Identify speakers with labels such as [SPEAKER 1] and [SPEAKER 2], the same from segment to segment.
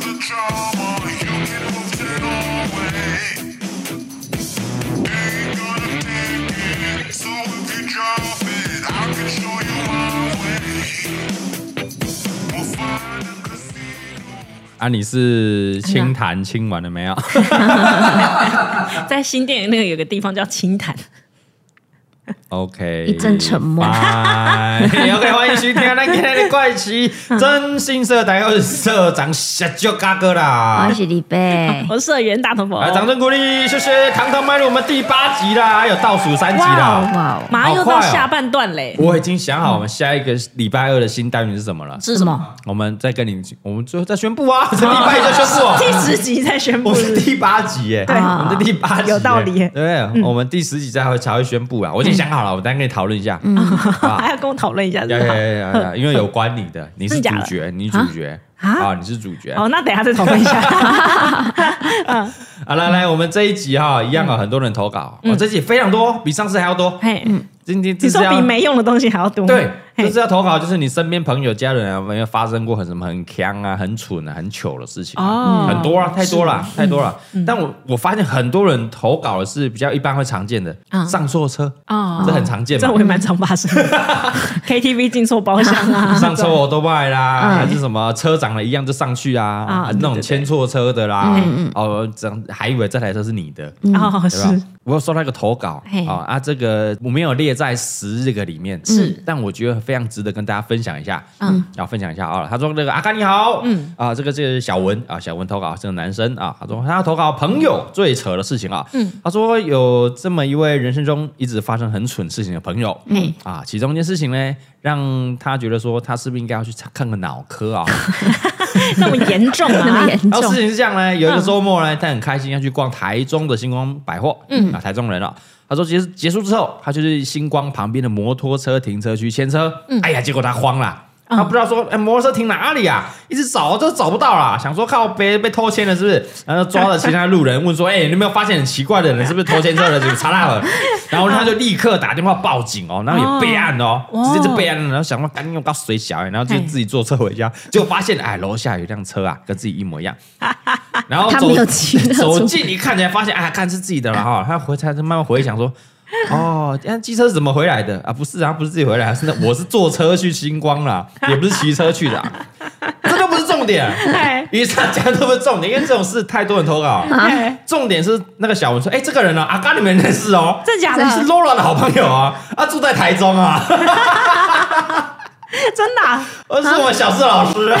[SPEAKER 1] trauma, you can host it always. Ain't gonna take it, so if you drop it, I can show you my way. We'll find a casino.
[SPEAKER 2] 啊，你是清谈清完了没 有？
[SPEAKER 3] 在新店那个有个地方叫清潭，
[SPEAKER 2] OK，
[SPEAKER 4] 一阵沉默
[SPEAKER 2] 哎拜 OK，欢迎徐听咱今天的怪奇真心社台，我是社长小舅嘎哥啦
[SPEAKER 4] 我。是李贝，
[SPEAKER 3] 我是社员大头佛
[SPEAKER 2] 哎来，，掌声鼓励，谢谢！堂堂迈入我们第八集啦，还有倒数三集啦。
[SPEAKER 4] 哇哦，
[SPEAKER 3] 马上又
[SPEAKER 2] 好
[SPEAKER 3] 到
[SPEAKER 2] 快哦
[SPEAKER 3] 下半段嘞。
[SPEAKER 2] 我已经想好我们下一个礼拜二的新单元是什么了，
[SPEAKER 3] 是什么？
[SPEAKER 2] 我们再跟你，我们最后再宣布啊，这礼拜一再宣布哦。
[SPEAKER 3] 第十集才宣
[SPEAKER 2] 我
[SPEAKER 3] 布，
[SPEAKER 2] 们第八集耶，
[SPEAKER 3] 对
[SPEAKER 2] 我们的第八集耶
[SPEAKER 3] 有道理耶嗯
[SPEAKER 2] 对，我们第十集才会才会宣布啊，我已经想好了，我再跟你讨论一下，
[SPEAKER 3] 嗯
[SPEAKER 2] 好不好
[SPEAKER 3] 还要跟我讨论一下是
[SPEAKER 2] 要
[SPEAKER 3] 不
[SPEAKER 2] 要
[SPEAKER 3] 是，
[SPEAKER 2] 要要要，因为有关你 的，你是主角，你主角
[SPEAKER 3] 啊
[SPEAKER 2] 啊，你是主角。
[SPEAKER 3] 好，那等一下再讨论一下。
[SPEAKER 2] 好，啊来来，我们这一集哈，一样
[SPEAKER 3] 嗯
[SPEAKER 2] 啊，很多人投稿，哦，这一集非常多，比上次还要多。
[SPEAKER 3] 嘿，
[SPEAKER 2] 今天这
[SPEAKER 3] 哎你
[SPEAKER 2] 嗯是
[SPEAKER 3] 说
[SPEAKER 2] 要
[SPEAKER 3] 比没用的东西还要 多？
[SPEAKER 2] 对，
[SPEAKER 3] 嘿
[SPEAKER 2] 这次要投稿，就是你身边朋友、家人啊，有没有发生过很什么很强啊、很蠢啊、很糗的事情啊？
[SPEAKER 3] 哦嗯
[SPEAKER 2] 很多啊，太多了，太多了。但我我发现很多人投稿的是比较一般会常见的，上错车，
[SPEAKER 3] 啊哦
[SPEAKER 2] 这很常见
[SPEAKER 3] 这
[SPEAKER 2] 嘛
[SPEAKER 3] 我。也蛮常发生的 ，KTV 进错包厢啊，
[SPEAKER 2] 上错我都拜啦，
[SPEAKER 4] 嗯
[SPEAKER 2] 还是什么车长了一样就上去啊，
[SPEAKER 3] 啊
[SPEAKER 2] 还是那种
[SPEAKER 3] 对对对嗯
[SPEAKER 2] 牵错车的啦，哦，这样还以为这台车是你的，
[SPEAKER 3] 哦
[SPEAKER 2] 嗯对吧
[SPEAKER 3] 是，？
[SPEAKER 2] 我有收到一个投稿
[SPEAKER 3] 嘿
[SPEAKER 2] 啊啊，这个我没有列在十这个里面，
[SPEAKER 3] 是，
[SPEAKER 2] 但我觉得非常值得跟大家分享一下，嗯
[SPEAKER 3] 嗯，
[SPEAKER 2] 要分享一下啊。他说那个阿甘你好，嗯
[SPEAKER 3] 嗯
[SPEAKER 2] 啊，这个这个小文啊，小文投稿是个男生啊，他说他要投稿朋友最扯的事情啊，嗯，他说有这么一位人生中一直发生很蠢事情的朋友，嗯
[SPEAKER 4] 嗯
[SPEAKER 2] 啊，其中一件事情呢，让他觉得说他是不是应该要去看个脑科啊？
[SPEAKER 3] 那哎么严重
[SPEAKER 4] 那么
[SPEAKER 3] 啊，
[SPEAKER 4] 严
[SPEAKER 2] 然后
[SPEAKER 4] 重
[SPEAKER 2] 哦事，情是这样呢，有一个周末呢，他很开心要去逛台中的星光百货，嗯，啊，台中人啊、他说结结束之后，他就去星光旁边的摩托车停车区牵车，哎呀，结果他慌了。他不知道说，哎、摩托车停哪里啊？一直找都找不到啦，想说靠被被偷牵了是不是？然后抓了其他路人问说，哎、你有没有发现很奇怪的人？是不是偷牵车的？警察到了，然后他就立刻打电话报警哦，然后也备案哦，
[SPEAKER 3] 哦
[SPEAKER 2] 直接就备案了。然后想说赶紧用到水小、然后就
[SPEAKER 3] 嘿
[SPEAKER 2] 自己坐车回家，结果发现哎，楼下有一辆车啊，跟自己一模一样。然后
[SPEAKER 4] 他
[SPEAKER 2] 走
[SPEAKER 4] 没有骑那
[SPEAKER 2] 走
[SPEAKER 4] 种
[SPEAKER 2] 近一看才发现，啊，看是自己的了哈。他回他就慢慢回想说，哦，那机车是怎么回来的啊？不是啊，不是自己回来，是那我是坐车去星光啦，也不是骑车去的啊、这都不是重 点。
[SPEAKER 3] 哎
[SPEAKER 2] 因为大家都不是重点，因为这种事太多人投稿。啊
[SPEAKER 3] 哎，
[SPEAKER 2] 重点是那个小文说：“哎、这个人呢、啊，阿刚你们认识哦，
[SPEAKER 3] 真假的
[SPEAKER 2] 这是 Laura 的好朋友啊，啊，住在台中啊，
[SPEAKER 3] 真的啊
[SPEAKER 2] 而呃是我们小四老 师、啊。”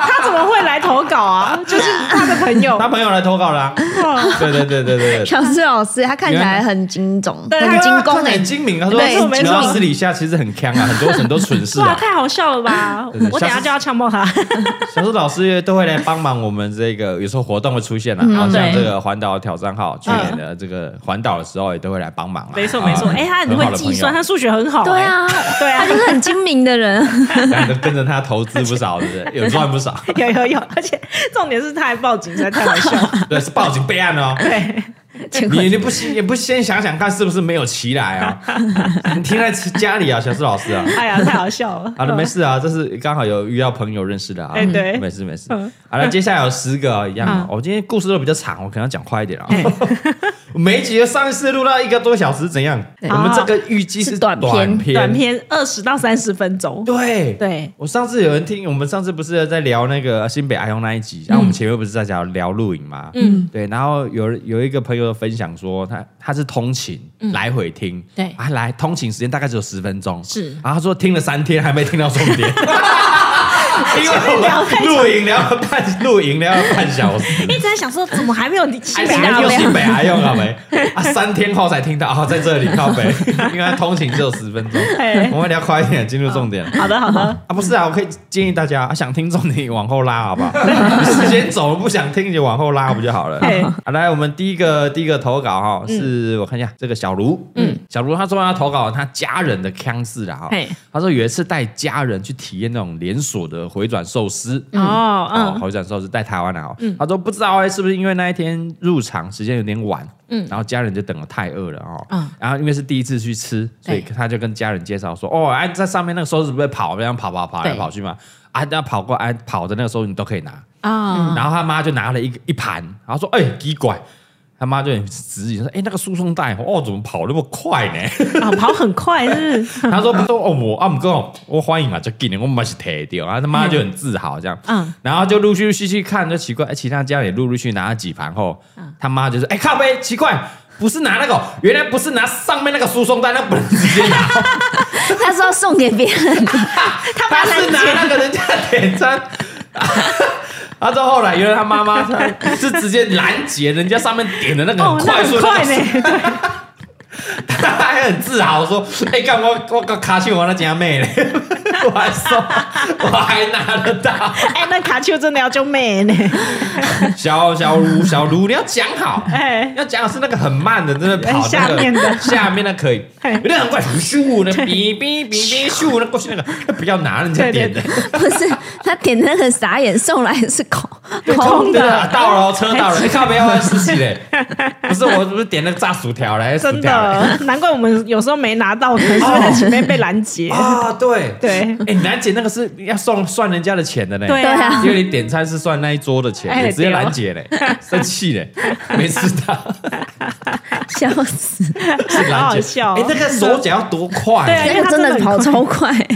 [SPEAKER 3] 他怎么会来投稿啊？就是他的朋友，
[SPEAKER 2] 他朋友来投稿 啦、对对对对对对。
[SPEAKER 4] 小四老师他看起来很精种，
[SPEAKER 3] 对
[SPEAKER 4] 很精工
[SPEAKER 2] 看起来
[SPEAKER 4] 哎
[SPEAKER 2] 很，精明，啊他说
[SPEAKER 4] 对
[SPEAKER 3] 没错
[SPEAKER 2] 然后私底下其实很坑啊，很多很多蠢事
[SPEAKER 3] 哇，
[SPEAKER 2] 啊。
[SPEAKER 3] 太好笑了吧！
[SPEAKER 2] 对对
[SPEAKER 3] 我等一
[SPEAKER 2] 下
[SPEAKER 3] 下
[SPEAKER 2] 次
[SPEAKER 3] 就要强暴他。
[SPEAKER 2] 小树老师都会来帮忙我们这个，有时候活动会出现啊，好像
[SPEAKER 3] 嗯对
[SPEAKER 2] 这个环岛挑战号去年的这个环岛的时候也都会来帮忙啊。
[SPEAKER 3] 没错
[SPEAKER 2] 啊
[SPEAKER 3] 没错，哎，他很会计算，，他数学很好。
[SPEAKER 4] 对啊，
[SPEAKER 3] 哎，对
[SPEAKER 4] 他就
[SPEAKER 3] 啊，
[SPEAKER 4] 是很精明的人，
[SPEAKER 2] 很好的朋友然后跟着他投资不少，对不对？有赚不 少，
[SPEAKER 3] 有有有，而且重点是他还报警，实在太好笑了。
[SPEAKER 2] 对，是报警备案哦。
[SPEAKER 3] 对，
[SPEAKER 4] 结果
[SPEAKER 2] 你你不先也不先想想看是不是没有骑来啊？ 你停在家里啊，小树老师啊。
[SPEAKER 3] 哎呀，太好笑了。
[SPEAKER 2] 好的，没事啊，这是刚好有遇到朋友认识的啊，
[SPEAKER 3] 哎对
[SPEAKER 2] 没事没事
[SPEAKER 3] 嗯。
[SPEAKER 2] 好了，接下来有十个哦一样哦，
[SPEAKER 3] 嗯哎
[SPEAKER 2] 我今天故事都比较长，我可能要讲快一点啊。 每一集上一次录到一个多小时，怎样？
[SPEAKER 4] 对
[SPEAKER 2] 我们这个预计
[SPEAKER 4] 是
[SPEAKER 2] 短
[SPEAKER 4] 短篇
[SPEAKER 2] 篇，
[SPEAKER 3] 短。篇二十到三十分钟。
[SPEAKER 2] 对。
[SPEAKER 3] 对，
[SPEAKER 2] 我上次有人听，我们上次不是在聊那个新北阿用那一集，然啊后我们前面不是在聊聊露营吗？
[SPEAKER 3] 嗯，
[SPEAKER 2] 对，然后有有一个朋友分享说，他他是通勤、来回听，
[SPEAKER 3] 嗯对
[SPEAKER 2] 啊，来通勤时间大概只有十分钟，
[SPEAKER 3] 是
[SPEAKER 2] 然后他说听了三天还没听到重 点，因为
[SPEAKER 3] 聊
[SPEAKER 2] 我
[SPEAKER 3] 太
[SPEAKER 2] 露营聊了半露营聊了半小时，
[SPEAKER 3] 一直在想说怎么还没有新北
[SPEAKER 2] 还
[SPEAKER 3] 大
[SPEAKER 2] 用
[SPEAKER 3] 没
[SPEAKER 2] 新北还用了没？啊，三天后才听到啊、在这里靠 北，因为他通勤只有十分钟
[SPEAKER 3] 哎，
[SPEAKER 2] 我们聊快一点，进入重点。
[SPEAKER 3] 好的好的，
[SPEAKER 2] 啊，不是啊，我可以建议大家、啊想听重点往后拉，好 不好？时间走了，不想听就往后拉不就好了？
[SPEAKER 3] 对
[SPEAKER 2] 好，来，我们第一个第一个投稿哈、是我看一下这个小卢，嗯，小卢他说他投稿他家人的腔式啦哈
[SPEAKER 3] 嘿，
[SPEAKER 2] 他说有一次带家人去体验那种连锁的回转寿司。
[SPEAKER 3] 哦，
[SPEAKER 2] 哦，
[SPEAKER 3] 嗯，
[SPEAKER 2] 回转寿司在台湾啊，他说不知道哎、是不是因为那一天入场时间有点晚，嗯，然后家人就等了太饿了哦，
[SPEAKER 3] 嗯
[SPEAKER 2] 然后因为是第一次去吃，所以
[SPEAKER 3] 对
[SPEAKER 2] 他就跟家人介绍说，哦，哎、在上面那个寿司不会跑，这样跑跑跑来
[SPEAKER 3] 对
[SPEAKER 2] 跑去嘛，啊，那跑过哎、跑的那个时候你都可以拿，
[SPEAKER 3] 啊，
[SPEAKER 2] 然后他妈就拿了一个一盘，然后说：“哎、奇怪。”他妈就很质疑说：“哎、那个输送带哦，怎么跑那么快呢
[SPEAKER 3] 啊，跑很快是不是？？”
[SPEAKER 2] 他说：“他说哦，我啊，我跟我我欢迎啊，就给你，我们是提掉。”啊然后他妈就很自豪这样。
[SPEAKER 3] 嗯
[SPEAKER 2] 然后就陆续续续看，就奇怪，哎，其他家也陆陆续续拿了几盘后，
[SPEAKER 3] 嗯
[SPEAKER 2] 他妈就说：“哎、靠背，奇怪，不是拿那个，原来不是拿上面那个输送带，那不能 直接拿，
[SPEAKER 4] 他是要送给别人，他把
[SPEAKER 2] 他
[SPEAKER 4] 它
[SPEAKER 2] 是拿那个人家点餐。他说后来原来他妈 妈他是直接拦截人家上面点的那个
[SPEAKER 3] 哦
[SPEAKER 2] 很，
[SPEAKER 3] 那
[SPEAKER 2] 嗯快速的
[SPEAKER 3] 很
[SPEAKER 2] 那
[SPEAKER 3] 快
[SPEAKER 2] 个速
[SPEAKER 3] 呢，
[SPEAKER 2] 他还很自豪说：“哎、干我我个卡去我那家妹嘞， 我还送，我还拿得到。
[SPEAKER 3] 哎，那卡丘真的要救 妹呢，
[SPEAKER 2] 小”小卢小卢，你要讲好，
[SPEAKER 3] 哎
[SPEAKER 2] 要讲好是那个很慢的，真的跑、那个、
[SPEAKER 3] 下面的哎
[SPEAKER 2] 下面的可以，
[SPEAKER 3] 嘿
[SPEAKER 2] 有点很快，咻 那哔哔哔哔咻那过去那个，哎那不要拿人家点的，
[SPEAKER 4] 不是他点的那个傻眼，送来是空
[SPEAKER 3] 空
[SPEAKER 4] 空
[SPEAKER 3] 的哎
[SPEAKER 4] 的，
[SPEAKER 2] 真的到了哦车到了，你靠边要按司机 嘞，不是我不是点那个炸薯条嘞，薯
[SPEAKER 3] 真
[SPEAKER 2] 条嘞。
[SPEAKER 3] 的，难怪我们有时候没拿到，可能是
[SPEAKER 2] 哦
[SPEAKER 3] 为了前面被拦截。
[SPEAKER 2] 啊，对
[SPEAKER 3] 对
[SPEAKER 2] 哎、你拦截那个是要送算人家的钱的呢，
[SPEAKER 3] 对啊
[SPEAKER 2] 因为你点餐是算那一桌的钱，
[SPEAKER 3] 哎
[SPEAKER 2] 你直接拦 截嘞，生气嘞，没吃到，
[SPEAKER 4] 笑死！
[SPEAKER 2] 是
[SPEAKER 3] 好
[SPEAKER 2] 拦
[SPEAKER 3] 好
[SPEAKER 2] 截，
[SPEAKER 3] 笑
[SPEAKER 2] 哎、
[SPEAKER 3] 哦
[SPEAKER 2] 那个手脚要多快，
[SPEAKER 3] 对啊因为他真
[SPEAKER 4] 那个真
[SPEAKER 3] 的
[SPEAKER 4] 的
[SPEAKER 3] 很快
[SPEAKER 4] 跑超快，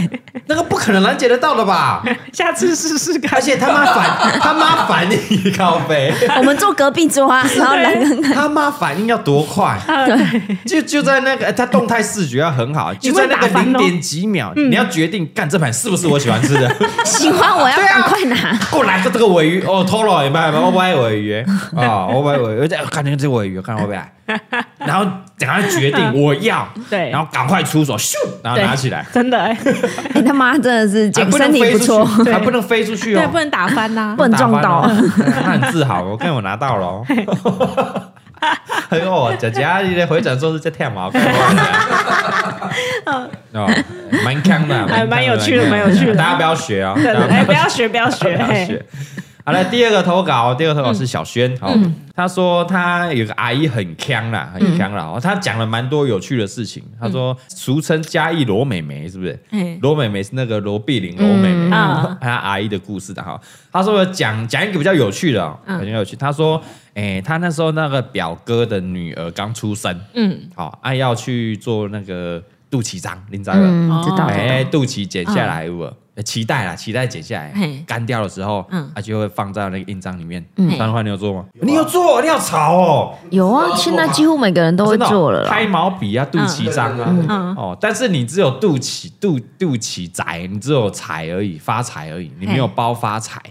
[SPEAKER 2] 那个不可能拦截得到的 吧？
[SPEAKER 3] 下次试试看
[SPEAKER 2] 而。且他妈反他妈反应靠背，
[SPEAKER 4] 我们坐隔壁桌啊，然后来个
[SPEAKER 2] 他妈反应要多快？
[SPEAKER 3] 啊
[SPEAKER 2] 就就在那个，哎他动态视觉要很好，
[SPEAKER 3] 你
[SPEAKER 2] 就
[SPEAKER 3] 会
[SPEAKER 2] 在那个
[SPEAKER 3] 打翻
[SPEAKER 2] 零
[SPEAKER 3] 哦
[SPEAKER 2] 点几秒，你要决定干这盘是不是我喜欢吃的。
[SPEAKER 4] 喜欢我要
[SPEAKER 2] 对啊
[SPEAKER 4] 赶快拿，
[SPEAKER 2] 过来个这个尾鱼哦，偷了，有没有？我不爱尾 鱼啊，我不爱尾鱼，哎看那个这尾鱼，看会不会来？然后等下决定
[SPEAKER 3] 嗯
[SPEAKER 2] 我要，
[SPEAKER 3] 对
[SPEAKER 2] 然后赶快出手，咻，然后拿起来，
[SPEAKER 3] 真的哎，
[SPEAKER 4] 哎他妈真的是
[SPEAKER 2] 还
[SPEAKER 4] 健
[SPEAKER 2] 啊不能
[SPEAKER 4] 身体
[SPEAKER 2] 飞
[SPEAKER 4] 不
[SPEAKER 2] 出
[SPEAKER 4] 错，
[SPEAKER 2] 去，
[SPEAKER 3] 对
[SPEAKER 2] 还不能飞出去
[SPEAKER 3] 对，
[SPEAKER 2] 哦
[SPEAKER 3] 不，能打翻呐
[SPEAKER 4] 不。能撞到
[SPEAKER 2] 打。 翻哦，他很自豪，我看我拿到了哦。哎呦，姐姐，你的回转寿司在跳毛，看我。 哦，蛮强的，
[SPEAKER 3] 哎蛮有趣的
[SPEAKER 2] 强
[SPEAKER 3] 蛮有趣的
[SPEAKER 2] 大家不要学哦，
[SPEAKER 3] 对
[SPEAKER 2] 大家
[SPEAKER 3] 对，
[SPEAKER 2] 不要
[SPEAKER 3] 哎，不要学，不要 学，
[SPEAKER 2] 了
[SPEAKER 3] 嘿
[SPEAKER 2] 解。好了，第二个投稿，第二个投稿是小轩，好，
[SPEAKER 3] 嗯
[SPEAKER 2] 他说他有个阿姨很强啦，很强啦，哦，他讲了蛮多有趣的事情。他说，俗称嘉义罗美眉，是不是
[SPEAKER 3] 嗯？
[SPEAKER 2] 罗美眉是那个罗碧玲罗美眉，
[SPEAKER 3] 嗯
[SPEAKER 2] 她
[SPEAKER 3] 啊
[SPEAKER 2] 阿姨的故事的哈。他说讲讲一个比较有趣的哦，
[SPEAKER 3] 嗯
[SPEAKER 2] 比较有趣。他说，哎，他那时候那个表哥的女儿刚出生，
[SPEAKER 3] 嗯，
[SPEAKER 2] 好，啊要去做那个肚脐章，你知道吗？
[SPEAKER 4] 嗯，知道
[SPEAKER 3] 哦
[SPEAKER 4] 的。
[SPEAKER 2] 哎，肚脐剪下来有没有呃脐带啦，脐带剪下来
[SPEAKER 3] 嘿，
[SPEAKER 2] 干掉的时候，
[SPEAKER 3] 嗯
[SPEAKER 2] 它就会放在那个印章里面。
[SPEAKER 3] 嘿
[SPEAKER 2] 三花你有做吗？你有做，你要炒哦，
[SPEAKER 4] 有啊，现在几乎每个人都会
[SPEAKER 2] 真的哦
[SPEAKER 4] 做了啦。
[SPEAKER 2] 开毛笔啊，肚脐章
[SPEAKER 1] 嗯
[SPEAKER 2] 啊，哦，但是你只有肚脐肚肚脐宅，你只有财而已，发财而已，你没有包发财。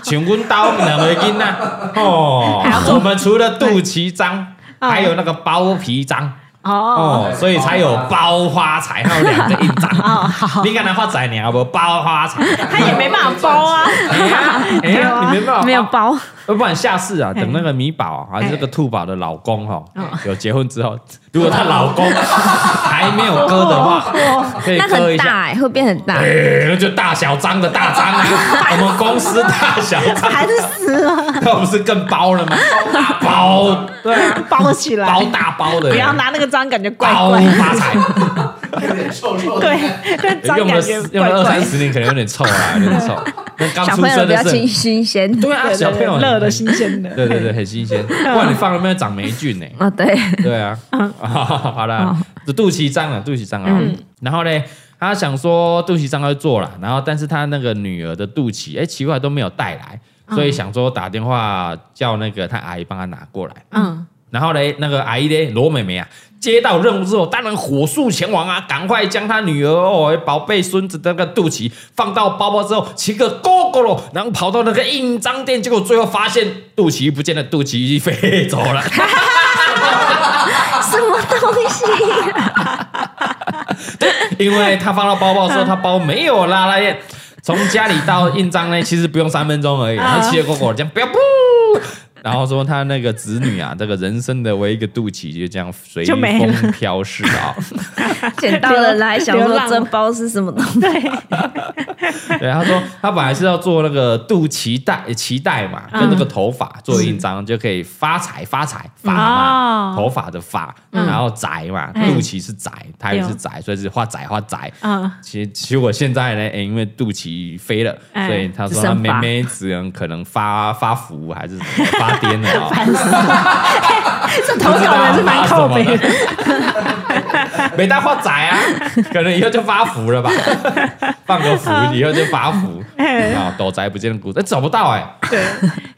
[SPEAKER 2] 请问刀两个斤呐？哦
[SPEAKER 3] 还要，做
[SPEAKER 2] 我们除了肚脐章，还有那个包皮章。
[SPEAKER 3] 哦，
[SPEAKER 2] 哦，所以才有包花财，还有两个印章。你敢拿发财，你要不包花财？
[SPEAKER 3] 他也没办法包啊，
[SPEAKER 2] 哎呀，哎呀，你没办法，
[SPEAKER 4] 没有。包，
[SPEAKER 2] 要不然下次啊，等那个米宝还是这个兔宝的老公哈，有结婚之后，如果她老公还没有割的话，可以
[SPEAKER 4] 那
[SPEAKER 2] 割一
[SPEAKER 4] 很
[SPEAKER 2] 下。
[SPEAKER 4] 大哎，会变很大。
[SPEAKER 2] 哎那就大小张的大张啊，我们公司大小张，
[SPEAKER 3] 还是死
[SPEAKER 4] 哦
[SPEAKER 3] 了，
[SPEAKER 2] 那不是更包了吗？包对啊，
[SPEAKER 3] 包起来，
[SPEAKER 2] 包大包的，
[SPEAKER 3] 不要拿那个章，感觉怪
[SPEAKER 2] 包
[SPEAKER 3] 怪。
[SPEAKER 2] 发财。
[SPEAKER 1] 有点臭臭的。
[SPEAKER 3] 对，那章
[SPEAKER 2] 欸用了
[SPEAKER 3] 感觉
[SPEAKER 2] 用
[SPEAKER 3] 怪
[SPEAKER 2] 了二
[SPEAKER 3] 怪
[SPEAKER 2] 三。十年，可能有点臭啦，有点 臭。那刚
[SPEAKER 4] 小
[SPEAKER 2] 出
[SPEAKER 4] 朋友
[SPEAKER 2] 生
[SPEAKER 4] 比
[SPEAKER 2] 的
[SPEAKER 4] 较
[SPEAKER 2] 是
[SPEAKER 4] 新
[SPEAKER 2] 很，
[SPEAKER 4] 新鲜
[SPEAKER 2] 对啊，
[SPEAKER 3] 对
[SPEAKER 2] 小
[SPEAKER 3] 对
[SPEAKER 2] 朋友
[SPEAKER 3] 对，
[SPEAKER 2] 很
[SPEAKER 3] 热的，新鲜的。
[SPEAKER 2] 对对对，很新 鲜。哇，你放了没有长霉菌呢？
[SPEAKER 4] 啊，对，
[SPEAKER 2] 对啊，
[SPEAKER 4] 嗯
[SPEAKER 2] 好
[SPEAKER 4] 哦
[SPEAKER 2] 啦，这肚脐章啊，肚脐章啊
[SPEAKER 3] 嗯。
[SPEAKER 2] 然后呢，他想说肚脐章要做了，然后但是他那个女儿的肚脐，哎，奇怪都没有带来，所
[SPEAKER 4] 嗯
[SPEAKER 2] 以想说打电话叫那个他阿姨帮他拿过来。
[SPEAKER 3] 嗯，
[SPEAKER 2] 然后嘞，那个阿姨嘞，罗美美啊，接到任务之后，当然火速前往啊，赶快将她女儿哦，宝贝孙子的那个肚脐放到包包之后，骑个 GO GO 咯，然后跑到那个印章店，结果最后发现肚脐不见了，肚脐飞走 了。
[SPEAKER 4] 什么东西？
[SPEAKER 2] 因为他放到包包的时候，他包没有拉拉链。从家里到印章呢，其实不用三分钟而已。然后骑着狗狗这样，不要不，然后说他那个子女啊，这个人生的唯一一个肚脐就这样随
[SPEAKER 3] 就没了
[SPEAKER 2] 风飘逝啊。
[SPEAKER 4] 捡到了来想
[SPEAKER 3] 流
[SPEAKER 4] 说
[SPEAKER 3] 浪
[SPEAKER 4] 这包是什么东西？
[SPEAKER 2] 对，他说他本来是要做那个肚脐带、脐带嘛，
[SPEAKER 3] 嗯
[SPEAKER 2] 跟那个头发做印章，就可以发财、发财、发嘛，
[SPEAKER 3] 哦
[SPEAKER 2] 头发的发，然后宅嘛，
[SPEAKER 3] 嗯
[SPEAKER 2] 肚脐是宅，他也是宅，所以是画宅画宅。
[SPEAKER 3] 嗯
[SPEAKER 2] 其实其实我现在呢，诶因为肚脐飞了，
[SPEAKER 3] 哎
[SPEAKER 2] 所以他
[SPEAKER 4] 只
[SPEAKER 2] 说
[SPEAKER 4] 剩
[SPEAKER 2] 他妹
[SPEAKER 4] 发
[SPEAKER 2] 妹只能可能发发福还是什么发癫了 啊、
[SPEAKER 3] 这投稿人是蛮靠北的，
[SPEAKER 2] 没带画仔啊，可能以后就发福 了吧，放个福，
[SPEAKER 3] 嗯
[SPEAKER 2] 以后就发福，啊，斗宅不见骨，哎，找不到哎、
[SPEAKER 3] 对，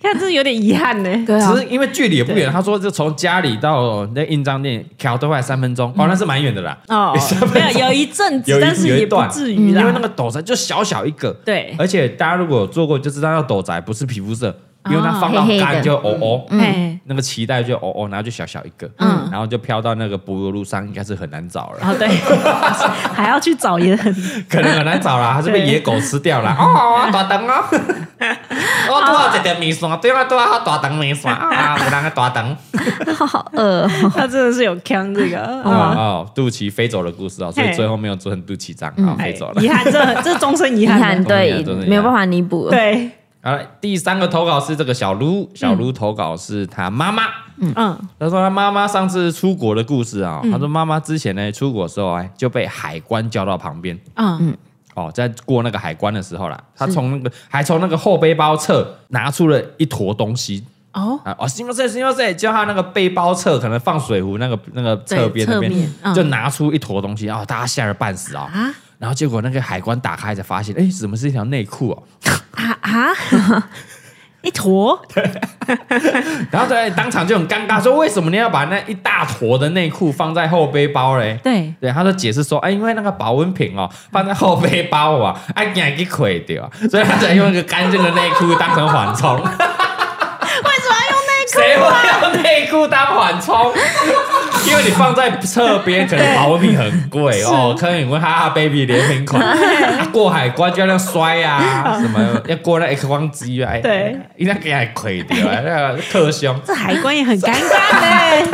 [SPEAKER 3] 看这有点遗憾呢。
[SPEAKER 4] 对啊
[SPEAKER 2] 只是因为距离也不远，他说就从家里到那印章店，桥都快三分钟，哦，那是蛮远的啦，
[SPEAKER 3] 哦
[SPEAKER 2] 三分，
[SPEAKER 3] 没
[SPEAKER 2] 钟
[SPEAKER 3] 有有一阵
[SPEAKER 2] 有一
[SPEAKER 3] 子，嗯但是
[SPEAKER 2] 有一
[SPEAKER 3] 也不
[SPEAKER 2] 段
[SPEAKER 3] 至于
[SPEAKER 2] 因为那
[SPEAKER 3] 啦。
[SPEAKER 2] 个斗宅就小小一个，
[SPEAKER 3] 对
[SPEAKER 2] 而且大家如果有做过就知道，那斗宅不是皮肤色，
[SPEAKER 3] 哦
[SPEAKER 2] 因为它放到
[SPEAKER 4] 黑黑的
[SPEAKER 2] 干就哦哦，
[SPEAKER 3] 哎，
[SPEAKER 2] 那个脐带就哦哦，然后就小小一个，嗯，然后就飘到那个柏油路上，应该是很难找了。
[SPEAKER 3] 哦对，还要去找也很
[SPEAKER 2] 可能很难找啦，还是被
[SPEAKER 3] 对
[SPEAKER 2] 野狗吃掉啦。哦，大肠啊！哦我多少一条面线，啊对我多少大肠面线啊，有人个大肠。
[SPEAKER 4] 好饿哦，
[SPEAKER 3] 他真的是有坑这个
[SPEAKER 2] 哦
[SPEAKER 3] 啊，
[SPEAKER 2] 哦，肚脐飞走的故事哦，所以
[SPEAKER 3] 嘿
[SPEAKER 2] 最后没有做成肚脐章啊，
[SPEAKER 3] 哎
[SPEAKER 2] 飞走了
[SPEAKER 3] 遗。憾，这这终身遗
[SPEAKER 4] 遗
[SPEAKER 3] 憾
[SPEAKER 4] 憾
[SPEAKER 3] 的。
[SPEAKER 4] 对
[SPEAKER 2] 真的遗憾，
[SPEAKER 4] 没有办法弥补。，
[SPEAKER 3] 对，
[SPEAKER 2] 好了，第三个投稿是这个小卢，小卢投稿是他妈妈。
[SPEAKER 3] 嗯，
[SPEAKER 2] 他说他妈妈上次出国的故事啊、他说妈妈之前呢出国的时候哎就被海关叫到旁边，
[SPEAKER 3] 嗯
[SPEAKER 2] 嗯，哦，在过那个海关的时候啦，他从那个还从那个后背包侧拿出了一坨东西。
[SPEAKER 3] 哦
[SPEAKER 2] 啊哦，行不行？行不行？叫他那个背包侧，可能放水壶那个那个侧边
[SPEAKER 3] 对
[SPEAKER 2] 那边
[SPEAKER 3] 侧面，嗯
[SPEAKER 2] 就拿出一坨东西，啊，大家吓得半死啊！
[SPEAKER 3] 啊
[SPEAKER 2] 然后结果那个海关打开才发现，哎，怎么是一条内裤哦？
[SPEAKER 3] 啊啊，一坨
[SPEAKER 2] 然后在当场就很尴尬，说为什么你要把那一大坨的内裤放在后背包嘞？
[SPEAKER 3] 对
[SPEAKER 2] 对，他就解释说，哎，因为那个保温瓶哦放在后背包啊， 哎，给给毁掉，所以他才用一个干净的内裤当成缓冲。为什么要用内裤、谁会用内裤当缓冲？因为你放在侧边，可能保温瓶很贵哦，可能你问哈哈 baby 联名款，啊过海关就要那样摔啊，什么要过那 X 光机啊，哎
[SPEAKER 3] 对，
[SPEAKER 2] 应该给毁掉，哎那个特凶。
[SPEAKER 3] 这海关也很尴尬呢。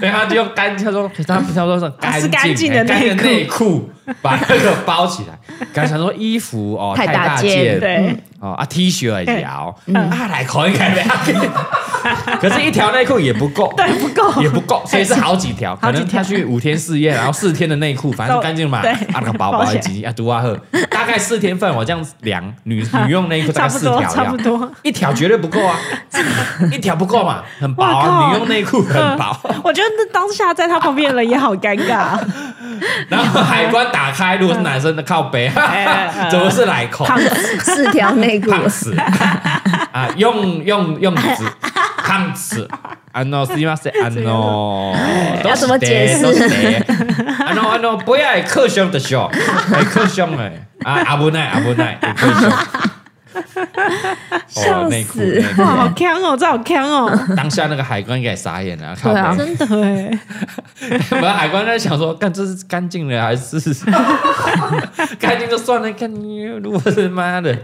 [SPEAKER 2] 对，他就用干，他说 他平常都是干
[SPEAKER 3] 是干
[SPEAKER 2] 净哎
[SPEAKER 3] 净的
[SPEAKER 2] 干净
[SPEAKER 3] 内裤
[SPEAKER 2] 内裤，把那个包起来。刚才说衣服哦
[SPEAKER 4] 太
[SPEAKER 2] 大
[SPEAKER 4] 大
[SPEAKER 2] 件，
[SPEAKER 4] 件
[SPEAKER 3] 对，嗯
[SPEAKER 2] 哦啊 T 恤也摇，啊来口应该没 可是，一条内裤也不够，
[SPEAKER 3] 对不够
[SPEAKER 2] 也不够，所以是好几条。可
[SPEAKER 3] 好几
[SPEAKER 2] 能他
[SPEAKER 3] 条
[SPEAKER 2] 去五天四夜，然后四天的内裤，反正是干净嘛，
[SPEAKER 3] 对
[SPEAKER 2] 啊那个包包一集啊，多啊呵，大概四天份，我这样量女女用内裤大概
[SPEAKER 3] 差不
[SPEAKER 2] 四
[SPEAKER 3] 多
[SPEAKER 2] 条，
[SPEAKER 3] 差不多。
[SPEAKER 2] 一条绝对不够啊， 一条不够嘛，很薄啊，
[SPEAKER 3] 哇靠嗯
[SPEAKER 2] 女用内裤 很薄。
[SPEAKER 3] 我觉得那当下在他旁边的人也好尴尬，
[SPEAKER 2] 然后海关打开，如果是男生的靠 背，
[SPEAKER 3] 哎
[SPEAKER 2] 怎么是奶口？
[SPEAKER 3] 胖
[SPEAKER 4] 四条内裤，
[SPEAKER 2] 胖 死啊！用用用纸，胖死。啊 no，是吗？是啊 no，
[SPEAKER 4] 要怎么解释
[SPEAKER 2] 啊 no 啊 no，不要会克胸的笑，会克胸哎，啊阿不奈阿不奈，会克 胸。
[SPEAKER 4] 笑
[SPEAKER 2] 哦内裤
[SPEAKER 4] 死
[SPEAKER 2] 内裤
[SPEAKER 3] 哇，好坑哦，这好坑哦，
[SPEAKER 2] 当下那个海关应该也傻眼了，靠
[SPEAKER 4] 对啊
[SPEAKER 2] 背
[SPEAKER 3] 真的哎，
[SPEAKER 2] 我们海关在想说，干这是干净的还是干净就算了，干你如果是 妈的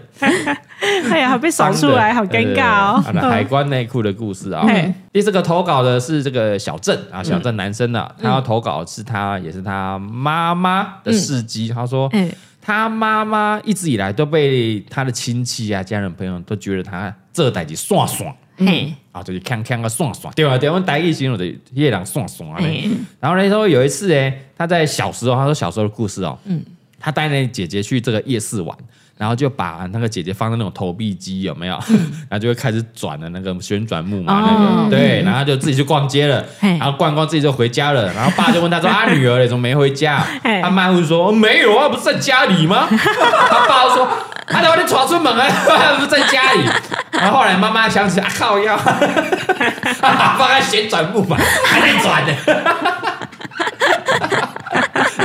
[SPEAKER 3] 哎 呀，被扫出来，好尴尬哦
[SPEAKER 2] 脏的对对对好了，海关内裤的故事啊、
[SPEAKER 3] 嘿
[SPEAKER 2] 第四个投稿的是这个小郑啊，小郑男生啊，他要投稿是他也是他妈妈的事迹，他说。
[SPEAKER 3] 嗯。哎，
[SPEAKER 2] 他妈妈一直以来都被他的亲戚啊、家人朋友都觉得他这代志算算，
[SPEAKER 3] 嘿，
[SPEAKER 2] 啊，就是看看个算算，对啊，对啊，我们台语形容的夜郎算算啊。
[SPEAKER 3] 哎
[SPEAKER 2] 然后呢，说有一次哎，他在小时候，他说小时候的故事哦，嗯，他带那姐姐去这个夜市玩，然后就把那个姐姐放在那种投币机有没有？ 然后就会开始转的那个旋转木马那
[SPEAKER 3] 嗯哦
[SPEAKER 2] 个，对，然后他就自己去逛街了，
[SPEAKER 3] 嘿
[SPEAKER 2] 然后逛逛自己就回家了，然后爸就问他说啊，女儿嘞怎么没回家？
[SPEAKER 3] 嘿
[SPEAKER 2] 他妈会说没有啊，不是在家里 吗？他爸就说。啊！等我你闯出门啊， 不是在家里。然后后来妈妈想起，啊靠腰，放在旋转木马还在转呢。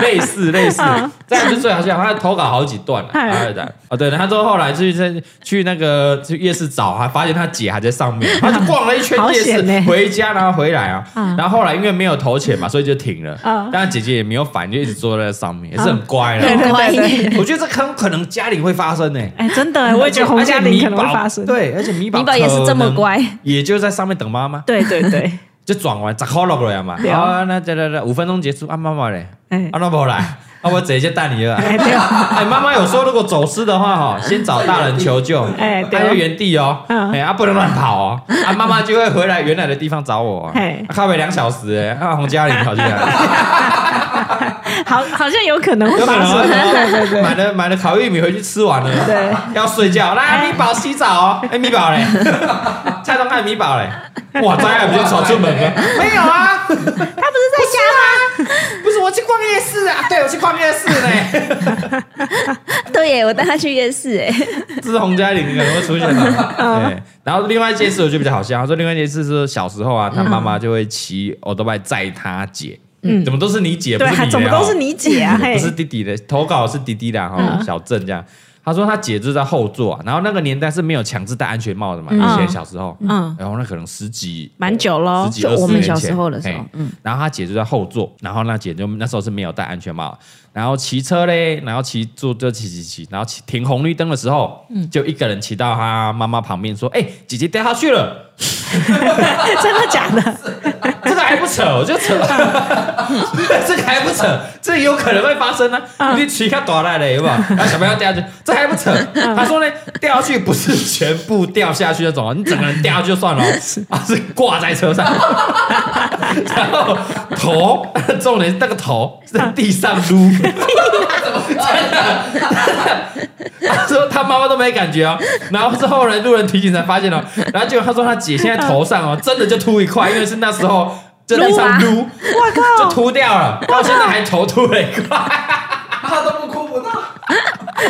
[SPEAKER 2] 类似类似，这样是最好笑。他投稿好几段了，
[SPEAKER 3] 嗯嗨
[SPEAKER 2] 二段啊，对，然后他说后来去在去那个去夜市找，还发现他姐还在上面， 他就逛了一圈
[SPEAKER 3] 好
[SPEAKER 2] 夜市
[SPEAKER 3] 险，欸
[SPEAKER 2] 回家然后回来啊
[SPEAKER 3] 嗯，
[SPEAKER 2] 然后后来因为没有投钱嘛，所以就停了
[SPEAKER 3] 嗯。
[SPEAKER 2] 但姐姐也没有反，就一直坐在那上面，也是很乖
[SPEAKER 3] 对
[SPEAKER 2] 的。
[SPEAKER 3] 对
[SPEAKER 4] 乖一
[SPEAKER 3] 对对
[SPEAKER 4] 点
[SPEAKER 2] 我觉得这很可能家里会发生呢。
[SPEAKER 3] 哎，真的，我也觉得洪嘉玲可能会发生。
[SPEAKER 2] 而且米宝对，而且米宝
[SPEAKER 4] 米宝也是这么乖，
[SPEAKER 2] 也就在上面等妈妈，
[SPEAKER 3] 对对对，
[SPEAKER 2] 就转完十块落过来嘛。
[SPEAKER 3] 对啊
[SPEAKER 2] 啊，那这这这五分钟结束，啊妈妈嘞，
[SPEAKER 3] 哎
[SPEAKER 2] 啊那不来， 啊我直接带你了。
[SPEAKER 3] 哎对啊，
[SPEAKER 2] 哎，妈妈有说，如果走失的话，哈，先找大人求救，
[SPEAKER 3] 哎对
[SPEAKER 2] 还要原地哦，
[SPEAKER 3] 嗯
[SPEAKER 2] 哎，啊，不能乱跑哦，啊，妈妈就会回来原来的地方找我哦
[SPEAKER 3] 嘿，
[SPEAKER 2] 咖啡两小时，哎，啊，洪嘉玲跑进 来，
[SPEAKER 3] 好，好像有可能会
[SPEAKER 2] 有可
[SPEAKER 3] 发
[SPEAKER 2] 能
[SPEAKER 3] 生。啊
[SPEAKER 2] 哦买了买了烤玉米回去吃完了，
[SPEAKER 3] 对，
[SPEAKER 2] 要睡觉，来米宝洗澡哦， 哎，米宝嘞，蔡东汉米宝嘞， 哇，咱俩不就闯出门了？ 啊没有啊，
[SPEAKER 4] 他不是在家
[SPEAKER 2] 不是我去逛夜市啊，对我去逛夜市呢，
[SPEAKER 4] 吗？对耶，我带他去夜市哎，
[SPEAKER 2] 这是洪嘉玲可能会出现 的。对，然后另外一件事我就比较好笑，他说另外一件事是小时候啊，他妈妈就会骑欧多拜载他姐，嗯，怎么都是你姐，不
[SPEAKER 3] 对，
[SPEAKER 2] 是你的
[SPEAKER 3] 还
[SPEAKER 2] 哦
[SPEAKER 3] 怎么都是你姐啊？嘿
[SPEAKER 2] 不，是弟弟的，投稿是弟弟的哈、
[SPEAKER 3] 嗯
[SPEAKER 2] 小郑这样。他说他姐就在后座、啊，然后那个年代是没有强制戴安全帽的嘛，以前小时候，嗯
[SPEAKER 3] 嗯，
[SPEAKER 2] 然后那可能十几
[SPEAKER 3] 蛮久咯
[SPEAKER 2] 十几
[SPEAKER 3] 就
[SPEAKER 2] 二十
[SPEAKER 3] 我
[SPEAKER 2] 年
[SPEAKER 3] 们
[SPEAKER 2] 前
[SPEAKER 5] 小时候的时候
[SPEAKER 2] 嘿然后他姐就在后座，然后那姐就那时候是没有戴安全帽，然后骑车嘞，然后骑坐就骑骑骑，然后骑停红绿灯的时候，就一个人骑到他妈妈旁边说：“哎、姐姐掉下去了，
[SPEAKER 3] 真的假 的？
[SPEAKER 2] 这个还不扯，我就扯， 这个还不扯，这有可能会发生呢、啊。你骑看短来嘞， 有没有？然后小朋友掉下去，这还不扯。他说呢，掉下去不是全部掉下去那种哦，你整个人掉下去就算了哦，啊， 是挂在车 上，然后头，重点是那个头是在地上撸。 他说他妈妈都没感觉哦，然后之后呢，路人提醒才发现哦，然后结果他说他姐现在头上哦，真的就秃一块，因为是那时候就在地上撸，啊
[SPEAKER 3] 哦
[SPEAKER 2] 我靠，就秃掉了，到现在还头秃了一块。
[SPEAKER 6] 他都不哭不闹，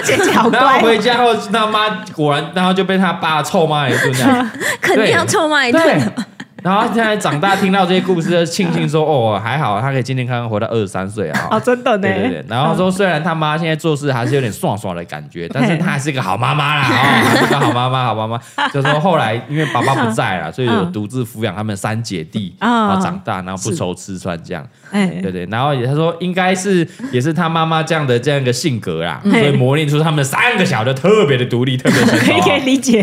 [SPEAKER 3] 姐姐好
[SPEAKER 2] 然后
[SPEAKER 3] 乖，
[SPEAKER 2] 回家后，他妈果然，然后就被他爸臭骂了一顿，这 样
[SPEAKER 4] 肯定要臭骂一顿
[SPEAKER 2] 对
[SPEAKER 4] 的嘛。。
[SPEAKER 2] 然后现在长大听到这些故事，就庆幸说哦，还好他可以健健康康活到二十三岁啊。
[SPEAKER 3] 哦，真的呢
[SPEAKER 2] 对。对对，然后说虽然他妈现在做事还是有点爽爽的感觉，但是她还是个好妈妈啦， 哦，还是个好妈妈，好妈妈。就说后来因为爸爸不在了，所以我
[SPEAKER 3] 嗯
[SPEAKER 2] 独自抚养他们三姐弟，
[SPEAKER 3] 啊
[SPEAKER 2] 然后长大，然后不愁吃穿这样。
[SPEAKER 3] 哎
[SPEAKER 2] 对，对，然后也他说应该是也是他妈妈这样的这样一个性格啦，
[SPEAKER 3] 嗯
[SPEAKER 2] 所以磨练出他们三个小的特别的独立，特别成
[SPEAKER 3] 可以
[SPEAKER 2] 熟
[SPEAKER 3] 可以
[SPEAKER 2] 哦。
[SPEAKER 3] 理解。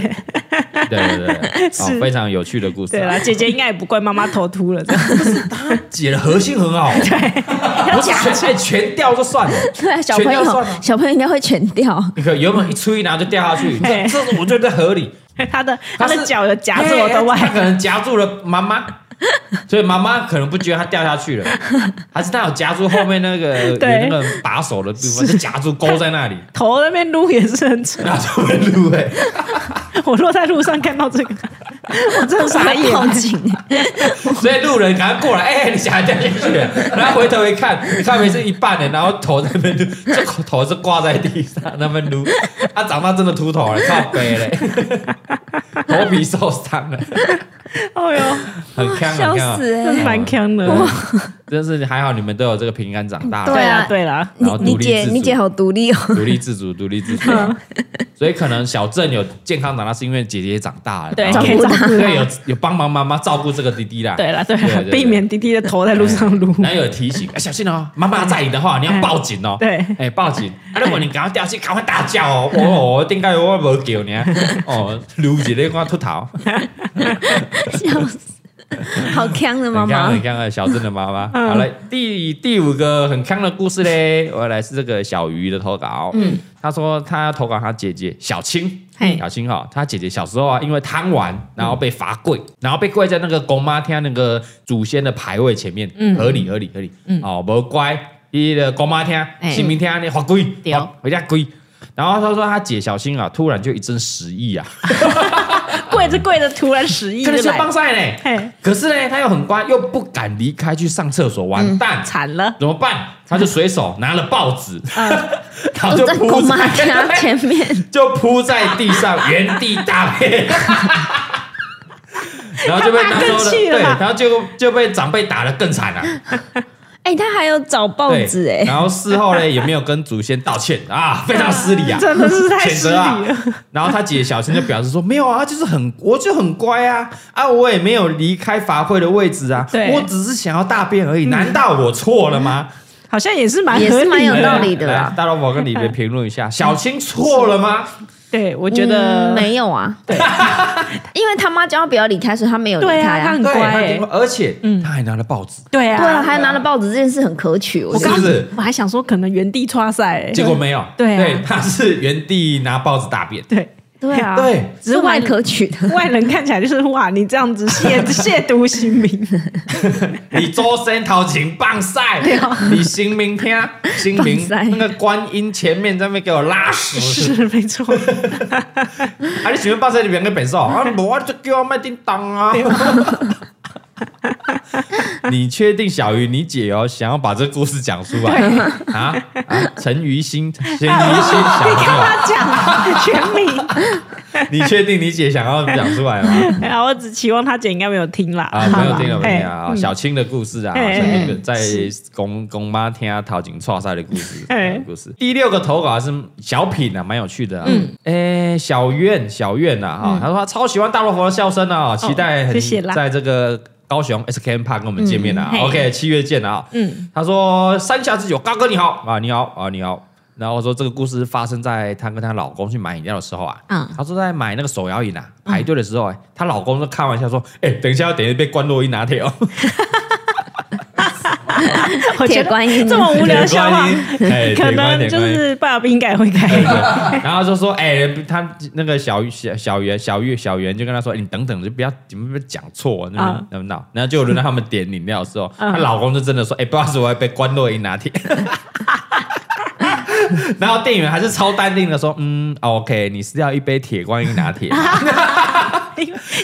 [SPEAKER 2] 对对 对，哦
[SPEAKER 3] 是，
[SPEAKER 2] 非常有趣的故事
[SPEAKER 3] 对
[SPEAKER 2] 啊。
[SPEAKER 3] 啦，姐姐应该也不怪妈妈头秃了，这样
[SPEAKER 2] 姐的核心很 好， 不是全哎全掉就算了。
[SPEAKER 4] 对啊，小朋
[SPEAKER 2] 全掉算
[SPEAKER 4] 友
[SPEAKER 2] 吗
[SPEAKER 4] 小朋友应该会全掉，
[SPEAKER 2] 你可原本一吹，然后就掉下去，这
[SPEAKER 3] 嘿
[SPEAKER 2] 这是我觉得合理。
[SPEAKER 3] 她的
[SPEAKER 2] 她
[SPEAKER 3] 她
[SPEAKER 2] 是哎
[SPEAKER 3] 的脚有夹住我的
[SPEAKER 2] 他
[SPEAKER 3] 外，
[SPEAKER 2] 可能夹住了妈妈，所以妈妈可能不觉得他掉下去了，还是他有夹住后面那个有
[SPEAKER 3] 对
[SPEAKER 2] 那个把手的地方，就夹住勾在那里，
[SPEAKER 3] 头那边撸也是很扯。
[SPEAKER 2] 那就会撸哎。
[SPEAKER 3] 我落在路上看到 这个，我真的傻
[SPEAKER 2] 哎
[SPEAKER 3] 眼。
[SPEAKER 4] 报警。
[SPEAKER 2] 所以路人赶快过来，哎、你小孩掉下去 了，然后回头一看，你看没是一半的，然后头在那边撸，这 头是挂在地上那边撸，他、长大真的秃头了，靠背嘞， 头皮受伤了，
[SPEAKER 3] 哦哟，
[SPEAKER 2] 很坑很
[SPEAKER 4] 笑
[SPEAKER 2] 坑啊。
[SPEAKER 4] 死哎、
[SPEAKER 3] 真蛮坑的。
[SPEAKER 2] 真是还好你们都有这个平安长大，
[SPEAKER 4] 对啊
[SPEAKER 3] 对啦，
[SPEAKER 2] 然后
[SPEAKER 4] 你
[SPEAKER 2] 独立
[SPEAKER 4] 你姐
[SPEAKER 2] 自主
[SPEAKER 4] 你姐好嗯独立哦，
[SPEAKER 2] 独立自主，独立自主。
[SPEAKER 3] 嗯
[SPEAKER 2] 所以可能小郑有健康长大，是因为姐姐也长大了，
[SPEAKER 3] 对
[SPEAKER 2] 然后
[SPEAKER 3] 可以照顾
[SPEAKER 2] 对有有帮忙妈妈照顾这个弟弟啦，
[SPEAKER 3] 对啦，对
[SPEAKER 2] 对
[SPEAKER 3] 啦
[SPEAKER 2] 对，对
[SPEAKER 3] 避免弟弟的头在路上撸。
[SPEAKER 2] 然后有提醒，哎小心哦，妈妈在你的话，你要报警哦。
[SPEAKER 3] 对
[SPEAKER 2] 哎，报警！啊，如果你赶快掉下去，赶快大叫哦！哦，我顶解我无叫你啊？哦，撸一个我秃头，
[SPEAKER 4] 笑死，好强的妈
[SPEAKER 2] 很
[SPEAKER 4] 妈
[SPEAKER 2] 康很康的小郑的妈妈。好了，第第五个很康的故事嘞，我来是这个小鱼的投稿。嗯，他说他投稿他姐姐小青，
[SPEAKER 3] 嘿
[SPEAKER 2] 小青哈，他姐姐小时候啊，因为贪玩，然后被罚跪，然后被跪在那个公妈厅那个祖先的牌位前面，合理合理合理，哦，无乖，伊的公妈厅、姓名厅你罚跪，
[SPEAKER 5] 对
[SPEAKER 2] 罚回家跪。然后他说他姐小青啊，突然就一阵失忆啊，
[SPEAKER 3] 跪着跪着，突然失忆
[SPEAKER 2] 可
[SPEAKER 3] 就
[SPEAKER 2] 能是
[SPEAKER 3] 来
[SPEAKER 2] 帮
[SPEAKER 3] 了，
[SPEAKER 2] 晒呢，
[SPEAKER 3] 嘿，
[SPEAKER 2] 可是呢，他又很乖，又不敢离开去上厕所，
[SPEAKER 3] 嗯
[SPEAKER 2] 完蛋，
[SPEAKER 3] 惨了。
[SPEAKER 2] 怎么办？他就随手拿了报纸，
[SPEAKER 3] 啊
[SPEAKER 2] 然
[SPEAKER 3] 哦
[SPEAKER 2] 后就
[SPEAKER 4] 我在
[SPEAKER 2] 铺
[SPEAKER 4] 姑妈家
[SPEAKER 2] 在
[SPEAKER 4] 前面，
[SPEAKER 2] 就铺在地上，原地大 便。然后就被
[SPEAKER 3] 他
[SPEAKER 2] 他
[SPEAKER 3] 妈
[SPEAKER 2] 说
[SPEAKER 3] 更
[SPEAKER 2] 了，
[SPEAKER 3] 气了
[SPEAKER 2] 对，
[SPEAKER 3] 吧
[SPEAKER 2] 然后就就被长辈打得更惨了、
[SPEAKER 4] 哎、他还有找报
[SPEAKER 2] 对
[SPEAKER 4] 纸 哎、
[SPEAKER 2] 然后事后呢也没有跟祖先道歉啊，非常失礼啊，
[SPEAKER 3] 真的是太
[SPEAKER 2] 谴责 啊。然后他姐小新就表示说：“没有啊，就是很，我就很乖啊，啊，我也没有离开法会的位置啊，
[SPEAKER 3] 对嗯
[SPEAKER 2] 我只是想要大便而已，难道我错了吗？”哎
[SPEAKER 3] 好像也是蛮
[SPEAKER 4] 也
[SPEAKER 3] 合
[SPEAKER 4] 是
[SPEAKER 3] 理
[SPEAKER 4] 蛮有
[SPEAKER 3] 的
[SPEAKER 4] 道理的
[SPEAKER 2] 来
[SPEAKER 4] 啦
[SPEAKER 2] 来大萝卜跟李别评论一 下，小青错了吗？
[SPEAKER 3] 对，我觉得、
[SPEAKER 4] 嗯没有啊，对， 因为他妈叫他不要离开，所以他没有离
[SPEAKER 3] 对啊，
[SPEAKER 4] 开
[SPEAKER 3] 他
[SPEAKER 4] 啊
[SPEAKER 3] 很
[SPEAKER 2] 对，
[SPEAKER 3] 乖、
[SPEAKER 2] 他
[SPEAKER 3] 欸
[SPEAKER 2] 评论，而且他还拿了报纸，
[SPEAKER 3] 对啊，
[SPEAKER 4] 对啊，还拿了报纸这件事很可取，我
[SPEAKER 3] 我
[SPEAKER 4] 觉得
[SPEAKER 3] 刚
[SPEAKER 2] 是不是
[SPEAKER 3] 我还想说可能原地抓赛、欸，
[SPEAKER 2] 结果没有。
[SPEAKER 3] 对啊
[SPEAKER 2] 他是原地拿报纸大便。
[SPEAKER 3] 对
[SPEAKER 4] 对啊，
[SPEAKER 2] 对，
[SPEAKER 4] 只是蛮可取 的。
[SPEAKER 3] 外人看起来就是哇，你这样子 亵亵渎心明，
[SPEAKER 2] 你周身头前棒 晒，
[SPEAKER 3] 啊
[SPEAKER 2] 你新明听新明
[SPEAKER 4] 棒晒
[SPEAKER 2] 那个观音前面在那边给我拉屎，
[SPEAKER 3] 是没错。
[SPEAKER 2] 啊！你喜欢棒晒你边个本少啊？我就给我卖叮当啊！你确定小鱼你姐哦，想要把这故事讲出来啊？啊，陈于心，陈于心 小
[SPEAKER 3] 你
[SPEAKER 2] 朋
[SPEAKER 3] 干
[SPEAKER 2] 友。
[SPEAKER 3] 嘛讲全名？
[SPEAKER 2] 你确定你姐想要讲出来吗？
[SPEAKER 3] 哎呀，我只期望他姐应该没有听啦。
[SPEAKER 2] 啊，
[SPEAKER 3] 好
[SPEAKER 2] 没有
[SPEAKER 3] 吧
[SPEAKER 2] 听了，没有听了
[SPEAKER 3] 哎
[SPEAKER 2] 啊！小青的故事啊，
[SPEAKER 3] 嘿
[SPEAKER 2] 小青的
[SPEAKER 4] 嗯
[SPEAKER 2] 在公公妈听她陶景创赛的故事，
[SPEAKER 3] 嘿
[SPEAKER 2] 故事。第六个投稿还是小品啊，蛮有趣的啊。
[SPEAKER 3] 嗯
[SPEAKER 2] 哎，小苑，小苑啊，哈，他说他超喜欢大萝卜的笑声啊，期待很
[SPEAKER 3] 哦谢谢啦
[SPEAKER 2] 在这个。高雄 SKM Park 跟我们见面啊
[SPEAKER 3] 嗯嘿
[SPEAKER 2] ，OK，七月见啊。嗯，他说山下之久，高哥你好啊，你好啊，你好。然后说这个故事发生在她跟她老公去买饮料的时候啊，
[SPEAKER 4] 嗯
[SPEAKER 2] 她说在买那个手摇饮啊，排队的时候、哎，她老公就开玩笑说，哎、等一下要等一下被关洛伊拿铁哦，
[SPEAKER 3] 我觉
[SPEAKER 4] 铁
[SPEAKER 3] 得
[SPEAKER 4] 观音
[SPEAKER 3] 这么无聊的笑话，
[SPEAKER 2] 哎，
[SPEAKER 3] 可
[SPEAKER 2] 铁观
[SPEAKER 3] 能
[SPEAKER 2] 音
[SPEAKER 3] 就。
[SPEAKER 2] 铁观音
[SPEAKER 3] 是爸爸应该会改。
[SPEAKER 2] 对对 然后就说，哎、他那个小小小袁、小玉、小袁就跟他说，哎你等等，就不要你们不要讲错，那
[SPEAKER 3] 啊
[SPEAKER 2] 那么闹。然后就轮到他们点饮料的时候，
[SPEAKER 3] 嗯
[SPEAKER 2] 她老公就真的说，哎、不好意思，我要被关洛伊拿铁。 然后店员还是超淡定的说，嗯，OK，你是要一杯铁观音拿 铁。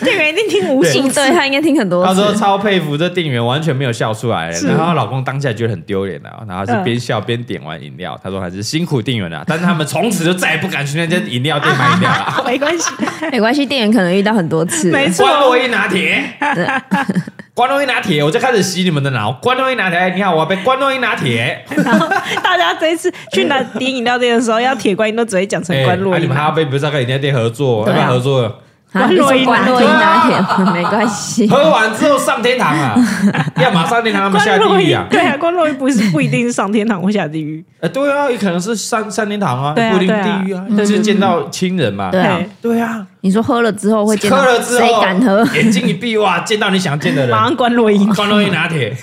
[SPEAKER 3] 店员一定听无数
[SPEAKER 4] 嗯对
[SPEAKER 3] 次，
[SPEAKER 4] 他应该听很多
[SPEAKER 2] 她说
[SPEAKER 4] 次，
[SPEAKER 2] 超佩服这店员，完全没有笑出来。
[SPEAKER 3] 是嗯
[SPEAKER 2] 然后她老公当下觉得很丢脸啊，然后是边笑边点完饮料。她说还是辛苦店员了、但是他们从此就再也不敢去那间饮料店买饮料了。
[SPEAKER 3] 没关系，
[SPEAKER 4] 没关系，店员可能遇到很多次。
[SPEAKER 3] 没错
[SPEAKER 2] 关洛一拿铁，关洛一拿铁，我就开始洗你们的脑。关洛一拿铁，哎你好，我要被关洛一拿 铁。
[SPEAKER 3] 然后大家这一次去拿点饮料店的时候，要铁观音都只会讲成
[SPEAKER 2] 哎
[SPEAKER 3] 关洛
[SPEAKER 2] 啊
[SPEAKER 3] 伊
[SPEAKER 2] 你们还要被不是要跟饮料店合作，要
[SPEAKER 4] 对啊
[SPEAKER 2] 不要合作？
[SPEAKER 4] 啊，
[SPEAKER 3] 关
[SPEAKER 4] 你
[SPEAKER 3] 洛伊
[SPEAKER 4] 说关洛伊啊拿铁， 没关系。
[SPEAKER 2] 喝完之后上天堂 啊，要马上天堂，他们下
[SPEAKER 3] 关
[SPEAKER 2] 地
[SPEAKER 3] 洛
[SPEAKER 2] 狱
[SPEAKER 3] 伊
[SPEAKER 2] 啊。
[SPEAKER 3] 对啊，关洛伊不是不一定是上天堂或下地狱，
[SPEAKER 2] 呃，对啊，也可能是上上天堂啊，
[SPEAKER 3] 对啊
[SPEAKER 2] 不一定
[SPEAKER 3] 对啊
[SPEAKER 2] 地狱啊，
[SPEAKER 3] 对对
[SPEAKER 2] 就是
[SPEAKER 3] 对
[SPEAKER 2] 见到亲人嘛。
[SPEAKER 4] 对啊
[SPEAKER 3] 嘿
[SPEAKER 2] 对啊，
[SPEAKER 4] 你说喝了之后会见到
[SPEAKER 2] 喝了之后
[SPEAKER 4] 谁敢喝？
[SPEAKER 2] 眼睛一闭，哇，见到你想见的
[SPEAKER 3] 马上
[SPEAKER 2] 人，
[SPEAKER 3] 关洛伊。
[SPEAKER 2] 关东一拿 铁，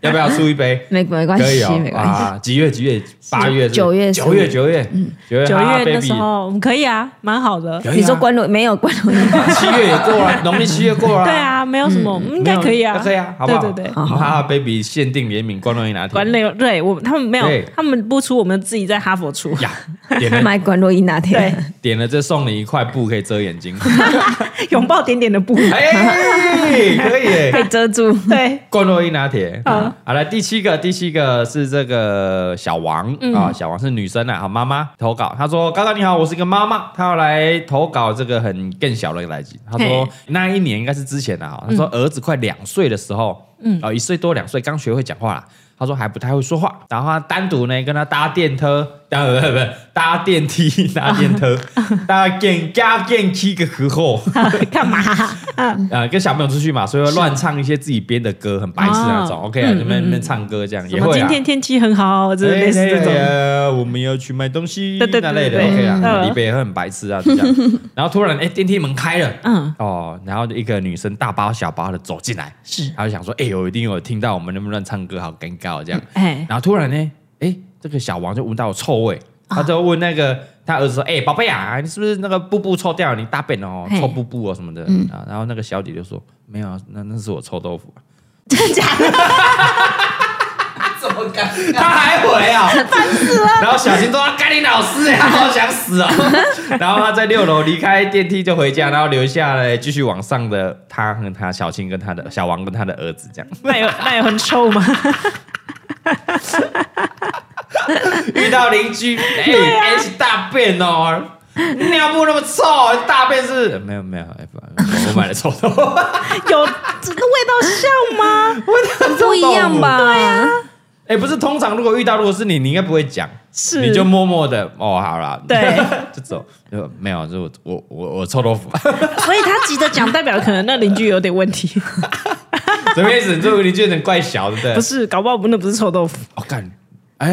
[SPEAKER 2] 要不要出一杯？
[SPEAKER 4] 没没关
[SPEAKER 2] 可以
[SPEAKER 4] 系，
[SPEAKER 2] 哦
[SPEAKER 4] 没，关系。
[SPEAKER 2] 啊，几月？几月？八月是不是？
[SPEAKER 4] 九月
[SPEAKER 2] 九月？九月？九月？
[SPEAKER 3] 九
[SPEAKER 2] 哈啊哈
[SPEAKER 3] 月的
[SPEAKER 2] baby
[SPEAKER 3] 时候可以啊，蛮好的。
[SPEAKER 2] 可以啊
[SPEAKER 4] 你说关洛没有关洛伊 拿
[SPEAKER 2] 啊七月也过了，农历七月过了，
[SPEAKER 3] 对，啊，没有什么，应
[SPEAKER 2] 没
[SPEAKER 3] 该
[SPEAKER 2] 有
[SPEAKER 3] 可以啊，
[SPEAKER 2] 可以啊，好不好？
[SPEAKER 3] 对对对。
[SPEAKER 2] 我们哈哈 baby 限定联名关东一拿
[SPEAKER 3] 关
[SPEAKER 2] 铁
[SPEAKER 3] 洛对，我他们没有
[SPEAKER 2] 对，
[SPEAKER 3] 他们不出，我们自己在哈佛出。
[SPEAKER 2] 呀，点
[SPEAKER 4] 铁，
[SPEAKER 2] 了
[SPEAKER 4] 买关洛伊拿铁
[SPEAKER 3] 对。，
[SPEAKER 2] 点了，这送你一块布可以遮眼睛，
[SPEAKER 3] 拥抱点点的布，
[SPEAKER 2] 哎，可以耶
[SPEAKER 4] 被遮住。
[SPEAKER 3] 对，
[SPEAKER 2] 关洛伊拿铁。
[SPEAKER 3] 好
[SPEAKER 2] 好了，第七个，第七个是这个小王啊，小王是女生啊，好妈妈投稿，她说：“刚刚你好，我是一个妈妈，她要来投稿这个很更小的一个来集。”她说
[SPEAKER 3] 嘿
[SPEAKER 2] 那一年应该是之前的啊，她说儿子快两岁的时候，嗯，哦，一岁多两岁，刚学会讲话啦。她说还不太会说话，然后她单独呢跟她搭电车，搭不不不搭电梯，搭电车，搭电加电梯的时候，
[SPEAKER 3] 干嘛？
[SPEAKER 2] 呃，跟小朋友出去嘛，所以会乱唱一些自己编的歌，很白痴那种。
[SPEAKER 3] 哦
[SPEAKER 2] OK，啊，那边那边唱歌这样
[SPEAKER 3] 什
[SPEAKER 2] 也
[SPEAKER 3] 么
[SPEAKER 2] 会
[SPEAKER 3] 今
[SPEAKER 2] 啊。
[SPEAKER 3] 天天气很好，之类类似这
[SPEAKER 2] 哎哎
[SPEAKER 3] 种。
[SPEAKER 2] 哎我们要去买东西，
[SPEAKER 3] 对对对
[SPEAKER 2] 那类的
[SPEAKER 3] 对对
[SPEAKER 2] OK 啊，
[SPEAKER 3] 嗯
[SPEAKER 2] 李贝也会很白痴啊，就这样。 然后突然，哎，电梯门开了，
[SPEAKER 3] 嗯，
[SPEAKER 2] 哦，然后一个女生大包小包的走进来，
[SPEAKER 3] 是，
[SPEAKER 2] 她就想说，哎，我一定有听到我们那么乱唱歌，好尴尬哦这样。
[SPEAKER 3] 哎，
[SPEAKER 2] 然后突然呢，哎，这个小王就闻到臭味，他就问那个他儿子说：“哎，宝贝啊，你是不是那个布布臭掉了？你大便了哦，
[SPEAKER 4] 嘿
[SPEAKER 2] 臭布布哦什么的。”啊，然后那个小姐就说：“没有啊，那那是我臭豆腐。啊
[SPEAKER 4] 真假的？
[SPEAKER 6] 怎么尴”尬？
[SPEAKER 2] 他还回啊， 烦死了。然后小新说：“啊干你老师呀，好想死哦。”然后他在六楼离开电梯就回家，然后留下了继续往上的他和他小青跟他的小王跟他的儿子这样。
[SPEAKER 3] 那有那有很臭吗？
[SPEAKER 2] 遇到邻居，哎、哎，大便哦，尿布那么臭，大便是没有没有，哎、不 我买了臭豆腐，
[SPEAKER 3] 有这个味道像吗？
[SPEAKER 4] 不一样吧？对啊，
[SPEAKER 2] 哎、不是，通常如果遇到如果是你，你应该不会讲，
[SPEAKER 3] 是
[SPEAKER 2] 你就默默的哦，好啦，
[SPEAKER 3] 对，
[SPEAKER 2] 就走，就没有，就我我我我臭豆腐，
[SPEAKER 3] 所以他急着讲，代表可能那邻居有点问 题。
[SPEAKER 2] 什么意思？这个邻居有点怪小，对不对？
[SPEAKER 3] 不，是，搞不好不那不是臭豆腐，
[SPEAKER 2] 我、哦、干，哎、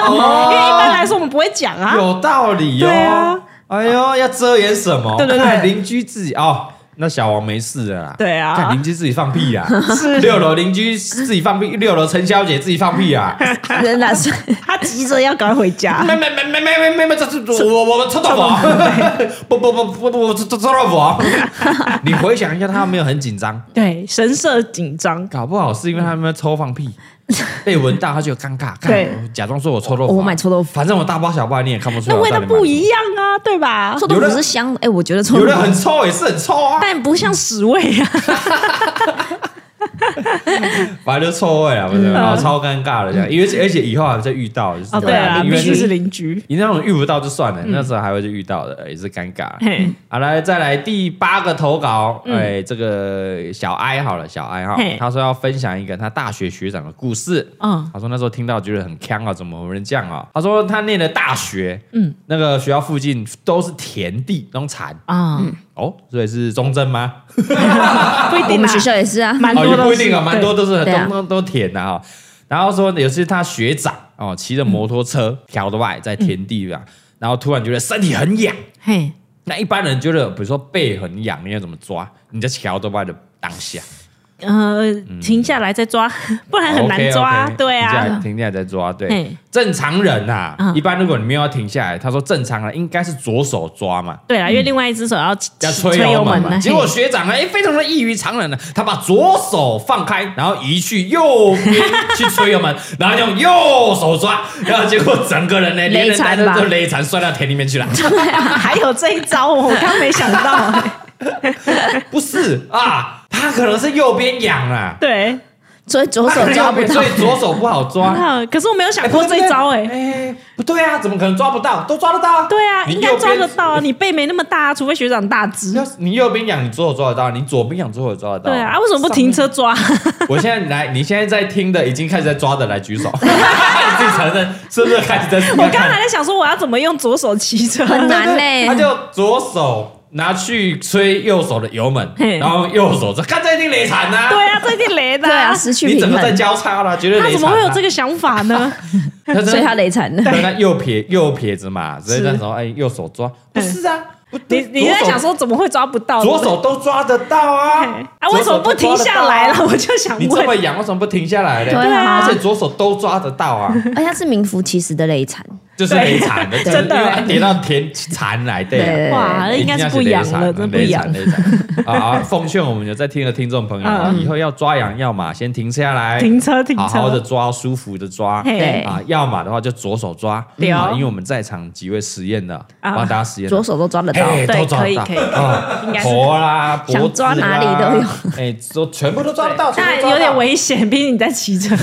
[SPEAKER 2] 哦
[SPEAKER 3] 因为一般来说我们不会讲啊。
[SPEAKER 2] 有道理哦。
[SPEAKER 3] 对啊
[SPEAKER 2] 哎呦，要遮掩什么？
[SPEAKER 3] 对对对
[SPEAKER 2] 看邻居自己哦。那小王没事的啦。
[SPEAKER 3] 对啊
[SPEAKER 2] 看邻居自己放屁啦。
[SPEAKER 3] 是
[SPEAKER 2] 六楼邻居自己放屁，六楼陈小姐自己放屁啊。
[SPEAKER 4] 人哪是
[SPEAKER 3] 他急着要赶快回 家
[SPEAKER 2] 没，没没没没没没没，这这我我我臭豆腐，不不不不不，这这臭豆腐。你回想一下，他有没有很紧张，
[SPEAKER 3] 对，神色紧张。
[SPEAKER 2] 搞不好是因为他们抽放屁，被闻到他就尴尬，干
[SPEAKER 3] 对，
[SPEAKER 2] 我假装说我臭豆腐啊，
[SPEAKER 4] 我买臭豆腐
[SPEAKER 2] 反正我大包小包，你也看不出来
[SPEAKER 3] 那
[SPEAKER 2] 我
[SPEAKER 3] 味
[SPEAKER 2] 到底
[SPEAKER 3] 道
[SPEAKER 2] 买什么。
[SPEAKER 3] 不一样啊，对吧？
[SPEAKER 4] 臭豆
[SPEAKER 2] 有
[SPEAKER 4] 腐
[SPEAKER 2] 的
[SPEAKER 4] 是香的，哎，我觉得臭
[SPEAKER 2] 有
[SPEAKER 4] 豆
[SPEAKER 2] 的很
[SPEAKER 4] 腐，
[SPEAKER 2] 臭也是很臭啊，
[SPEAKER 3] 但不像屎 味啊。
[SPEAKER 2] 反正就臭味啊，不是，然后超尴尬的这样，因为而且以后还在遇到，就是
[SPEAKER 3] 哦，对啊，
[SPEAKER 2] 因
[SPEAKER 3] 必
[SPEAKER 2] 为
[SPEAKER 3] 须是邻居。
[SPEAKER 2] 你那种遇不到就算了，那时候还会就遇到的，也是尴尬。
[SPEAKER 3] 嗯嘿，
[SPEAKER 2] 好来，再来第八个投稿，
[SPEAKER 3] 嗯
[SPEAKER 2] 哎，这个小哀好了，小哀哈
[SPEAKER 3] 嘿，
[SPEAKER 2] 他说要分享一个他大学学长的故事。
[SPEAKER 3] 嗯，
[SPEAKER 2] 他说那时候听到觉得很坑啊，怎么有人这样啊？他说他念的大学，
[SPEAKER 3] 嗯
[SPEAKER 2] 嗯，那个学校附近都是田地，农产
[SPEAKER 3] 啊，
[SPEAKER 2] 哦，所以是中正吗？
[SPEAKER 3] 不一
[SPEAKER 4] 我
[SPEAKER 3] 定
[SPEAKER 4] 们
[SPEAKER 3] 啊
[SPEAKER 4] 学，校也是啊，
[SPEAKER 3] 蛮
[SPEAKER 2] 哦，
[SPEAKER 3] 多
[SPEAKER 2] 也
[SPEAKER 3] 都
[SPEAKER 2] 不一定啊，
[SPEAKER 3] 是
[SPEAKER 2] 蛮多都是
[SPEAKER 4] 对啊
[SPEAKER 2] 都都都舔的哈。然后说有次他学长哦骑着摩托车
[SPEAKER 3] 嗯
[SPEAKER 2] 挑的外在田地吧，然后突然觉得身体很痒。
[SPEAKER 3] 嘿，
[SPEAKER 2] 那一般人觉得，比如说背很痒，你要怎么抓？你在桥的外的当 下
[SPEAKER 3] 呃，停下来再抓， 不然很难抓。
[SPEAKER 2] 嗯哦 OK，OK，
[SPEAKER 3] 对
[SPEAKER 2] 停下来
[SPEAKER 3] 啊，
[SPEAKER 2] 停下来再抓。对
[SPEAKER 3] 嘿，
[SPEAKER 2] 正常人呐、啊，
[SPEAKER 3] 嗯
[SPEAKER 2] 一般如果你没有要停下来，他说正常人应该是左手抓嘛，
[SPEAKER 3] 对啊啦，因为另外一只手要
[SPEAKER 2] 嗯要
[SPEAKER 3] 吹啊
[SPEAKER 2] 吹油门嘛。
[SPEAKER 3] 呢。
[SPEAKER 2] 结果学长呢，哎，非常的异于常人呢，啊他把左手放开，然后移去右边去吹油门，然后用右手抓，然后结果整个人 呢，连人带
[SPEAKER 4] 累残
[SPEAKER 2] 都
[SPEAKER 4] 吧
[SPEAKER 2] 都累残，摔到田里面去了。
[SPEAKER 3] 啊还有这一招哦，我刚没想到、
[SPEAKER 2] 不是啊，他可能是右边痒啊啦，
[SPEAKER 3] 对，
[SPEAKER 4] 所以
[SPEAKER 3] 哦
[SPEAKER 4] 左手抓不
[SPEAKER 2] 他可能右边
[SPEAKER 4] 到
[SPEAKER 2] 所。以左手不好抓。
[SPEAKER 3] 那可是我没有想
[SPEAKER 2] 哎不
[SPEAKER 3] 过
[SPEAKER 2] 是
[SPEAKER 3] 这一 招哎、
[SPEAKER 2] 哎，不对啊，怎么可能抓不到？都抓得到啊。
[SPEAKER 3] 对啊，
[SPEAKER 2] 你
[SPEAKER 3] 应该
[SPEAKER 2] 右
[SPEAKER 3] 抓
[SPEAKER 2] 边哎
[SPEAKER 3] 得到啊，。你背没那么大、啊，除非学长大只。
[SPEAKER 2] 要是你右边痒，你左手抓得到；你左边痒，左手抓得到。
[SPEAKER 3] 对啊，啊为什么不停车抓？
[SPEAKER 2] 我现在来，你现在在听的已经开始在抓的，来举 手， 你自己承认是不是开始在试试看？
[SPEAKER 3] 我刚才在想说，我要怎么用左手骑车？
[SPEAKER 4] 很难
[SPEAKER 2] 对啊
[SPEAKER 4] 嘞
[SPEAKER 2] 他就左手拿去吹右手的油门
[SPEAKER 3] 嘿，
[SPEAKER 2] 然后右手这看这一定雷惨呐、
[SPEAKER 3] 对啊，这一定雷的、
[SPEAKER 4] 对啊，失去
[SPEAKER 2] 你
[SPEAKER 4] 平
[SPEAKER 2] 整个在
[SPEAKER 4] 衡，
[SPEAKER 2] 交叉了，绝对
[SPEAKER 3] 他
[SPEAKER 2] 雷惨、啊。
[SPEAKER 3] 怎么会有这个想法 呢？
[SPEAKER 2] 他真的？
[SPEAKER 4] 所以他累惨了。
[SPEAKER 2] 对，他右撇右撇子嘛，所以那时候哎右手抓，不是啊，不
[SPEAKER 3] 嗯你你在想说怎么会抓不到？
[SPEAKER 2] 左手左啊手都抓得到
[SPEAKER 3] 嘿
[SPEAKER 2] 啊，
[SPEAKER 3] 啊，为什么不停下来了？
[SPEAKER 2] 左手都抓得到啊
[SPEAKER 3] 我就想
[SPEAKER 2] 你这么
[SPEAKER 3] 问，
[SPEAKER 2] 痒，为什么不停下来嘞？
[SPEAKER 4] 对啊
[SPEAKER 2] 而且左手都抓得到啊。
[SPEAKER 4] 而且他是名副其实的累惨，
[SPEAKER 2] 就是累惨的，
[SPEAKER 3] 对 真的
[SPEAKER 2] 因为他跌到田残来啊的
[SPEAKER 4] 对对
[SPEAKER 2] 呀。
[SPEAKER 4] 对
[SPEAKER 3] 哇，那应该是不
[SPEAKER 2] 一定要
[SPEAKER 3] 痒
[SPEAKER 2] 是
[SPEAKER 3] 了，
[SPEAKER 2] 累惨
[SPEAKER 3] 真不痒。
[SPEAKER 2] 累惨累惨啊！啊奉劝我们有在听的听众朋友啊，
[SPEAKER 3] 嗯
[SPEAKER 2] 以后要抓痒，要么先停下来，
[SPEAKER 3] 停车停车
[SPEAKER 2] 好好的抓，舒服的抓，
[SPEAKER 3] 嘿
[SPEAKER 2] 啊，要么的话就左手抓，
[SPEAKER 3] 对哦
[SPEAKER 2] 啊，因为我们在场几位实验的，
[SPEAKER 3] 啊
[SPEAKER 2] 帮大家实验的
[SPEAKER 4] 左。手都抓得到。
[SPEAKER 2] 哎，
[SPEAKER 3] 对
[SPEAKER 2] 都抓
[SPEAKER 3] 可
[SPEAKER 2] 得
[SPEAKER 3] 以
[SPEAKER 2] 到
[SPEAKER 3] 可以可以
[SPEAKER 2] 啊
[SPEAKER 3] 应该是可以
[SPEAKER 2] 头啦，
[SPEAKER 4] 想
[SPEAKER 2] 脖子
[SPEAKER 4] 抓哪里
[SPEAKER 2] 啦
[SPEAKER 4] 都有，
[SPEAKER 2] 哎，都全部都抓得 到，全部
[SPEAKER 3] 但
[SPEAKER 2] 都抓得
[SPEAKER 3] 有
[SPEAKER 2] 到
[SPEAKER 3] 点，危险，毕竟你在骑车。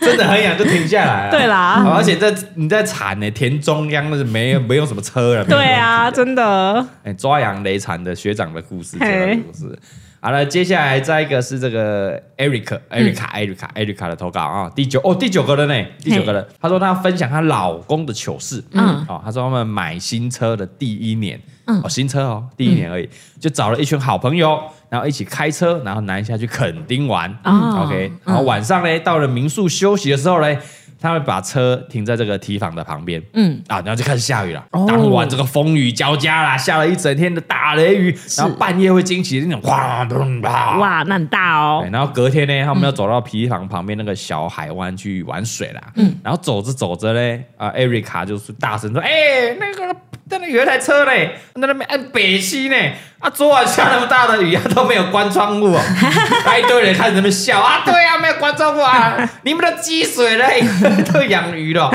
[SPEAKER 2] 真的很痒就停下来啊。
[SPEAKER 3] 对啦
[SPEAKER 2] 好而且在你在铲呢，田中央那是没有没有什么车了，没有
[SPEAKER 3] 对啊，真的。
[SPEAKER 2] 哎，抓羊雷惨的学长的故事，
[SPEAKER 3] 嘿
[SPEAKER 2] 学长的故事。好了，接下来再一个是这个 Eric
[SPEAKER 3] 嗯
[SPEAKER 2] Erica Erica Erica 的投稿啊，第九哦第九个人呢，第九个人，她说她分享她老公的糗事，嗯
[SPEAKER 3] 嗯，
[SPEAKER 2] 哦，她说他们买新车的第一年，哦新车哦第一年而已，就找了一群好朋友，然后一起开车，然后南下去垦丁玩
[SPEAKER 3] 哦
[SPEAKER 2] ，OK，然后晚上呢到了民宿休息的时候呢。他们把车停在这个提防的旁边，嗯啊，然后就开始下雨了。
[SPEAKER 3] 哦
[SPEAKER 2] 当晚这个风雨交加啦，下了一整天的大雷雨，然后半夜会惊起那种哗咚啪
[SPEAKER 3] 哇，那很大哦
[SPEAKER 2] 对，。然后隔天呢，他们要走到皮房旁边那个小海湾去玩水啦。嗯，然后走着走着嘞，啊，艾瑞卡就是大声说：“哎、那个那个有一台车嘞，在那边按北西呢，啊，昨晚下那么大的雨，啊、都没有关窗户、哦， 啊，一堆人开始在那边笑啊，对啊，没有关窗户啊， 你们都积水嘞， 都养鱼了。”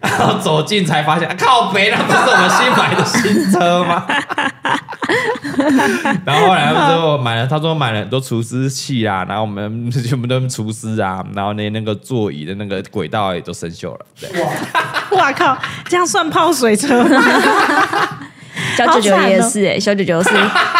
[SPEAKER 2] 然后走近才发现，啊、靠北，那不是我们新买的新车吗？然后后来他们就买了，他说买了很多除湿器啊，然后我们全部都是除湿啊，然后那那个座椅的那个轨道也都生锈了。对，
[SPEAKER 3] 哇靠，这样算泡水车吗？
[SPEAKER 4] 小九九
[SPEAKER 3] 好惨哦
[SPEAKER 4] 也是哎，小九九是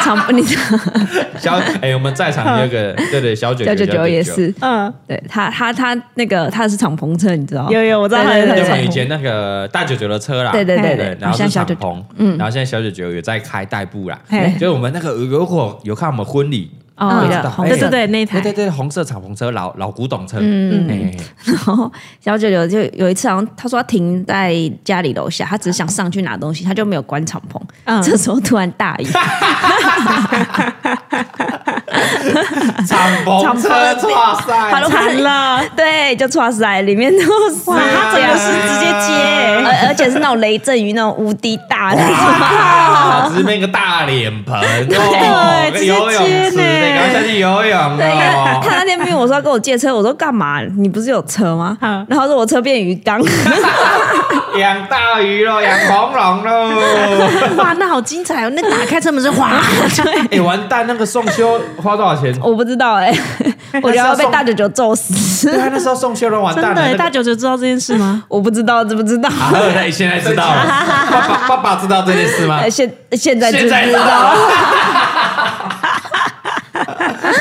[SPEAKER 4] 长，你 知道
[SPEAKER 2] 小哎，我们在场那个对对小九
[SPEAKER 4] 小九九也，是，
[SPEAKER 3] 嗯，
[SPEAKER 4] 对他他他那个他是敞篷车，你知道吗？
[SPEAKER 3] 有有我知道他
[SPEAKER 4] 对
[SPEAKER 3] 是
[SPEAKER 4] 对
[SPEAKER 2] 就
[SPEAKER 4] 对
[SPEAKER 2] 我们
[SPEAKER 4] 对
[SPEAKER 2] 以前那个大九九的车啦，
[SPEAKER 4] 对对
[SPEAKER 3] 对
[SPEAKER 4] 对
[SPEAKER 2] 然后
[SPEAKER 4] 像
[SPEAKER 2] 是
[SPEAKER 4] 小
[SPEAKER 2] 敞
[SPEAKER 4] 九九
[SPEAKER 2] 篷，
[SPEAKER 4] 嗯
[SPEAKER 2] 然后现在小九九有在开代步啦
[SPEAKER 3] 嘿，
[SPEAKER 2] 就是我们那个如果有看我们婚礼，
[SPEAKER 4] 哦
[SPEAKER 2] 就
[SPEAKER 4] 有
[SPEAKER 2] 知
[SPEAKER 4] 的
[SPEAKER 2] 道
[SPEAKER 4] 红
[SPEAKER 2] 哎
[SPEAKER 3] 对
[SPEAKER 4] 色
[SPEAKER 3] 对对，那一
[SPEAKER 2] 对
[SPEAKER 3] 台
[SPEAKER 2] 对对，红色敞篷车，老老古董车，
[SPEAKER 4] 嗯
[SPEAKER 2] 哎，
[SPEAKER 4] 然后小九九就有一次，好像他说他停在家里楼下，他只是想上去拿东西，他就没有关敞篷。
[SPEAKER 3] 嗯
[SPEAKER 4] 这时候突然大 雨，
[SPEAKER 2] 敞篷车，哇
[SPEAKER 4] 他
[SPEAKER 2] 塞，
[SPEAKER 4] 都
[SPEAKER 3] 惨了，
[SPEAKER 4] 对，就抓塞，里面都是
[SPEAKER 3] 哇，他整个
[SPEAKER 4] 样
[SPEAKER 3] 是直接接，
[SPEAKER 4] 而而且是那种雷阵雨那种无敌大 的，
[SPEAKER 2] 啊，只是那个大脸盆哦，
[SPEAKER 3] 对
[SPEAKER 2] 游泳
[SPEAKER 3] 直接
[SPEAKER 2] 池，
[SPEAKER 3] 接呢
[SPEAKER 2] 那个下去游泳
[SPEAKER 4] 对，因为他
[SPEAKER 2] 哦。
[SPEAKER 4] 他那天逼我说要跟我借车，我说干嘛？你不是有车吗？
[SPEAKER 3] 嗯
[SPEAKER 4] 然后他说我车变鱼缸，
[SPEAKER 2] 养大鱼喽，养恐龙喽！
[SPEAKER 3] 哇，那好精彩哦！那打开车门是哗，
[SPEAKER 2] 哎、完蛋，那个送修花多少钱？
[SPEAKER 4] 我不知道 哎、我觉得要被大九九揍死
[SPEAKER 2] 对，啊，那时候送修都完
[SPEAKER 3] 真
[SPEAKER 2] 蛋了。那
[SPEAKER 3] 的，
[SPEAKER 2] 个
[SPEAKER 3] 大九九知道这件事吗？
[SPEAKER 4] 我不知道知不知道，
[SPEAKER 2] 啊，后来现在知道了，爸爸爸爸知道这件事吗
[SPEAKER 4] 呃？现现在知不
[SPEAKER 2] 现在
[SPEAKER 4] 知
[SPEAKER 2] 知
[SPEAKER 4] 道
[SPEAKER 2] 道？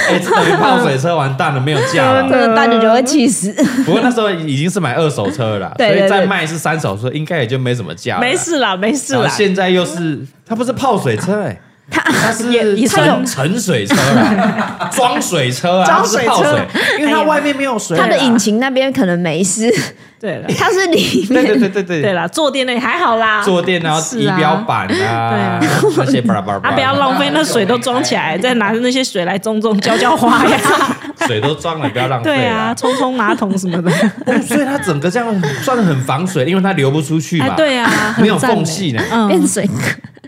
[SPEAKER 2] 哎、这等于泡水车完蛋了，没有价了。
[SPEAKER 4] 真的大九九会气死。
[SPEAKER 2] 不过那时候已经是买二手车了啦，
[SPEAKER 4] 对对对
[SPEAKER 2] 所以再卖是三手车，应该也就没什么价了啦。
[SPEAKER 3] 没事啦，没事
[SPEAKER 2] 然后
[SPEAKER 3] 啦，
[SPEAKER 2] 现在又是它不是泡水车哎、它
[SPEAKER 3] 也
[SPEAKER 2] 是
[SPEAKER 3] 也算有
[SPEAKER 2] 盛盛水车 啦，装水车啊，它不是泡
[SPEAKER 3] 装
[SPEAKER 2] 水
[SPEAKER 3] 水，哎
[SPEAKER 2] 因为它外面没有水啊。
[SPEAKER 4] 它的引擎那边可能没 事，
[SPEAKER 3] 对了，
[SPEAKER 4] 它是里
[SPEAKER 2] 对对
[SPEAKER 4] 面
[SPEAKER 2] 对对对
[SPEAKER 3] 对啦，坐垫那里还好啦，
[SPEAKER 2] 坐垫啊，
[SPEAKER 3] 是
[SPEAKER 2] 仪
[SPEAKER 3] 啊
[SPEAKER 2] 表板啊，
[SPEAKER 3] 对啊
[SPEAKER 2] 那些巴拉巴拉巴
[SPEAKER 3] 啊，
[SPEAKER 2] 拉，
[SPEAKER 3] 不要浪费那水都装起来，再拿着那些水来种种浇浇花呀，
[SPEAKER 2] 水都装了，不要浪费。
[SPEAKER 3] 对啊，冲冲马桶什么的，
[SPEAKER 2] 哦，所以它整个这样算很防水，因为它流不出去
[SPEAKER 3] 哎
[SPEAKER 2] 嘛，，
[SPEAKER 3] 对啊，
[SPEAKER 2] 没有缝隙呢，
[SPEAKER 4] 变水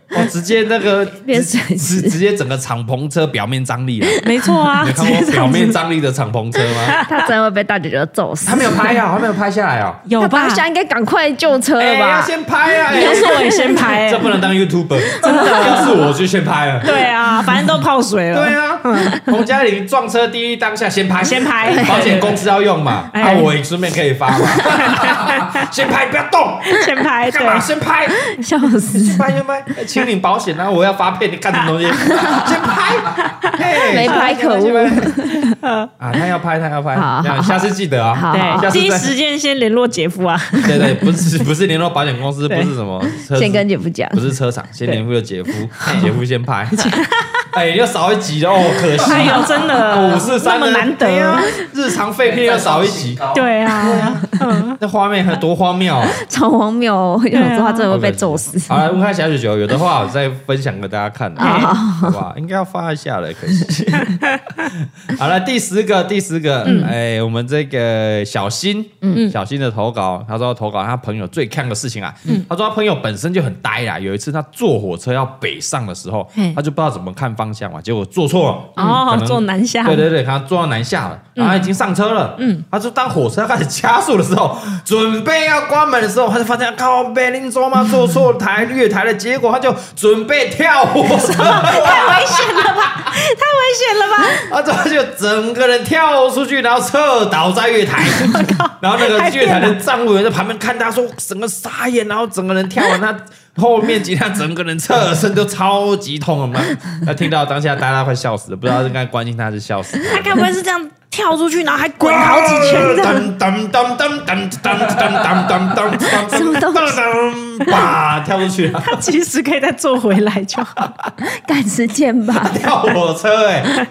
[SPEAKER 4] 缸，
[SPEAKER 2] 哦，直接那 个
[SPEAKER 4] 变水
[SPEAKER 2] 直
[SPEAKER 4] 池
[SPEAKER 2] 直接整个敞篷车表面张力了。
[SPEAKER 3] 没错 啊，
[SPEAKER 2] 你有看过表面张力的敞篷车吗？
[SPEAKER 4] 它真的会被大九九揍死。
[SPEAKER 2] 他没有拍啊，他没有拍下来哦。
[SPEAKER 3] 有
[SPEAKER 4] 他
[SPEAKER 3] 吧
[SPEAKER 4] 当？下应该赶快救车了
[SPEAKER 2] 哎，要
[SPEAKER 4] 吧？
[SPEAKER 2] 先拍啊！哎
[SPEAKER 3] 有是我也先拍
[SPEAKER 2] 这，不能当 YouTuber，真的。要是我就先拍了。
[SPEAKER 3] 对啊，反正都泡水了，
[SPEAKER 2] 对啊，洪嘉玲撞车第一当下先拍，
[SPEAKER 3] 先拍
[SPEAKER 2] 保险公司要用嘛，
[SPEAKER 3] 哎
[SPEAKER 2] 那我也顺便可以发嘛。先拍，不要动，
[SPEAKER 3] 先拍，
[SPEAKER 2] 干
[SPEAKER 3] 哎对，
[SPEAKER 2] 嘛？先拍，
[SPEAKER 4] 笑死，
[SPEAKER 2] 拍先拍，哎请领保险啊！我要发配，你干什么东西？先拍， 嘿
[SPEAKER 4] 没拍可恶
[SPEAKER 2] 先拍先拍啊！他要拍，他要拍，
[SPEAKER 4] 好
[SPEAKER 2] 这样
[SPEAKER 4] 好
[SPEAKER 2] 下次记得啊，
[SPEAKER 4] 好好
[SPEAKER 2] 下
[SPEAKER 3] 对，
[SPEAKER 2] 次
[SPEAKER 3] 第一
[SPEAKER 2] 再
[SPEAKER 3] 时间先联络姐夫啊，
[SPEAKER 2] 对对，不是不是联络保险公司，不
[SPEAKER 3] 对
[SPEAKER 2] 是什么车子，
[SPEAKER 4] 先跟姐夫讲
[SPEAKER 2] 不。是车厂，先联络姐夫，姐夫先 拍，哎，又少一集了哦，可惜
[SPEAKER 3] 哎呦，真的，
[SPEAKER 2] 五四
[SPEAKER 3] 那
[SPEAKER 2] 三
[SPEAKER 3] 么难
[SPEAKER 2] 哎呀
[SPEAKER 3] 得，
[SPEAKER 2] 日常废片又少一集，
[SPEAKER 3] 对啊，
[SPEAKER 2] 那画面还多荒谬 啊！
[SPEAKER 4] 超荒谬哦！我想说他真的会被揍死。
[SPEAKER 2] 好了，问看小雪球，有的话我再分享给大家看，
[SPEAKER 3] 哦
[SPEAKER 4] 好
[SPEAKER 2] 好不好？应该要发一下了，可惜。 好了，第十个，第十个，
[SPEAKER 3] 嗯
[SPEAKER 2] 哎，我们这个小新，小新的投稿，他说投稿他朋友最看的事情啊，
[SPEAKER 3] 嗯
[SPEAKER 2] 他说他朋友本身就很呆啦，有一次他坐火车要北上的时候
[SPEAKER 4] 嘿，
[SPEAKER 2] 他就不知道怎么看方向嘛，结果坐错了，嗯可
[SPEAKER 3] 哦，
[SPEAKER 2] 能
[SPEAKER 3] 坐南下，嗯
[SPEAKER 2] 对对对，他坐到南下了，然后他已经上车了。嗯，他就当火车开始加速的时候，准备要关门的时候，他就发现靠北林卓妈坐错台月台了，结果他就准备跳火 车，
[SPEAKER 3] 太危险了吧，太危险了吧，
[SPEAKER 2] 他他就整个人跳出去，然后侧倒在月台。然后那个月台的站务员在旁边看他说，整个傻眼，然后整个人跳完他。后面其他整个人侧身都超级痛了嘛，他听到当下大家快笑死了，不知道是该关心他还是笑死。
[SPEAKER 3] 他该不会是这样跳出去，然后还滚好几圈这样？
[SPEAKER 2] 噔噔噔噔噔噔噔噔噔噔噔，什么东西？啪，跳出去了，
[SPEAKER 3] 他其实可以再坐回来就好。
[SPEAKER 4] 赶时间吧，
[SPEAKER 2] 跳火车哎！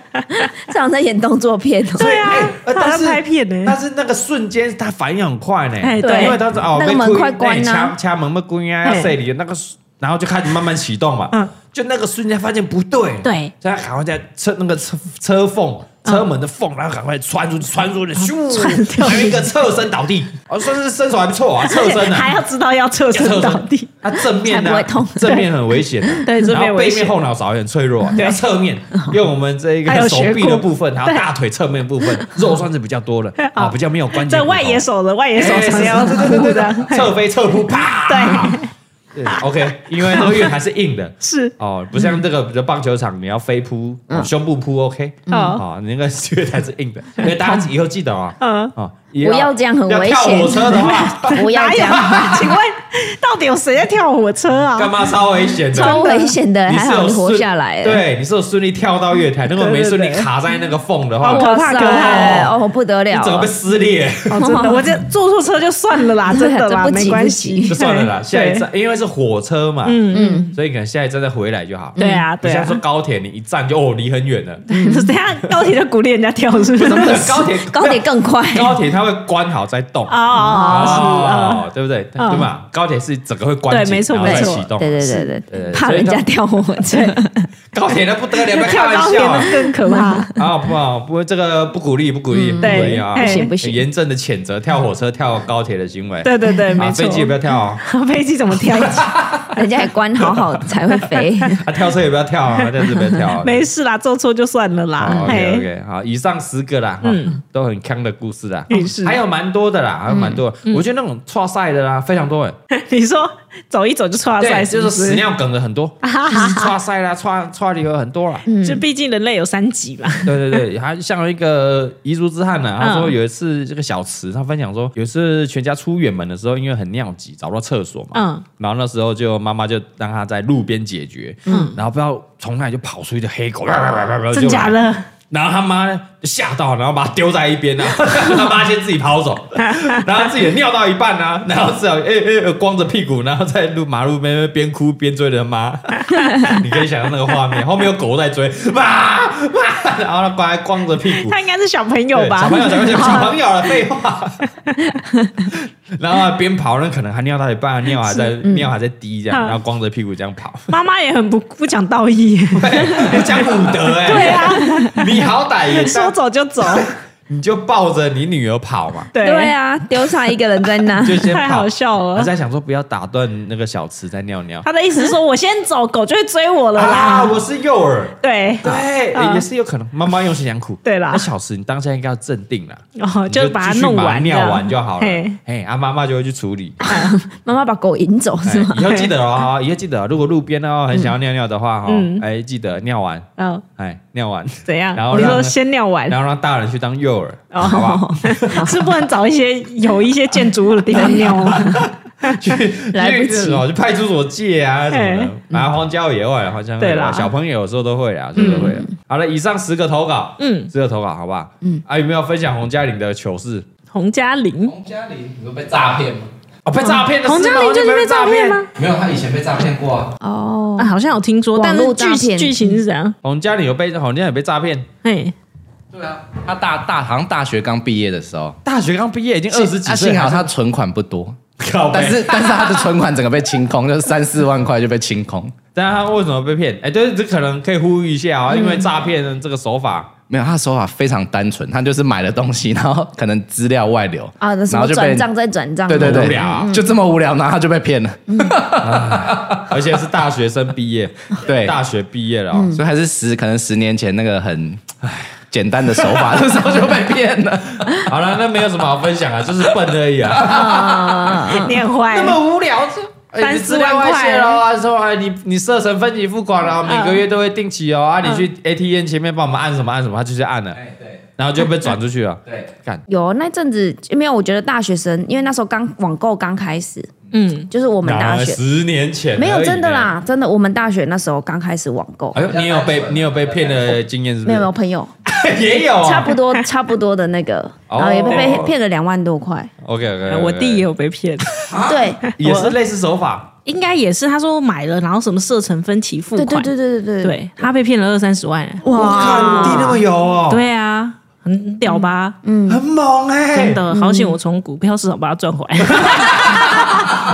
[SPEAKER 4] 这样在演动作片哦。
[SPEAKER 3] 对啊
[SPEAKER 2] 哎，呃
[SPEAKER 3] 好
[SPEAKER 2] 但
[SPEAKER 3] 像
[SPEAKER 2] 是
[SPEAKER 3] 拍片呢
[SPEAKER 2] 但。是那个瞬间他反应很快呢，
[SPEAKER 3] 哎
[SPEAKER 4] 对
[SPEAKER 2] 因为他是哦，
[SPEAKER 4] 那个
[SPEAKER 2] 被
[SPEAKER 4] 门
[SPEAKER 2] 推
[SPEAKER 4] 快关
[SPEAKER 2] 哎
[SPEAKER 4] 啊
[SPEAKER 2] 掐掐门被关啊，
[SPEAKER 3] 哎
[SPEAKER 2] 要塞里那个。然后就开始慢慢启动嘛，
[SPEAKER 3] 嗯
[SPEAKER 2] 就那个瞬间发现不对，
[SPEAKER 4] 对，
[SPEAKER 2] 所以他赶快在车那个车车缝、
[SPEAKER 3] 嗯
[SPEAKER 2] 车门的缝，然后赶快穿出去，穿出去，咻，还有一个侧身倒地，哦，算是身手还不错啊，侧
[SPEAKER 3] 而且
[SPEAKER 2] 身啊，
[SPEAKER 3] 还要知道要侧身倒地，
[SPEAKER 2] 它啊正面呢、
[SPEAKER 4] 才不会痛
[SPEAKER 2] 正面很危险、啊，
[SPEAKER 3] 对正
[SPEAKER 2] 然
[SPEAKER 3] 面
[SPEAKER 2] 后
[SPEAKER 3] 危
[SPEAKER 2] 背
[SPEAKER 3] 险
[SPEAKER 2] 面后脑勺也很脆弱、啊，
[SPEAKER 3] 对
[SPEAKER 2] 要侧 面用我们这一
[SPEAKER 3] 还
[SPEAKER 2] 个
[SPEAKER 3] 有
[SPEAKER 2] 手
[SPEAKER 3] 学
[SPEAKER 2] 臂
[SPEAKER 3] 过
[SPEAKER 2] 的部分，然后
[SPEAKER 3] 对
[SPEAKER 2] 大腿侧面部 分肉算是比较多的啊，
[SPEAKER 3] 好
[SPEAKER 2] 比较没有关节
[SPEAKER 3] 这
[SPEAKER 2] 骨头，
[SPEAKER 3] 外野手的外野手
[SPEAKER 2] 哎
[SPEAKER 3] 常要
[SPEAKER 2] 是是是
[SPEAKER 3] 顾
[SPEAKER 2] 是
[SPEAKER 3] 的，
[SPEAKER 2] 是侧飞侧扑，啪，对，OK，因为那个月还是硬的。
[SPEAKER 3] 是
[SPEAKER 2] 哦，不像这
[SPEAKER 3] 嗯
[SPEAKER 2] 个比如棒球场，你要飞扑，哦胸部扑 OK，
[SPEAKER 3] 哦
[SPEAKER 2] 哦，你那个月台是硬的，所以大家以后记得啊，
[SPEAKER 3] 嗯
[SPEAKER 2] 哦，也
[SPEAKER 4] 不要这样很
[SPEAKER 2] 要
[SPEAKER 4] 危
[SPEAKER 2] 跳
[SPEAKER 4] 险
[SPEAKER 2] 火车的话，
[SPEAKER 4] 不要
[SPEAKER 3] 哪
[SPEAKER 4] 这
[SPEAKER 3] 有
[SPEAKER 4] 样，
[SPEAKER 2] 哎
[SPEAKER 3] 啊？请问到底有谁在跳火车
[SPEAKER 2] 干
[SPEAKER 3] 啊？
[SPEAKER 2] 嘛超危险的？
[SPEAKER 4] 超危险
[SPEAKER 3] 哎
[SPEAKER 4] 的，
[SPEAKER 2] 你
[SPEAKER 4] 还
[SPEAKER 2] 是有
[SPEAKER 4] 好你活
[SPEAKER 2] 顺
[SPEAKER 4] 下来了。
[SPEAKER 2] 对，你是有顺利跳到 月台，如果没顺利
[SPEAKER 3] 对对对
[SPEAKER 2] 卡在那个缝的话，你
[SPEAKER 3] 好可怕
[SPEAKER 4] 哇塞
[SPEAKER 3] 可怕
[SPEAKER 4] 哦，不得了
[SPEAKER 2] 整个被
[SPEAKER 4] 了！
[SPEAKER 2] 撕 裂。
[SPEAKER 3] 哦，真 的，我这坐错车就算了啦，
[SPEAKER 4] 对
[SPEAKER 3] 真的啦，
[SPEAKER 4] 这不急
[SPEAKER 3] 没关系，
[SPEAKER 2] 就算了 啦，下一站因为是火车嘛，
[SPEAKER 4] 嗯，
[SPEAKER 2] 所以可能下一站再回来就好。
[SPEAKER 3] 对啊
[SPEAKER 2] 你
[SPEAKER 3] 对
[SPEAKER 2] 像
[SPEAKER 3] 啊
[SPEAKER 2] 说，高铁，你一站就哦离很远 了，
[SPEAKER 3] 对等一下高铁就鼓励人家跳，是不是？
[SPEAKER 2] 真的高铁
[SPEAKER 4] 高铁更快，
[SPEAKER 2] 高铁它会关好再动
[SPEAKER 3] 哦哦哦，
[SPEAKER 2] 哦，对不对？
[SPEAKER 3] 嗯
[SPEAKER 2] 对吧？高铁是整个会关
[SPEAKER 3] 对
[SPEAKER 2] 紧，
[SPEAKER 3] 没错
[SPEAKER 2] 然后再
[SPEAKER 4] 没
[SPEAKER 3] 错
[SPEAKER 2] 启动。
[SPEAKER 4] 对对对
[SPEAKER 2] 对
[SPEAKER 4] 对，
[SPEAKER 2] 对
[SPEAKER 4] 怕
[SPEAKER 2] 所以
[SPEAKER 4] 人
[SPEAKER 2] 它
[SPEAKER 4] 家跳火 车，
[SPEAKER 2] 高铁那不得了，不要
[SPEAKER 3] 是，
[SPEAKER 2] 开
[SPEAKER 3] 跳
[SPEAKER 2] 玩
[SPEAKER 3] 高铁
[SPEAKER 2] 笑啊
[SPEAKER 3] 那更可怕。
[SPEAKER 2] 啊！不好，不，这个不鼓励，不鼓励，不鼓
[SPEAKER 3] 对
[SPEAKER 2] 励啊！
[SPEAKER 3] 哎不行
[SPEAKER 4] 不行
[SPEAKER 2] 严正的谴责跳火车、跳高铁的行为。
[SPEAKER 3] 对对对，没
[SPEAKER 2] 啊，
[SPEAKER 3] 错
[SPEAKER 2] 飞。机也不要跳 啊，
[SPEAKER 3] 飞机怎么 跳？
[SPEAKER 4] 人家也关好好才会飞。
[SPEAKER 2] 啊，跳车也不要跳啊，但是不要跳啊。
[SPEAKER 3] 没事啦，做错就算了啦。
[SPEAKER 2] OK
[SPEAKER 3] 嘿，
[SPEAKER 2] OK，好，以上十个啦，嗯，都很坑的故事啦，
[SPEAKER 3] 嗯也是嗯
[SPEAKER 2] 还有蛮多的啦，还有蛮多的，我觉得那种错赛的啦，非常多哎，
[SPEAKER 3] 你说走一走就出
[SPEAKER 2] 对，
[SPEAKER 3] 赛，
[SPEAKER 2] 就是
[SPEAKER 3] 不
[SPEAKER 2] 屎尿梗的很多， 就是错赛啦，错错离合很多啦，
[SPEAKER 3] 嗯
[SPEAKER 4] 嗯
[SPEAKER 3] 就毕竟人类有三级嘛。
[SPEAKER 2] 对对对，还像一个彝族之汉
[SPEAKER 3] 嗯
[SPEAKER 2] 呢，他说有一次这个小池，他分享说有一次全家出远门的时候，因为很尿急，找不到厕所嘛，
[SPEAKER 3] 嗯
[SPEAKER 2] 然后那时候就妈妈就让他在路边解决，嗯，然后不知道从哪里就跑出一只黑狗，啪啪啪啪啪就
[SPEAKER 3] 真假
[SPEAKER 2] 来
[SPEAKER 3] 的？
[SPEAKER 2] 然后他妈呢就吓到，然后把他丢在一 边啊，他妈先自己跑走，然后他自己也尿到一半啊，然后只好哎哎光着屁股，然后在路马路边边哭边追着他 妈，你可以想象那个画面，后面有狗在追，哇哇，然后他光光着屁股，
[SPEAKER 3] 他应该是小朋友
[SPEAKER 2] 对
[SPEAKER 3] 吧？
[SPEAKER 2] 小
[SPEAKER 3] 哦
[SPEAKER 2] 朋友小朋 友小朋友了，废话， 然后他边跑呢，可能还尿到一半，尿还在尿还在滴这样，
[SPEAKER 3] 嗯
[SPEAKER 2] 然后光着屁股这样 跑，
[SPEAKER 3] 妈妈也很不不讲道义。
[SPEAKER 2] 对讲武德哎，
[SPEAKER 3] 对啊，
[SPEAKER 2] 你好歹 也
[SPEAKER 3] 说走就走。
[SPEAKER 2] 你就抱着你女儿跑 嘛，
[SPEAKER 3] 对
[SPEAKER 4] 对啊，丢他一个人在 那，
[SPEAKER 2] 就先跑。
[SPEAKER 3] 太好笑
[SPEAKER 2] 我
[SPEAKER 3] 了。
[SPEAKER 2] 在想说，不要打断那个小池在尿尿
[SPEAKER 3] 他的意思是说，我先走，狗就会追我了
[SPEAKER 2] 啊！
[SPEAKER 3] 啦。
[SPEAKER 2] 我是诱饵，
[SPEAKER 3] 对，
[SPEAKER 2] 对，
[SPEAKER 3] 啊
[SPEAKER 2] 也是有可能。妈妈用心良苦，
[SPEAKER 3] 对啦
[SPEAKER 2] 那小池，你当下应该要镇定啦，
[SPEAKER 3] 哦，
[SPEAKER 2] 你
[SPEAKER 3] 就把它
[SPEAKER 2] 继续
[SPEAKER 3] 弄
[SPEAKER 2] 把它
[SPEAKER 3] 完，
[SPEAKER 2] 尿
[SPEAKER 3] 这样
[SPEAKER 2] 完就好了
[SPEAKER 3] 嘿。
[SPEAKER 2] 哎，啊，妈妈就会去处 理。哎
[SPEAKER 4] 妈妈把狗引走是吗
[SPEAKER 2] 哎？以后记得哦，以后记得哦，如果路边哦很想要尿尿的话，哈
[SPEAKER 3] 嗯，
[SPEAKER 2] 哎，记得尿完，
[SPEAKER 3] 嗯，
[SPEAKER 2] 哎，尿 完，
[SPEAKER 3] 怎样？
[SPEAKER 2] 然后
[SPEAKER 3] 你
[SPEAKER 2] 让
[SPEAKER 3] 说先尿完，
[SPEAKER 2] 然后让大人去当诱饵，
[SPEAKER 3] 哦
[SPEAKER 2] 好不好？
[SPEAKER 3] 是不能找一些有一些建筑物的地方尿啊吗？
[SPEAKER 2] 去
[SPEAKER 4] 来不及
[SPEAKER 2] 去那种去派出所借啊什么的
[SPEAKER 3] 哎，
[SPEAKER 2] 然后荒郊野外好像
[SPEAKER 3] 对啦
[SPEAKER 2] 小朋友有时候都会啊，有时候都会啊。好了，以上十个投稿，
[SPEAKER 3] 嗯，
[SPEAKER 2] 十个投稿，好不好？嗯，啊，有没有分享洪嘉玲的糗事？
[SPEAKER 3] 洪嘉玲，
[SPEAKER 6] 洪嘉玲，你会被诈骗吗？
[SPEAKER 2] 哦，被诈骗的事吗
[SPEAKER 3] 洪嘉玲就是被诈
[SPEAKER 2] 我
[SPEAKER 3] 骗？
[SPEAKER 2] 就没被
[SPEAKER 3] 吗？
[SPEAKER 6] 没有，他以前被诈骗过啊。
[SPEAKER 4] 哦
[SPEAKER 3] 啊，，好像有听说，
[SPEAKER 4] 网
[SPEAKER 3] 但
[SPEAKER 4] 络
[SPEAKER 3] 是
[SPEAKER 4] 诈
[SPEAKER 3] 剧情
[SPEAKER 4] 骗
[SPEAKER 3] 剧情是怎样？
[SPEAKER 2] 洪嘉玲有被洪嘉玲有被诈骗，
[SPEAKER 3] 嘿，
[SPEAKER 6] 对啊，他大大好像大学刚毕业的时
[SPEAKER 4] 啊
[SPEAKER 6] 候，
[SPEAKER 2] 大学刚毕业已经二十几
[SPEAKER 6] 啊
[SPEAKER 2] 岁，
[SPEAKER 6] 幸好他存款不多，
[SPEAKER 2] 靠
[SPEAKER 6] 但
[SPEAKER 2] 背
[SPEAKER 6] 是 但是他的存款整个被清空，就是三四万块就被清空。
[SPEAKER 2] 但他为什么被骗？哎，对，这可能可以呼吁一下啊，因为诈骗的这个手法，
[SPEAKER 6] 没有，他的手法非常单纯，他就是买了东西，然后可能资料外流
[SPEAKER 4] 啊，那什
[SPEAKER 6] 然
[SPEAKER 4] 么
[SPEAKER 6] 后就被
[SPEAKER 4] 转账嗯再转账，
[SPEAKER 6] 对对
[SPEAKER 2] 无
[SPEAKER 6] 对
[SPEAKER 2] 聊啊，
[SPEAKER 6] 就这么无聊，然后他就被骗了，
[SPEAKER 2] 而且是大学生毕业，
[SPEAKER 6] 对，嗯
[SPEAKER 2] 大学毕业了哦，
[SPEAKER 6] 所以还是十可能十年前那个很唉简单的手法， 那时候就被骗了。
[SPEAKER 2] 好了，那没有什么好分享啊，就是笨而已啊。
[SPEAKER 3] 你很坏
[SPEAKER 2] 那，么无聊，这
[SPEAKER 3] 三
[SPEAKER 2] 哎你
[SPEAKER 3] 四
[SPEAKER 2] 资料
[SPEAKER 3] 万
[SPEAKER 2] 外
[SPEAKER 3] 块
[SPEAKER 2] 泄了啊！说哎，你你设成分期付款了，每个月都会定期哦啊！你去 ATM 前面帮我们按什么按什么，他就去按了，
[SPEAKER 6] 哎，对
[SPEAKER 2] 然后就被转出去了。
[SPEAKER 6] 对，
[SPEAKER 2] 干，
[SPEAKER 4] 有那阵子没有，我觉得大学生，因为那时候刚网购刚开始，
[SPEAKER 3] 嗯，
[SPEAKER 4] 就是我们大学
[SPEAKER 2] 十年前
[SPEAKER 4] 没有
[SPEAKER 2] 而已
[SPEAKER 4] 真的
[SPEAKER 2] 呢。
[SPEAKER 4] 啦，真的我们大学那时候刚开始网购，
[SPEAKER 2] 哎呦，你有被你有被骗的经验是不
[SPEAKER 4] 没
[SPEAKER 2] 是？
[SPEAKER 4] 有没有朋友，
[SPEAKER 2] 有， 也有啊。
[SPEAKER 4] 差不多差不多的那个，
[SPEAKER 2] 哦
[SPEAKER 4] 然后也被被骗了两万多块，
[SPEAKER 2] OK OK，
[SPEAKER 3] 哎我弟也有被骗，
[SPEAKER 4] 对
[SPEAKER 2] 也是类似手法，
[SPEAKER 3] 应该也是，他说买了，然后什么设成分期付
[SPEAKER 4] 对
[SPEAKER 3] 款，
[SPEAKER 4] 对对对对
[SPEAKER 3] 对他被骗了二三十万，
[SPEAKER 2] 哇，你弟那么油哦，
[SPEAKER 3] 对啊，很屌吧？
[SPEAKER 2] 很猛哎，
[SPEAKER 3] 真的，好险我从股票市场把它赚回来。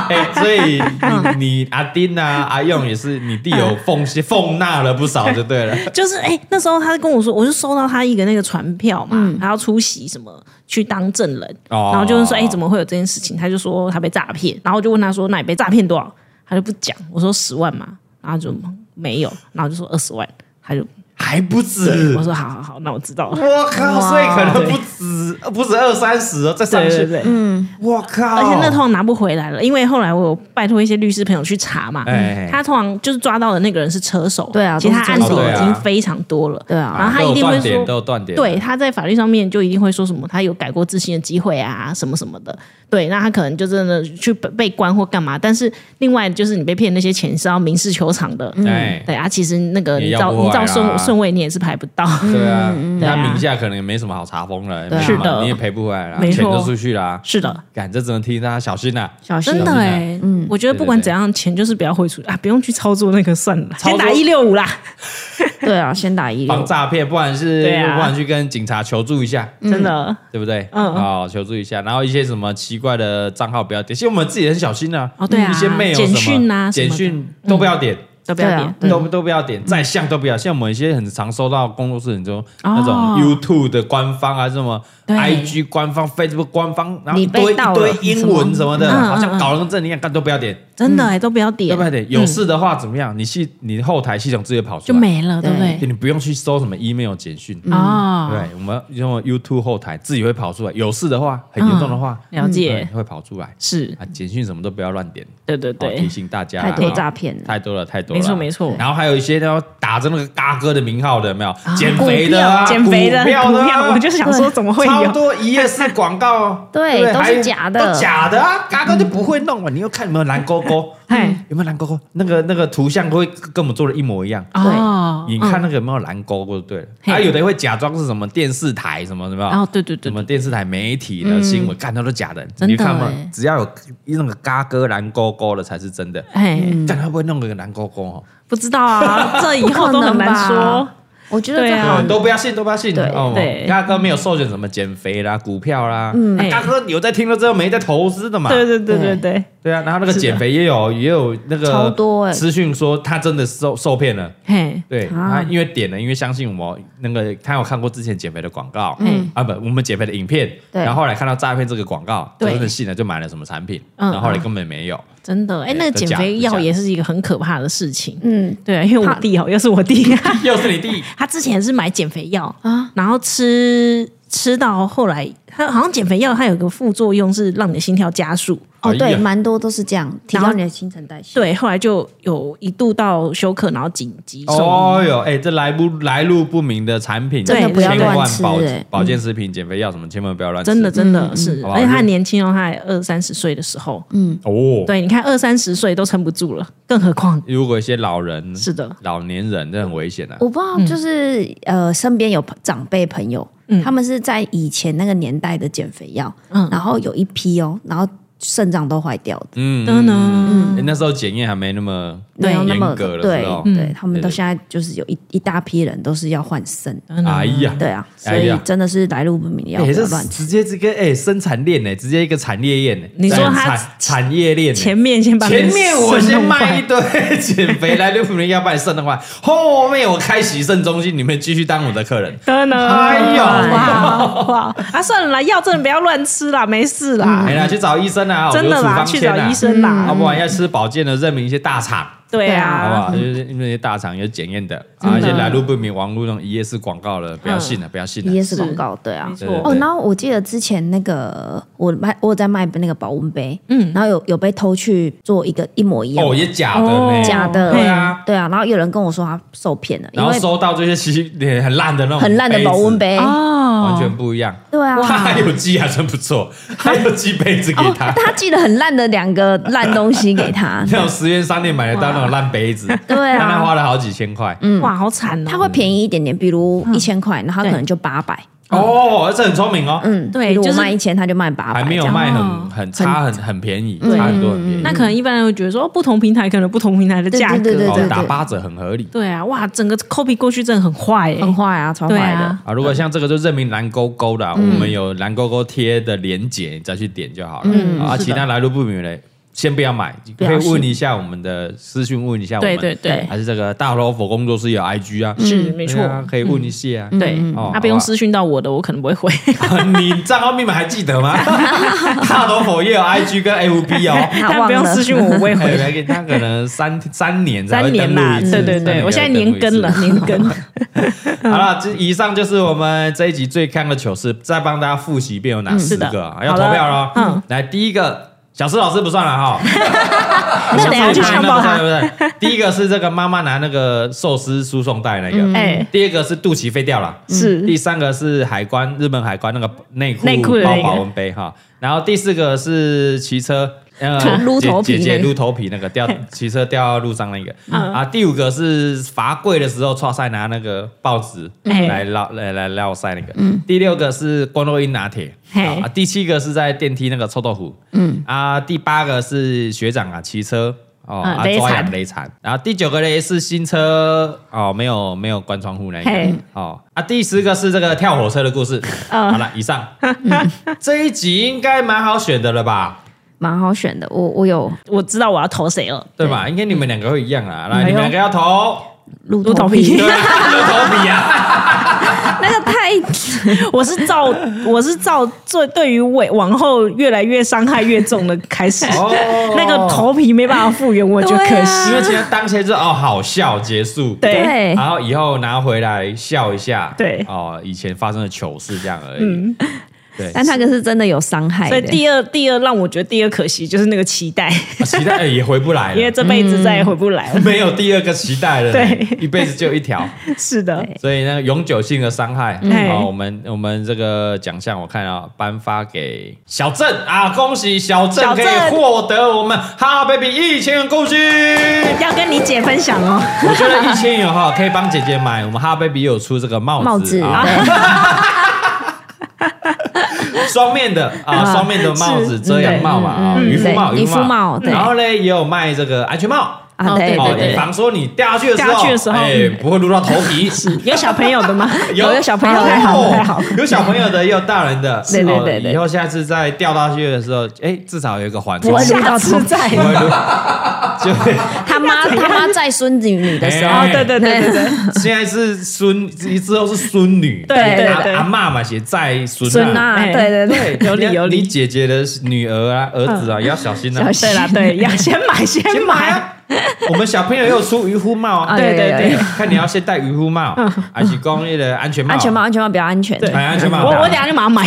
[SPEAKER 2] 哎，所以你你阿丁啊阿用也是你弟有奉献奉纳了不少就对了。
[SPEAKER 3] 就是哎、那时候他跟我说，我就收到他一个那个传票嘛，
[SPEAKER 4] 嗯
[SPEAKER 3] 他要出席什么去当证人，
[SPEAKER 2] 哦
[SPEAKER 3] 然后就是说哎、怎么会有这件事情？他就说他被诈骗，然后我就问他说那你被诈骗多少？嗯他就不讲，我说十万嘛，然后就没有，然后就说二十万，他就还
[SPEAKER 2] 还不
[SPEAKER 4] 嗯
[SPEAKER 2] 止
[SPEAKER 3] 我。说好好好，那我知道了。
[SPEAKER 2] 我靠，
[SPEAKER 4] 哇
[SPEAKER 2] 所以可能不止，呃不止二三十哦，再上
[SPEAKER 3] 对
[SPEAKER 2] 去
[SPEAKER 3] 对。对，嗯，
[SPEAKER 2] 我靠！
[SPEAKER 3] 而且那通常拿不回来了，因为后来我有拜托一些律师朋友去查嘛，
[SPEAKER 2] 哎
[SPEAKER 3] 他通常就是抓到的那个人是车手，
[SPEAKER 4] 对啊
[SPEAKER 3] 其实他案
[SPEAKER 4] 都
[SPEAKER 3] 底
[SPEAKER 4] 是车手
[SPEAKER 3] 已经非常多了，
[SPEAKER 4] 对啊
[SPEAKER 3] 然后他一定会说，
[SPEAKER 2] 都有断点，都有断点。
[SPEAKER 3] 对，他在法律上面就一定会说什么，他有改过自新的机会啊，什么什么的。对，那他可能就真的去被被关或干嘛。但是另外就是你被骗那些钱是要民事求偿的，
[SPEAKER 2] 哎
[SPEAKER 3] 对啊，其实那个
[SPEAKER 2] 也
[SPEAKER 3] 你
[SPEAKER 2] 要
[SPEAKER 3] 照
[SPEAKER 2] 不
[SPEAKER 3] 你照
[SPEAKER 2] 回
[SPEAKER 3] 顺
[SPEAKER 2] 啦
[SPEAKER 3] 顺位你也是排不到，
[SPEAKER 2] 对啊，
[SPEAKER 3] 对
[SPEAKER 2] 他
[SPEAKER 3] 啊
[SPEAKER 2] 名下可能也没什么好查封了，
[SPEAKER 4] 对
[SPEAKER 2] 没办
[SPEAKER 4] 啊
[SPEAKER 2] 法
[SPEAKER 3] 是的
[SPEAKER 2] 你也赔不回来了，
[SPEAKER 3] 没
[SPEAKER 2] 钱
[SPEAKER 3] 错
[SPEAKER 2] 都出去啦。
[SPEAKER 3] 是的。
[SPEAKER 2] 敢这只能提醒大家小心呐，
[SPEAKER 4] 小心
[SPEAKER 3] 真的
[SPEAKER 2] 小心啊
[SPEAKER 3] 哎、嗯，我觉得不管
[SPEAKER 2] 对对对
[SPEAKER 3] 怎样，钱就是不要汇出去啊，不用去操作那个算了啦，
[SPEAKER 2] 操
[SPEAKER 3] 先
[SPEAKER 2] 作
[SPEAKER 3] 打一六五啦，
[SPEAKER 4] 对啊，先打一
[SPEAKER 2] 防
[SPEAKER 4] 六，
[SPEAKER 2] 诈骗，不然是
[SPEAKER 3] 对啊
[SPEAKER 2] 不然去跟警察求助一下，
[SPEAKER 3] 真的。
[SPEAKER 2] 对不对？
[SPEAKER 3] 嗯
[SPEAKER 2] 哦，求助一下，然后一些什么奇怪的账号不要点，其实我们自己很小心啊。
[SPEAKER 3] 哦对啊
[SPEAKER 2] 一些 mail
[SPEAKER 3] 简
[SPEAKER 2] 什么
[SPEAKER 3] 讯啊什么
[SPEAKER 2] 简
[SPEAKER 3] 的
[SPEAKER 2] 讯都不要点。
[SPEAKER 3] 都不要
[SPEAKER 4] 对啊
[SPEAKER 3] 点，
[SPEAKER 4] 嗯
[SPEAKER 2] 都都不要点，再像都不要。像我们一些很常收到工作室很多那种
[SPEAKER 3] 哦
[SPEAKER 2] YouTube 的官方啊，什么
[SPEAKER 3] 对
[SPEAKER 2] IG 官方、Facebook 官方，然后一
[SPEAKER 4] 你
[SPEAKER 2] 堆
[SPEAKER 4] 被
[SPEAKER 2] 一
[SPEAKER 4] 盗
[SPEAKER 2] 堆
[SPEAKER 4] 了
[SPEAKER 2] 英文什么的，
[SPEAKER 3] 什么嗯
[SPEAKER 2] 好像搞成这样一样，但都不要点，
[SPEAKER 3] 真的哎、都不要点，
[SPEAKER 2] 都不要点。有事的话怎么样？你系你后台系统自己跑出
[SPEAKER 3] 就
[SPEAKER 2] 来，
[SPEAKER 3] 没了，对不
[SPEAKER 4] 对
[SPEAKER 3] 对？
[SPEAKER 2] 你不用去搜什么 email 简讯。
[SPEAKER 3] 哦，
[SPEAKER 2] 对，我们用 YouTube 后台自己会跑出来，有事的话，很严重的话，
[SPEAKER 3] 了
[SPEAKER 2] 对
[SPEAKER 3] 解，
[SPEAKER 2] 会跑出来。
[SPEAKER 3] 是
[SPEAKER 2] 啊，简讯什么都不要乱点，
[SPEAKER 3] 对对
[SPEAKER 2] 好提
[SPEAKER 3] 对，
[SPEAKER 2] 醒大家啦
[SPEAKER 4] 太多
[SPEAKER 2] 好
[SPEAKER 4] 诈骗了。
[SPEAKER 2] 太多了，太多了，
[SPEAKER 3] 没错没错
[SPEAKER 2] 然后还有一些要打着那个嘎哥的名号的，有没有？减肥的啊，
[SPEAKER 3] 减肥
[SPEAKER 2] 股
[SPEAKER 3] 的
[SPEAKER 2] 票的啊，
[SPEAKER 3] 我就想说怎么会
[SPEAKER 2] 超
[SPEAKER 3] 有？
[SPEAKER 2] 多一夜式广 告，
[SPEAKER 4] 对
[SPEAKER 2] 不
[SPEAKER 4] 都是
[SPEAKER 2] 还
[SPEAKER 4] 假的
[SPEAKER 2] 都假的啊！嘎哥就不会弄嘛，你又看有没有蓝勾勾，嗯
[SPEAKER 3] 哎，
[SPEAKER 2] 有没有蓝勾勾？那个那个图像会跟我们做的一模一样。
[SPEAKER 3] 哦，
[SPEAKER 2] 你看那个有没有蓝勾勾就对了，
[SPEAKER 3] 嘿
[SPEAKER 2] 还有的会假装是什么电视台什么什么，
[SPEAKER 3] 然后哦对嗯对对
[SPEAKER 2] 啊什，么电视台媒体的新闻，看到都假的，你看嘛
[SPEAKER 4] 欸，
[SPEAKER 2] 只要有那个嘎哥蓝勾勾的才是真的。
[SPEAKER 3] 哎，
[SPEAKER 2] 但他会不会弄个蓝勾勾哦？
[SPEAKER 3] 不知道啊，这以后都很难
[SPEAKER 4] 不可能
[SPEAKER 3] 说
[SPEAKER 4] 吧。我觉得
[SPEAKER 3] 对
[SPEAKER 4] 这
[SPEAKER 3] 啊
[SPEAKER 4] 好
[SPEAKER 2] 嗯，都不要信，都不要信。
[SPEAKER 4] 对
[SPEAKER 2] 哦
[SPEAKER 3] 对
[SPEAKER 2] 嘎哥没有授权什么减肥啦、股票啦。
[SPEAKER 4] 嗯
[SPEAKER 2] 啊嘎哥有在听了之后没在投资的嘛？
[SPEAKER 3] 对对对对对，
[SPEAKER 2] 对啊，然后那个减肥也有也有那个
[SPEAKER 4] 超多欸
[SPEAKER 2] 资讯说他真的受受骗了。
[SPEAKER 3] 嘿，
[SPEAKER 2] 对，他
[SPEAKER 4] 啊
[SPEAKER 2] 因为点了，因为相信我那个他有看过之前减肥的广告，
[SPEAKER 3] 嗯
[SPEAKER 2] 啊不，我们减肥的影片，
[SPEAKER 4] 对
[SPEAKER 2] 然后后来看到诈骗这个广告，就
[SPEAKER 3] 对
[SPEAKER 2] 真的信了，就买了什么产品，
[SPEAKER 3] 嗯
[SPEAKER 2] 然后后来根本没有。
[SPEAKER 3] 真的，哎，
[SPEAKER 2] 对
[SPEAKER 3] 那个
[SPEAKER 2] 都假
[SPEAKER 3] 减肥
[SPEAKER 2] 都
[SPEAKER 3] 药
[SPEAKER 2] 假
[SPEAKER 3] 也是一个很可怕的事情。
[SPEAKER 4] 嗯
[SPEAKER 3] 对啊，因为我
[SPEAKER 4] 他
[SPEAKER 3] 弟哦，又是我弟，
[SPEAKER 2] 又是你弟，
[SPEAKER 3] 他之前是买减肥药，
[SPEAKER 4] 啊，
[SPEAKER 3] 然后吃吃到后来，他好像减肥药它有个副作用是让你的心跳加速，
[SPEAKER 2] 哎
[SPEAKER 4] 哦
[SPEAKER 2] 呀
[SPEAKER 4] 对，蛮多都是这样，提
[SPEAKER 3] 然
[SPEAKER 4] 高
[SPEAKER 3] 后
[SPEAKER 4] 你的新陈代谢。
[SPEAKER 3] 对，后来就有一度到休克，然后紧急送医。
[SPEAKER 2] 哦哟，哎，这来不来路不明的产品，
[SPEAKER 4] 真
[SPEAKER 3] 的不要
[SPEAKER 2] 千万
[SPEAKER 4] 乱吃
[SPEAKER 2] 保
[SPEAKER 4] 哎
[SPEAKER 2] 保健食品、减肥药什么，千万不要乱吃。
[SPEAKER 3] 真的，真的是，
[SPEAKER 2] 好吧
[SPEAKER 3] 而且他
[SPEAKER 2] 就
[SPEAKER 3] 很年轻哦，他还二三十岁的时候，
[SPEAKER 2] 哦，
[SPEAKER 3] 对，你看二三十岁都撑不住了，更何况
[SPEAKER 2] 如果一些老人
[SPEAKER 3] 是的，
[SPEAKER 2] 老年人，这很危险的、啊。
[SPEAKER 4] 我不知
[SPEAKER 3] 嗯
[SPEAKER 4] 道，就是、呃，身边有朋长辈朋友，他们是在以前那个年代的减肥药，
[SPEAKER 3] 嗯
[SPEAKER 4] 然后有一批哦，然后肾脏都坏掉的，
[SPEAKER 2] 嗯，
[SPEAKER 3] 真的呢，
[SPEAKER 2] 诶那时候检验还没那么
[SPEAKER 4] 没有那么
[SPEAKER 2] 严格的
[SPEAKER 4] 对
[SPEAKER 2] 时候，
[SPEAKER 3] 嗯
[SPEAKER 4] 对，他们
[SPEAKER 2] 对
[SPEAKER 4] 都
[SPEAKER 2] 对
[SPEAKER 4] 现在就是有一一大批人都是要换肾，
[SPEAKER 3] 真的
[SPEAKER 2] 哎呀，
[SPEAKER 4] 对啊，所
[SPEAKER 2] 哎
[SPEAKER 4] 以
[SPEAKER 2] 呀哎
[SPEAKER 4] 真的是来路不明的药
[SPEAKER 2] 也
[SPEAKER 4] 不要
[SPEAKER 2] 是
[SPEAKER 4] 乱吃。
[SPEAKER 2] 直接这个哎生产链呢，直接一个产业链呢。
[SPEAKER 3] 你说它
[SPEAKER 2] 产产业链呢
[SPEAKER 3] 前面先把你
[SPEAKER 2] 前面我
[SPEAKER 3] 肾
[SPEAKER 2] 先
[SPEAKER 3] 弄
[SPEAKER 2] 卖
[SPEAKER 3] 坏
[SPEAKER 2] 一堆减肥来六瓶要把你肾的话， 后面我开洗肾中心，你们继续当我的客 人。
[SPEAKER 3] 真的，
[SPEAKER 2] 哎呦
[SPEAKER 3] 哇哇啊！算了啦，药真的不要乱吃啦，没事啦
[SPEAKER 2] 没，啦，去找医生啊，
[SPEAKER 3] 真的啦，
[SPEAKER 2] 我
[SPEAKER 3] 去
[SPEAKER 2] 嗯有处方
[SPEAKER 3] 找
[SPEAKER 2] 签啊
[SPEAKER 3] 医生
[SPEAKER 2] 啊，
[SPEAKER 4] 嗯
[SPEAKER 3] 啦，
[SPEAKER 2] 不然要吃保健的，任命一些大厂，好
[SPEAKER 3] 对
[SPEAKER 2] 不
[SPEAKER 3] 啊，
[SPEAKER 2] 好？就是因为那些大厂有检验的，啊，一些来路不明、网络那种一夜式广告了，不要信了，不要信
[SPEAKER 4] 一夜
[SPEAKER 2] 了。
[SPEAKER 4] 式广告，对啊
[SPEAKER 3] 没，
[SPEAKER 2] 对
[SPEAKER 3] 错
[SPEAKER 2] 对，
[SPEAKER 4] 哦，然后我记得之前那个我卖，我有在卖那个保温杯，嗯，然后有有被偷去做一个一模一样
[SPEAKER 2] 哦，
[SPEAKER 4] 的，
[SPEAKER 2] 也假的呢，
[SPEAKER 4] 假的
[SPEAKER 2] 对啊。
[SPEAKER 4] 对啊，然后有人跟我说他受骗了，因
[SPEAKER 2] 然后
[SPEAKER 4] 为
[SPEAKER 2] 收到这些 其实也很烂的那种
[SPEAKER 4] 很烂的保温，杯，
[SPEAKER 3] 哦
[SPEAKER 2] 嗯完全不一样。
[SPEAKER 4] 对啊，
[SPEAKER 2] 他还有寄还真不错， 还有寄杯子给
[SPEAKER 4] 哦，
[SPEAKER 2] 他，，
[SPEAKER 4] 他寄了很烂的两个烂东西给他
[SPEAKER 2] 那种十元商店买得到那种烂杯子，
[SPEAKER 4] 对啊嗯
[SPEAKER 2] 但他花了好几千块。
[SPEAKER 3] 哇，好惨哦，
[SPEAKER 4] 他会便宜一点点，比如
[SPEAKER 3] 嗯
[SPEAKER 4] 一千块，然后他可能就八百，
[SPEAKER 2] 哦，这很聪明哦，
[SPEAKER 4] 嗯，
[SPEAKER 3] 对
[SPEAKER 4] 比如我
[SPEAKER 3] 就是
[SPEAKER 4] 卖一千，他就卖八
[SPEAKER 2] 还
[SPEAKER 4] 百，
[SPEAKER 2] 没有
[SPEAKER 4] 这样
[SPEAKER 2] 卖
[SPEAKER 3] 哦
[SPEAKER 2] 很很差很很便宜，
[SPEAKER 3] 对
[SPEAKER 2] 差很多很便宜。
[SPEAKER 3] 那可能一般人会觉得说，哦不同平台可能有不同平台的价格，
[SPEAKER 4] 对对
[SPEAKER 2] 哦
[SPEAKER 4] 对
[SPEAKER 2] 打八折很合理。
[SPEAKER 3] 对啊，哇，整个 copy 过去真的很坏
[SPEAKER 4] 很
[SPEAKER 3] 哎，
[SPEAKER 4] 坏啊，超
[SPEAKER 3] 对
[SPEAKER 4] 坏的
[SPEAKER 3] 啊，，
[SPEAKER 2] 啊，如果像这个就证明蓝勾勾
[SPEAKER 3] 嗯
[SPEAKER 2] 的啊，我们有蓝勾勾贴的连接，你再去点就好了。啊，
[SPEAKER 3] 嗯是的
[SPEAKER 2] 其他来路不明的先不要买，
[SPEAKER 3] 不要
[SPEAKER 2] 可以
[SPEAKER 3] 信
[SPEAKER 2] 问一下我们的私讯，问一下我
[SPEAKER 3] 对
[SPEAKER 2] 们，
[SPEAKER 3] 对对
[SPEAKER 2] 还是这个大老佛工作室有 IG 啊，
[SPEAKER 3] 是
[SPEAKER 2] 对啊
[SPEAKER 3] 没错嗯
[SPEAKER 2] 可以问一下啊。
[SPEAKER 3] 对，
[SPEAKER 2] 哦
[SPEAKER 3] 他不用私讯到我的，我可能不会回。
[SPEAKER 2] 你账号密码还记得 吗？大老佛也有 IG 跟 FB 哦。
[SPEAKER 4] 他
[SPEAKER 3] 但
[SPEAKER 4] 忘
[SPEAKER 3] 不用
[SPEAKER 4] 了
[SPEAKER 3] 私讯 我，我不 会回。
[SPEAKER 2] 哎，他可能三三年才会
[SPEAKER 3] 三年
[SPEAKER 2] 登录
[SPEAKER 3] 啦，
[SPEAKER 2] 一次，
[SPEAKER 3] 对对
[SPEAKER 2] 三
[SPEAKER 3] 对，
[SPEAKER 2] 年
[SPEAKER 3] 我
[SPEAKER 2] 才
[SPEAKER 3] 现在
[SPEAKER 2] 会登录
[SPEAKER 3] 年
[SPEAKER 2] 一
[SPEAKER 3] 更
[SPEAKER 2] 次
[SPEAKER 3] 了，年更。
[SPEAKER 2] 好了，这以上就是我们这一集最看的糗事，再帮大家复习一遍有哪四
[SPEAKER 3] 嗯是
[SPEAKER 2] 个
[SPEAKER 3] 的
[SPEAKER 2] 啊，要
[SPEAKER 3] 好
[SPEAKER 2] 投
[SPEAKER 3] 的
[SPEAKER 2] 票了。
[SPEAKER 3] 嗯，
[SPEAKER 2] 来第一个。小石老师不算了 哈，
[SPEAKER 3] 那等一下去
[SPEAKER 2] 那
[SPEAKER 3] 强
[SPEAKER 2] 不
[SPEAKER 3] 暴
[SPEAKER 2] 算
[SPEAKER 3] 他。
[SPEAKER 2] 对不对？第一个是这个妈妈拿那个寿司输送带那个，
[SPEAKER 3] 哎，
[SPEAKER 2] 第二个是肚脐飞掉了，
[SPEAKER 3] 嗯是
[SPEAKER 2] 第三个是海关日本海关那个内裤
[SPEAKER 3] 内裤的那
[SPEAKER 2] 包
[SPEAKER 3] 个
[SPEAKER 2] 保温杯哈，然后第四个是骑车。呃
[SPEAKER 4] 撸
[SPEAKER 2] 姐
[SPEAKER 4] 头
[SPEAKER 2] 姐
[SPEAKER 4] 皮
[SPEAKER 2] 姐
[SPEAKER 4] 那个
[SPEAKER 2] 撸头皮那个掉骑车掉到路上那个
[SPEAKER 3] 嗯
[SPEAKER 2] 啊，第五个是罚跪的时候，错赛拿那个报纸
[SPEAKER 3] 哎
[SPEAKER 2] 来绕来来绕赛那个。第六个是光肉音拿铁
[SPEAKER 3] 嗯嘿
[SPEAKER 2] 啊，第七个是在电梯那个臭豆腐。嗯啊，第八个是学长啊骑车哦
[SPEAKER 3] 嗯
[SPEAKER 2] 啊
[SPEAKER 3] 雷
[SPEAKER 2] 抓
[SPEAKER 3] 惨
[SPEAKER 2] 痒雷惨，然后第九个嘞是新车哦没有没有关窗户那一个
[SPEAKER 3] 嘿哦
[SPEAKER 2] 哦啊，第十个是这个跳火车的故事。好了，以 上、这一集应该蛮好选的了吧？
[SPEAKER 4] 蛮好选的。我我有
[SPEAKER 3] 我知道我要投谁 了。
[SPEAKER 2] 对吧？应该你们两个会一样啊。来，
[SPEAKER 3] 哎呦
[SPEAKER 2] 你们两个要投，
[SPEAKER 4] 撸
[SPEAKER 3] 头
[SPEAKER 4] 头
[SPEAKER 3] 皮
[SPEAKER 4] 皮，
[SPEAKER 2] 对，投笔啊。
[SPEAKER 4] 那个太
[SPEAKER 3] 我是照我是照最对于尾往后越来越伤害越重的开始，
[SPEAKER 2] 哦
[SPEAKER 3] 那个头皮没办法复原，我觉得
[SPEAKER 4] 对啊
[SPEAKER 3] 可惜。
[SPEAKER 2] 因为今天当前是哦好笑结束，
[SPEAKER 3] 对
[SPEAKER 4] 对
[SPEAKER 2] 然后以后拿回来笑一下，
[SPEAKER 3] 对嗯
[SPEAKER 2] 哦，以前发生的糗事这样而已。对，
[SPEAKER 4] 但那个是真的有伤害
[SPEAKER 3] 所以
[SPEAKER 4] 的。
[SPEAKER 3] 第二第二让我觉得第二可惜就是那个期待，
[SPEAKER 2] 啊期待、哎也回不来
[SPEAKER 3] 因为
[SPEAKER 2] 了，
[SPEAKER 3] 这辈子再也回不来了。
[SPEAKER 2] 没有第二个期待了，
[SPEAKER 3] 对
[SPEAKER 2] 一辈子就一 条，
[SPEAKER 3] 是的，
[SPEAKER 2] 所以呢，永久性的伤害。
[SPEAKER 3] 嗯
[SPEAKER 2] 好，我们我们这个奖项我看啊，颁发给小郑啊，恭喜小郑
[SPEAKER 3] 小
[SPEAKER 2] 可
[SPEAKER 3] 郑
[SPEAKER 2] 以获得我们哈哈 baby 一千元恭喜。
[SPEAKER 3] 要跟你姐分享哦。
[SPEAKER 2] 我觉得一千元哈，可以帮姐姐买。我们哈 baby 也有出这个帽子，
[SPEAKER 4] 帽子
[SPEAKER 2] 啊，双面的啊，双面的帽子，遮阳帽嘛啊，
[SPEAKER 4] 嗯
[SPEAKER 2] 渔夫帽，
[SPEAKER 4] 对
[SPEAKER 2] 渔
[SPEAKER 4] 渔夫帽对
[SPEAKER 2] 然后呢，也有卖这个安全帽。
[SPEAKER 4] 啊，对
[SPEAKER 2] 哦以
[SPEAKER 4] 对，对，
[SPEAKER 2] 防说你掉下去的时候，
[SPEAKER 3] 掉下去的时候
[SPEAKER 2] 哎，不会撸到头 皮。哦
[SPEAKER 3] 有小朋友的 吗？
[SPEAKER 4] 有小朋友太好了太好了
[SPEAKER 2] 有小朋友的，也有大人的。
[SPEAKER 4] 对对对
[SPEAKER 2] 哦
[SPEAKER 4] 对
[SPEAKER 2] 以后下次再掉下去的时候，哎，至少有一个缓冲
[SPEAKER 4] 不。会撸
[SPEAKER 3] 下
[SPEAKER 4] 到头
[SPEAKER 3] 次。再
[SPEAKER 2] 不会撸，就会
[SPEAKER 4] 他妈他妈在孙子女的时
[SPEAKER 2] 哎
[SPEAKER 4] 候，
[SPEAKER 3] 哦，对对对对对，
[SPEAKER 2] 现在是孙，之后是孙女，
[SPEAKER 3] 对对对
[SPEAKER 2] 阿阿妈嘛写在孙
[SPEAKER 4] 孙
[SPEAKER 2] 啊。
[SPEAKER 4] 啊，
[SPEAKER 3] 哎
[SPEAKER 4] 对对对，
[SPEAKER 2] 对，
[SPEAKER 3] 有理
[SPEAKER 2] 你
[SPEAKER 3] 有理
[SPEAKER 2] 你姐姐的女儿啊，儿子啊，也要小心啊
[SPEAKER 4] 小，心
[SPEAKER 3] 对啦对，要先买先
[SPEAKER 2] 先买
[SPEAKER 3] 买。
[SPEAKER 2] 啊。我们小朋友也有出渔夫帽 啊，
[SPEAKER 4] 啊
[SPEAKER 3] 对对
[SPEAKER 4] 有有有
[SPEAKER 3] 对
[SPEAKER 4] 有
[SPEAKER 2] 看你要先戴渔夫帽，还是公益的安全帽？
[SPEAKER 4] 安全帽，安全帽比较安全，
[SPEAKER 2] 买啊嗯安全帽，
[SPEAKER 3] 我我等一下就马 上买。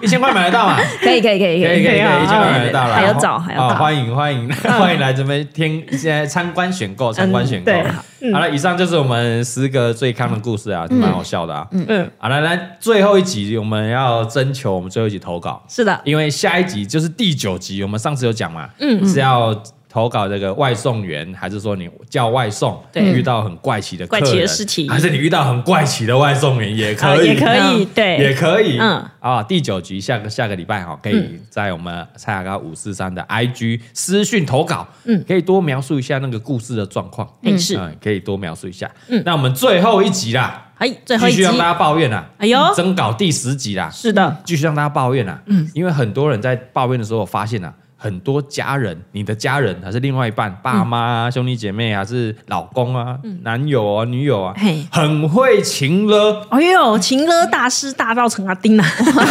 [SPEAKER 2] 一千块买得到嘛？
[SPEAKER 4] 可以可以可
[SPEAKER 2] 可以
[SPEAKER 4] 以
[SPEAKER 2] 可以可以，一千块买得到了。
[SPEAKER 4] 哦还有找还有
[SPEAKER 2] 哦
[SPEAKER 4] 找，
[SPEAKER 2] 欢迎欢迎 欢迎来这边听，现在参观选购参观选购
[SPEAKER 3] 对。
[SPEAKER 2] 好了，以上就是我们十个最康的故事啊，蛮好笑的啊。
[SPEAKER 3] 嗯，
[SPEAKER 2] 好了，来最后一集我们要征求我们最后一集投稿，
[SPEAKER 4] 是的，
[SPEAKER 2] 因为下一集就是第九集，我们上次有讲嘛，嗯，是要投稿这个外送员，还是说你叫外送，
[SPEAKER 3] 对
[SPEAKER 2] 遇到很怪奇的客人
[SPEAKER 3] 怪奇的事情
[SPEAKER 2] 还是你遇到很怪奇的外送员也
[SPEAKER 3] 好
[SPEAKER 2] 可以，
[SPEAKER 3] 也 可以，
[SPEAKER 2] 也
[SPEAKER 3] 对，
[SPEAKER 2] 可以，嗯
[SPEAKER 3] 嗯
[SPEAKER 2] 啊，第九集下个下个礼拜哈、可以在我们蔡雅高五四三的 IG 私讯投稿，嗯，可以多描述一下那个故事的状况，
[SPEAKER 3] 哎是
[SPEAKER 2] 嗯，可以多描述一下。嗯，那我们最后一集啦，
[SPEAKER 3] 哎，最后
[SPEAKER 2] 继
[SPEAKER 3] 一
[SPEAKER 2] 续啊让，
[SPEAKER 3] 集
[SPEAKER 2] 大家抱怨啦，
[SPEAKER 3] 哎呦，
[SPEAKER 2] 征稿第十集啦，
[SPEAKER 3] 是的，
[SPEAKER 2] 继续让大家抱怨啦，嗯，因为很多人在抱怨的时候，我发现啊。很多家人，你的家人还是另外一半，爸妈、
[SPEAKER 3] 嗯
[SPEAKER 2] 啊、兄弟姐妹啊，还是老公啊、男友啊、女友啊
[SPEAKER 3] 嘿，
[SPEAKER 2] 很会情了，
[SPEAKER 3] 哎呦，情勒大师大道成阿丁啊，我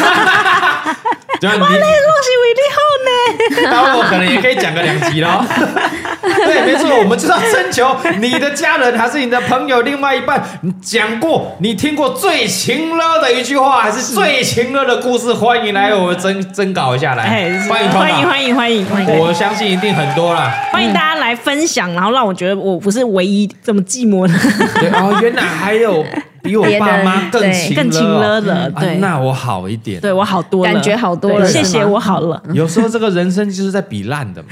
[SPEAKER 2] 对啊，你
[SPEAKER 3] 是为你好呢。
[SPEAKER 2] 然后我可能也可以讲个两集 咯。对，没错，我们就是要征求你的家人还是你的朋友另外一半，你讲过你听过最情勒的一句话，还是最情勒的故事，欢迎来我们征征稿一下来
[SPEAKER 3] 哎，，是
[SPEAKER 2] 欢迎投啊
[SPEAKER 3] 欢迎
[SPEAKER 2] 稿，
[SPEAKER 3] 欢迎欢迎欢迎嗯
[SPEAKER 2] 我相信一定很多啦。
[SPEAKER 3] 欢迎大家来分享，然后让我觉得我不是唯一这么寂寞的，
[SPEAKER 2] 对哦，原来还 有比我爸妈更情勒哦
[SPEAKER 3] 更情勒的，
[SPEAKER 2] 啊
[SPEAKER 3] 对
[SPEAKER 2] 那我好一点。
[SPEAKER 3] 对我好多了，
[SPEAKER 4] 感觉好多了
[SPEAKER 3] 对
[SPEAKER 4] 是
[SPEAKER 3] 谢
[SPEAKER 4] 吗
[SPEAKER 3] 谢我好了，
[SPEAKER 2] 有时候这个人生就是在比烂的嘛，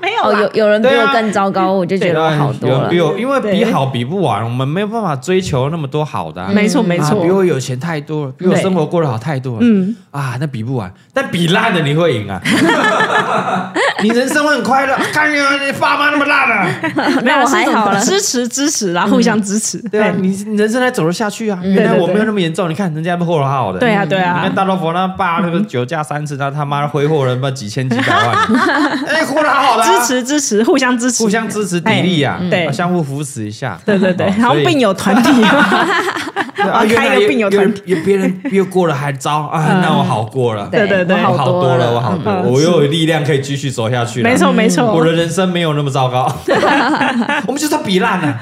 [SPEAKER 3] 没有
[SPEAKER 4] 哦，
[SPEAKER 3] 啦
[SPEAKER 4] 有有人比
[SPEAKER 2] 对
[SPEAKER 4] 我
[SPEAKER 2] 啊
[SPEAKER 4] 更糟 糕，我就觉得我好多
[SPEAKER 2] 有人
[SPEAKER 4] 了
[SPEAKER 2] 比。我，因为比
[SPEAKER 3] 对
[SPEAKER 2] 好比不完，我们没有办法追求那么多好的啊、
[SPEAKER 3] 没错没
[SPEAKER 2] 啊
[SPEAKER 3] 错
[SPEAKER 2] 比，我有钱太多了，比我
[SPEAKER 3] 对
[SPEAKER 2] 生活过得好太多了。
[SPEAKER 3] 嗯
[SPEAKER 2] 啊，那比不完，但比烂的你会 赢啊！ 你人生会很快乐，看你爸妈那么烂啊，
[SPEAKER 3] 没有
[SPEAKER 4] 那我还好了
[SPEAKER 3] 是嗯支持支持啦，互相支持。
[SPEAKER 2] 对啊，你你人生才走得下去啊。
[SPEAKER 3] 嗯
[SPEAKER 2] 原来我没有那么严重，你看人家过得好好的。
[SPEAKER 3] 对啊对
[SPEAKER 2] 你
[SPEAKER 3] 啊
[SPEAKER 2] 看，大老婆那爸那个酒驾三次，他他妈挥霍了他妈几千几百 万，哎，过得好好的啊，
[SPEAKER 3] 支持支持，互相支持，
[SPEAKER 2] 互相支持砥砺啊
[SPEAKER 3] 哎，对
[SPEAKER 2] 相互扶持一下。
[SPEAKER 3] 对对对，
[SPEAKER 2] 哦
[SPEAKER 3] 然后
[SPEAKER 2] 所以
[SPEAKER 3] 病友团 体，
[SPEAKER 2] 啊，
[SPEAKER 3] 开一个病友团嗯
[SPEAKER 2] 体，别人比我过得还糟啊，那我好过了，
[SPEAKER 3] 对对对
[SPEAKER 2] 我
[SPEAKER 4] 我
[SPEAKER 2] 好
[SPEAKER 4] 好
[SPEAKER 2] 多
[SPEAKER 4] 了，
[SPEAKER 2] 了，我好多了，
[SPEAKER 3] 嗯
[SPEAKER 2] 我又有力量可以继续走下去了。
[SPEAKER 3] 没错没
[SPEAKER 2] 我
[SPEAKER 3] 错，
[SPEAKER 2] 的人生没有那么糟糕，我们就是要比烂呢，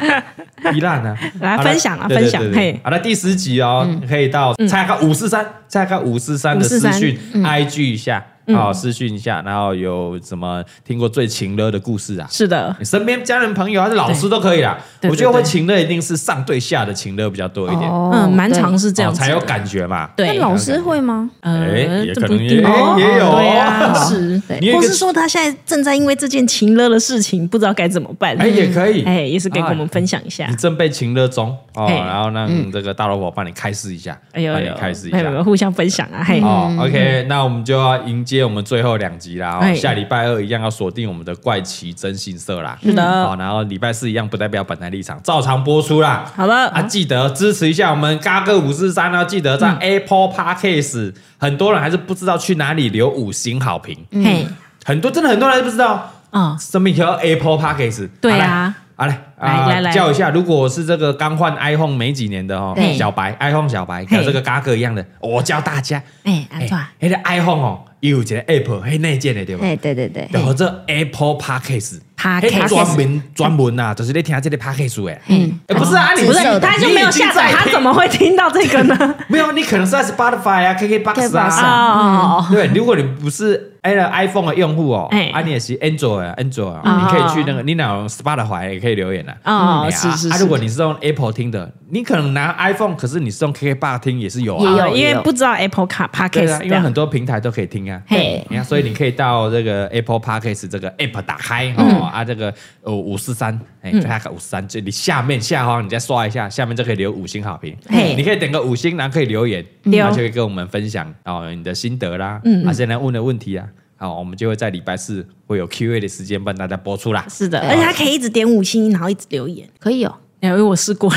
[SPEAKER 2] 比烂呢。
[SPEAKER 3] 来
[SPEAKER 2] 好了
[SPEAKER 3] 分享啊
[SPEAKER 2] 对
[SPEAKER 3] 分享
[SPEAKER 2] 对对对
[SPEAKER 3] 嘿嗯
[SPEAKER 2] 好了，第十集哦，可以到蔡康五四三，蔡康五四三的私讯
[SPEAKER 3] 嗯
[SPEAKER 2] IG 一下啊，私讯一下，然后有什么听过最情乐的故事啊？
[SPEAKER 3] 是的，
[SPEAKER 2] 你身边家人、朋友还是老师都可以啦。
[SPEAKER 3] 对对
[SPEAKER 2] 我觉得
[SPEAKER 3] 对
[SPEAKER 2] 会情乐一定是上对下的情乐比较多一点，
[SPEAKER 3] 嗯，蛮长
[SPEAKER 4] 时。
[SPEAKER 3] 是这
[SPEAKER 2] 哦
[SPEAKER 3] 样子
[SPEAKER 2] 才有感觉嘛。
[SPEAKER 4] 那
[SPEAKER 3] 对，
[SPEAKER 4] 老师会吗？
[SPEAKER 2] 哎
[SPEAKER 3] 呃，
[SPEAKER 2] 也
[SPEAKER 3] 这
[SPEAKER 2] 可
[SPEAKER 3] 不
[SPEAKER 2] 能
[SPEAKER 3] 一
[SPEAKER 2] 也
[SPEAKER 3] 定哦
[SPEAKER 2] 也有
[SPEAKER 3] 对啊，
[SPEAKER 2] 哦
[SPEAKER 3] 是
[SPEAKER 4] 对
[SPEAKER 2] 你有一
[SPEAKER 3] 或
[SPEAKER 2] 个
[SPEAKER 3] 是说他现在正在因为这件情勒的事情不知道该怎么办，
[SPEAKER 2] 哎，也可以，
[SPEAKER 3] 哎，也是可以
[SPEAKER 2] 啊
[SPEAKER 3] 跟我们分享一下
[SPEAKER 2] 你，正被情乐中哦，
[SPEAKER 3] 嘿嗯
[SPEAKER 2] 然后让这个大老婆帮你开示一下，
[SPEAKER 3] 哎呦
[SPEAKER 2] 帮
[SPEAKER 3] 哎
[SPEAKER 2] 你
[SPEAKER 3] 呦，
[SPEAKER 2] 开示一
[SPEAKER 3] 哎呦
[SPEAKER 2] 下。
[SPEAKER 3] 互相分享啊，嘿，
[SPEAKER 2] 哦，OK，那我们就要迎接我们最后两集啦，哦，
[SPEAKER 3] 哎
[SPEAKER 2] 下礼拜二一样要锁定我们的怪奇征信社啦，
[SPEAKER 3] 是的
[SPEAKER 2] 好，然后礼拜四一样不代表本台立场，照常播出啦。
[SPEAKER 3] 好的
[SPEAKER 2] 啊，记得支持一下我们嘎哥五四三呢，哦记得
[SPEAKER 3] 嗯
[SPEAKER 2] 在 Apple Podcast，很多人还是不知道去哪里留五星好评，
[SPEAKER 3] 嘿，
[SPEAKER 2] 很多真的很多人还是不知道，
[SPEAKER 3] 啊，
[SPEAKER 2] 生命条 Apple Podcast，
[SPEAKER 3] 对
[SPEAKER 2] 好来
[SPEAKER 3] 啊，
[SPEAKER 2] 好嘞，
[SPEAKER 3] 来
[SPEAKER 2] 啊
[SPEAKER 3] 来来
[SPEAKER 2] 叫一下，如果是这个刚换 iPhone 没几年的哦
[SPEAKER 3] 对，
[SPEAKER 2] 小白 iPhone 小白
[SPEAKER 3] 嘿
[SPEAKER 2] 跟这个嘎哥一样的，我教大家，
[SPEAKER 3] 哎，
[SPEAKER 2] 哎
[SPEAKER 3] 安怎？，
[SPEAKER 2] 那个 iPhone 哦，有一个 App，嘿内建的对吧？
[SPEAKER 4] 哎，对对对，
[SPEAKER 2] 然后这 Apple Podcast。
[SPEAKER 3] Podcast
[SPEAKER 2] 专门专门呐，就是在听这个 podcast 的
[SPEAKER 4] 嗯
[SPEAKER 2] 哎，不是啊，你
[SPEAKER 3] 哦不是
[SPEAKER 4] 色的
[SPEAKER 3] 他就没有下载，他怎
[SPEAKER 2] 么？
[SPEAKER 3] 么会听到这个呢？
[SPEAKER 2] 没有，你可能是在 Spotify 啊、KKBox 啊。
[SPEAKER 3] 哦，
[SPEAKER 2] 对，如果你不是哎那 iPhone 的用户哦
[SPEAKER 3] 哎，
[SPEAKER 2] 啊，你也是 Android 啊 Android，
[SPEAKER 3] 哦
[SPEAKER 2] 啊你可以去那个，你哪用 Spotify 也可以留言啊。
[SPEAKER 3] 哦
[SPEAKER 2] 哎呀
[SPEAKER 3] 是是
[SPEAKER 2] 啊，
[SPEAKER 3] 是
[SPEAKER 2] 如果你是用 Apple 听的，你可能拿 iPhone，可是你是用 KKBox 听也是有
[SPEAKER 4] 也
[SPEAKER 2] 啊。
[SPEAKER 4] 有
[SPEAKER 3] 因为不知道 Apple 卡 p o d c
[SPEAKER 2] 对
[SPEAKER 3] a
[SPEAKER 2] 啊，
[SPEAKER 3] s
[SPEAKER 2] 因为很多平台都可以听啊。
[SPEAKER 3] 嘿
[SPEAKER 2] 你看，所以你可以到这个 Apple Podcast 这个 App 打开哦，
[SPEAKER 3] 嗯
[SPEAKER 2] 啊，这个呃五四三，哎，大概五四三，这里下面下哦方你再刷一下，下面就可以留五星好评。
[SPEAKER 3] 嘿
[SPEAKER 2] 你可以点个五星，然后可以留言，
[SPEAKER 3] 嗯
[SPEAKER 2] 然后就可以跟我们分享哦你的心得啦，啊，现在问的问题啊，好，我们就会在礼拜四会有 Q&A 的时间帮大家播出啦。
[SPEAKER 3] 是的，
[SPEAKER 4] 对
[SPEAKER 3] 而且他可以一直点五星，然后一直留言。
[SPEAKER 4] 可以哦。
[SPEAKER 3] 哎因为我试过，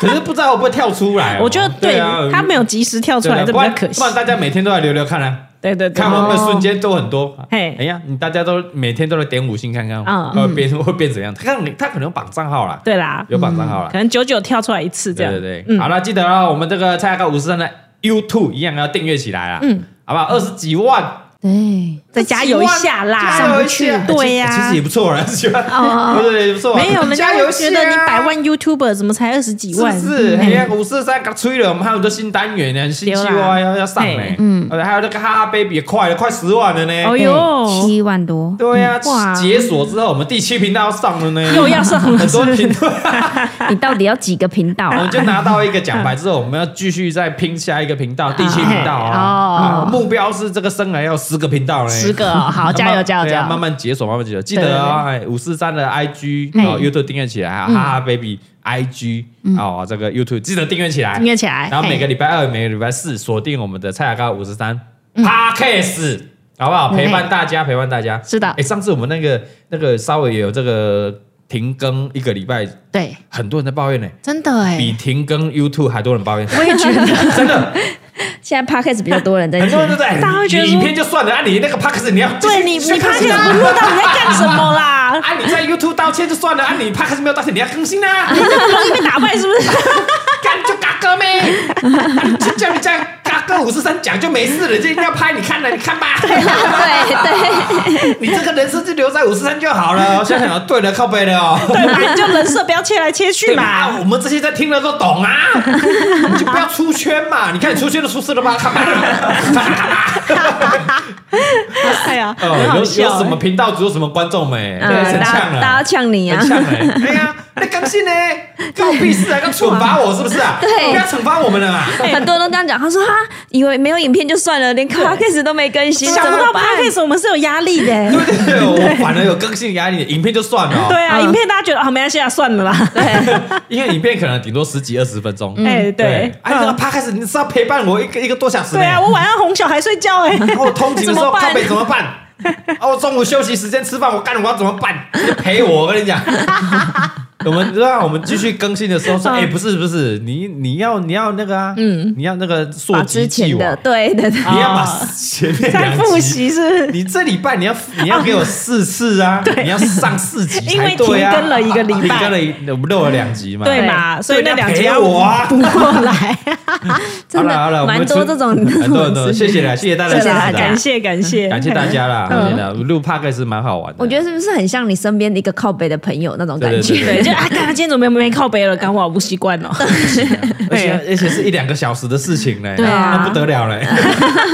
[SPEAKER 2] 可是不知道会不会跳出来哦？
[SPEAKER 3] 我觉得对
[SPEAKER 2] 啊，
[SPEAKER 3] 他没有及时跳出
[SPEAKER 2] 对啊
[SPEAKER 3] 来，这比
[SPEAKER 2] 不
[SPEAKER 3] 较
[SPEAKER 2] 然
[SPEAKER 3] 可惜
[SPEAKER 2] 不。然大家每天都来留留看啊。
[SPEAKER 3] 对对 对，
[SPEAKER 2] 看完的
[SPEAKER 4] 哦
[SPEAKER 2] 瞬间都很多。
[SPEAKER 3] 嘿
[SPEAKER 2] 哎呀，你大家都每天都来点五星看看，
[SPEAKER 3] 嗯
[SPEAKER 2] 会变 会变怎样？他可能他可能有绑账号啦，
[SPEAKER 3] 对嗯啦，
[SPEAKER 2] 有绑账号啦
[SPEAKER 3] 可。能久久跳出来一次这
[SPEAKER 2] 对
[SPEAKER 3] 样。
[SPEAKER 2] 对对，好了，记得啊，我们这个蔡康五十三的 YouTube 一样要订阅起来啦，嗯，好不好？二十几万，
[SPEAKER 4] 对，
[SPEAKER 3] 再加油一下啦，
[SPEAKER 2] 加油一下，哎
[SPEAKER 3] 对
[SPEAKER 2] 其实其
[SPEAKER 3] 呀哦
[SPEAKER 2] 实也，不错啦， 喜欢，对对，也不错啊，
[SPEAKER 3] 没有人家
[SPEAKER 2] 加油
[SPEAKER 3] 会
[SPEAKER 2] 一下啊
[SPEAKER 3] 觉得你百万 YouTuber 怎么才二十几
[SPEAKER 2] 是
[SPEAKER 3] 万？
[SPEAKER 2] 不是？哎
[SPEAKER 3] 嗯
[SPEAKER 2] 你看五四三刚吹了，我们还有很多新单元呢，很新计
[SPEAKER 3] 对啦
[SPEAKER 2] 划要要上呢
[SPEAKER 3] 嘿，
[SPEAKER 2] 嗯，而且还有那个哈哈 baby 也快了，快十万了呢，
[SPEAKER 3] 哎
[SPEAKER 4] 对
[SPEAKER 3] 呦，
[SPEAKER 4] 七万多，
[SPEAKER 2] 对呀、
[SPEAKER 3] 嗯哇
[SPEAKER 2] 解锁之后，我们第七频道要上了呢，
[SPEAKER 3] 又要上了
[SPEAKER 2] 很多
[SPEAKER 3] 是不是
[SPEAKER 2] 频道，
[SPEAKER 4] 你到底要几个频道
[SPEAKER 2] 我
[SPEAKER 4] 啊
[SPEAKER 2] 们？就拿到一个奖牌之后，我们要继续再拼下一个频道，第七频道啊，啊目标是这个生涯要 十个频道呢，
[SPEAKER 3] 哦十个哦好，
[SPEAKER 2] 慢慢。
[SPEAKER 3] 加油加油
[SPEAKER 2] 对啊
[SPEAKER 3] 加
[SPEAKER 2] 慢
[SPEAKER 3] 油！
[SPEAKER 2] 慢解锁，慢慢解锁。记得啊，哎，五四三的 IG
[SPEAKER 3] 嘿嗯
[SPEAKER 2] 哦，YouTube 订阅起来啊，哈哈 baby IG 哦，这个 YouTube 记得订阅起来
[SPEAKER 3] 订，阅起来，
[SPEAKER 2] 然后每个
[SPEAKER 3] 嘿
[SPEAKER 2] 礼拜二、每个礼拜四锁定我们的蔡雅高五十三 Podcast，好不好？
[SPEAKER 3] 嗯
[SPEAKER 2] 陪伴大家，陪伴大家。
[SPEAKER 3] 是的
[SPEAKER 2] 哎，上次我们那个那个稍微有这个停更一个礼拜，
[SPEAKER 3] 对，
[SPEAKER 2] 很多人在抱怨呢，
[SPEAKER 3] 真的
[SPEAKER 2] 比
[SPEAKER 3] 哎，
[SPEAKER 2] 停更 YouTube 还多人 抱怨。
[SPEAKER 3] 我也觉得
[SPEAKER 2] 真的，
[SPEAKER 4] 现在 podcast 比较多人在
[SPEAKER 2] 很
[SPEAKER 4] 听
[SPEAKER 2] 多，人都在。哎
[SPEAKER 3] 大家会觉得
[SPEAKER 2] 你
[SPEAKER 3] 说
[SPEAKER 2] 影片就算了，啊，你那个 Podcast 你要继续
[SPEAKER 3] 对你，你
[SPEAKER 2] 继续
[SPEAKER 3] 发
[SPEAKER 2] 更
[SPEAKER 3] 现
[SPEAKER 2] 新啊
[SPEAKER 3] 不录到底在干什么啦？
[SPEAKER 2] 啊，你在 YouTube 道歉就算了，啊，你 Podcast 没有道歉，你要更新啊，
[SPEAKER 3] 容易被打败是 不是？
[SPEAKER 2] 干就嘎哥咩， 啊你就叫你这样嘎哥五十三讲就没事了，就一定要拍，你看了你看吧。
[SPEAKER 3] 啊
[SPEAKER 4] 对
[SPEAKER 2] 你这个人生就留在五十三就好 了。我想想，对了，靠背了哦。
[SPEAKER 3] 对吧？你就人设不要切来切去
[SPEAKER 2] 对吧？
[SPEAKER 3] 嘛。
[SPEAKER 2] 我们这些在听的都懂啊，你就不要出圈嘛。你看你出圈都出事了吧？看 吧，
[SPEAKER 3] 哎呀，
[SPEAKER 2] 哦，
[SPEAKER 3] 很
[SPEAKER 2] 有
[SPEAKER 3] 好
[SPEAKER 2] 有
[SPEAKER 3] 笑。
[SPEAKER 2] 什么频道组有什么观众没？
[SPEAKER 4] 嗯
[SPEAKER 2] 对，很
[SPEAKER 4] 大
[SPEAKER 2] 呛
[SPEAKER 4] 家大家
[SPEAKER 2] 了，
[SPEAKER 4] 呛你啊
[SPEAKER 2] 很，呛哎。对呀，那刚性呢？关我屁事啊！要处罚我是不是啊？
[SPEAKER 4] 对
[SPEAKER 2] 不要惩罚我们了嘛！
[SPEAKER 4] 很多人都这样讲，他说哈，以为没有影片就算了，连 p o d c 都没更新，
[SPEAKER 3] 想不
[SPEAKER 4] 怎
[SPEAKER 3] 欸到
[SPEAKER 4] 么办
[SPEAKER 3] podcast 我们是有压力的、
[SPEAKER 2] 对对对，我反而有更新压力，影片就算了哦。
[SPEAKER 3] 对啊，
[SPEAKER 4] 嗯
[SPEAKER 3] 影片大家觉得啊，没关系啊，算了 啦。
[SPEAKER 2] 因为影片可能顶多十几二十分钟。
[SPEAKER 3] 哎，对，
[SPEAKER 2] 哎，这个
[SPEAKER 3] 嗯
[SPEAKER 2] p 开始你是要陪伴我一个一个多小时呢。
[SPEAKER 3] 对啊，我晚上哄小孩睡觉哎，
[SPEAKER 2] 然后我哦通勤的时
[SPEAKER 3] 怎
[SPEAKER 2] 候
[SPEAKER 3] 么办
[SPEAKER 2] 靠北怎么办？啊，我中午休息时间吃饭，我干我要怎么办？你就陪我，我跟你讲。我们让我们继续更新的时候说，哎、不是不是，你你要你要那个啊，嗯，你要那个溯
[SPEAKER 4] 把
[SPEAKER 2] 及
[SPEAKER 4] 之
[SPEAKER 2] 既
[SPEAKER 4] 前的
[SPEAKER 2] 往，
[SPEAKER 4] 对对对，
[SPEAKER 2] 你要把
[SPEAKER 3] 哦
[SPEAKER 2] 前面
[SPEAKER 3] 在
[SPEAKER 2] 两集
[SPEAKER 3] 复，习是不是？
[SPEAKER 2] 你这礼拜你要你要给我四次啊，你要上四集
[SPEAKER 3] 因为
[SPEAKER 2] 才对啊，
[SPEAKER 3] 停更了一个礼拜
[SPEAKER 2] 停更了一我们漏了两集嘛，
[SPEAKER 3] 对嘛？所以那两集
[SPEAKER 2] 陪
[SPEAKER 3] 要
[SPEAKER 2] 我啊
[SPEAKER 3] 补过 来。
[SPEAKER 4] 真
[SPEAKER 2] 好了好了
[SPEAKER 4] 的
[SPEAKER 2] 我们
[SPEAKER 4] 蛮多
[SPEAKER 2] 出
[SPEAKER 4] 这种
[SPEAKER 2] 很多 很多，谢谢啦，谢谢大家
[SPEAKER 4] 谢
[SPEAKER 2] 的支
[SPEAKER 4] 谢大
[SPEAKER 2] 持
[SPEAKER 4] 家
[SPEAKER 2] 啦，
[SPEAKER 3] 感谢感谢
[SPEAKER 2] 感谢大家啦，
[SPEAKER 3] 嗯
[SPEAKER 2] 感谢大家录 p o d 是蛮好玩的，
[SPEAKER 4] 我觉得是不是很像你身边的一个靠背的朋友那种感
[SPEAKER 2] 对对
[SPEAKER 4] 觉？
[SPEAKER 3] 对，就啊，干他今天怎么没没靠背了？刚好我不习惯 哦。
[SPEAKER 2] 而且
[SPEAKER 3] 对
[SPEAKER 2] 而且是一两个小时的事情呢，
[SPEAKER 4] 对啊
[SPEAKER 2] 那不得了 嘞。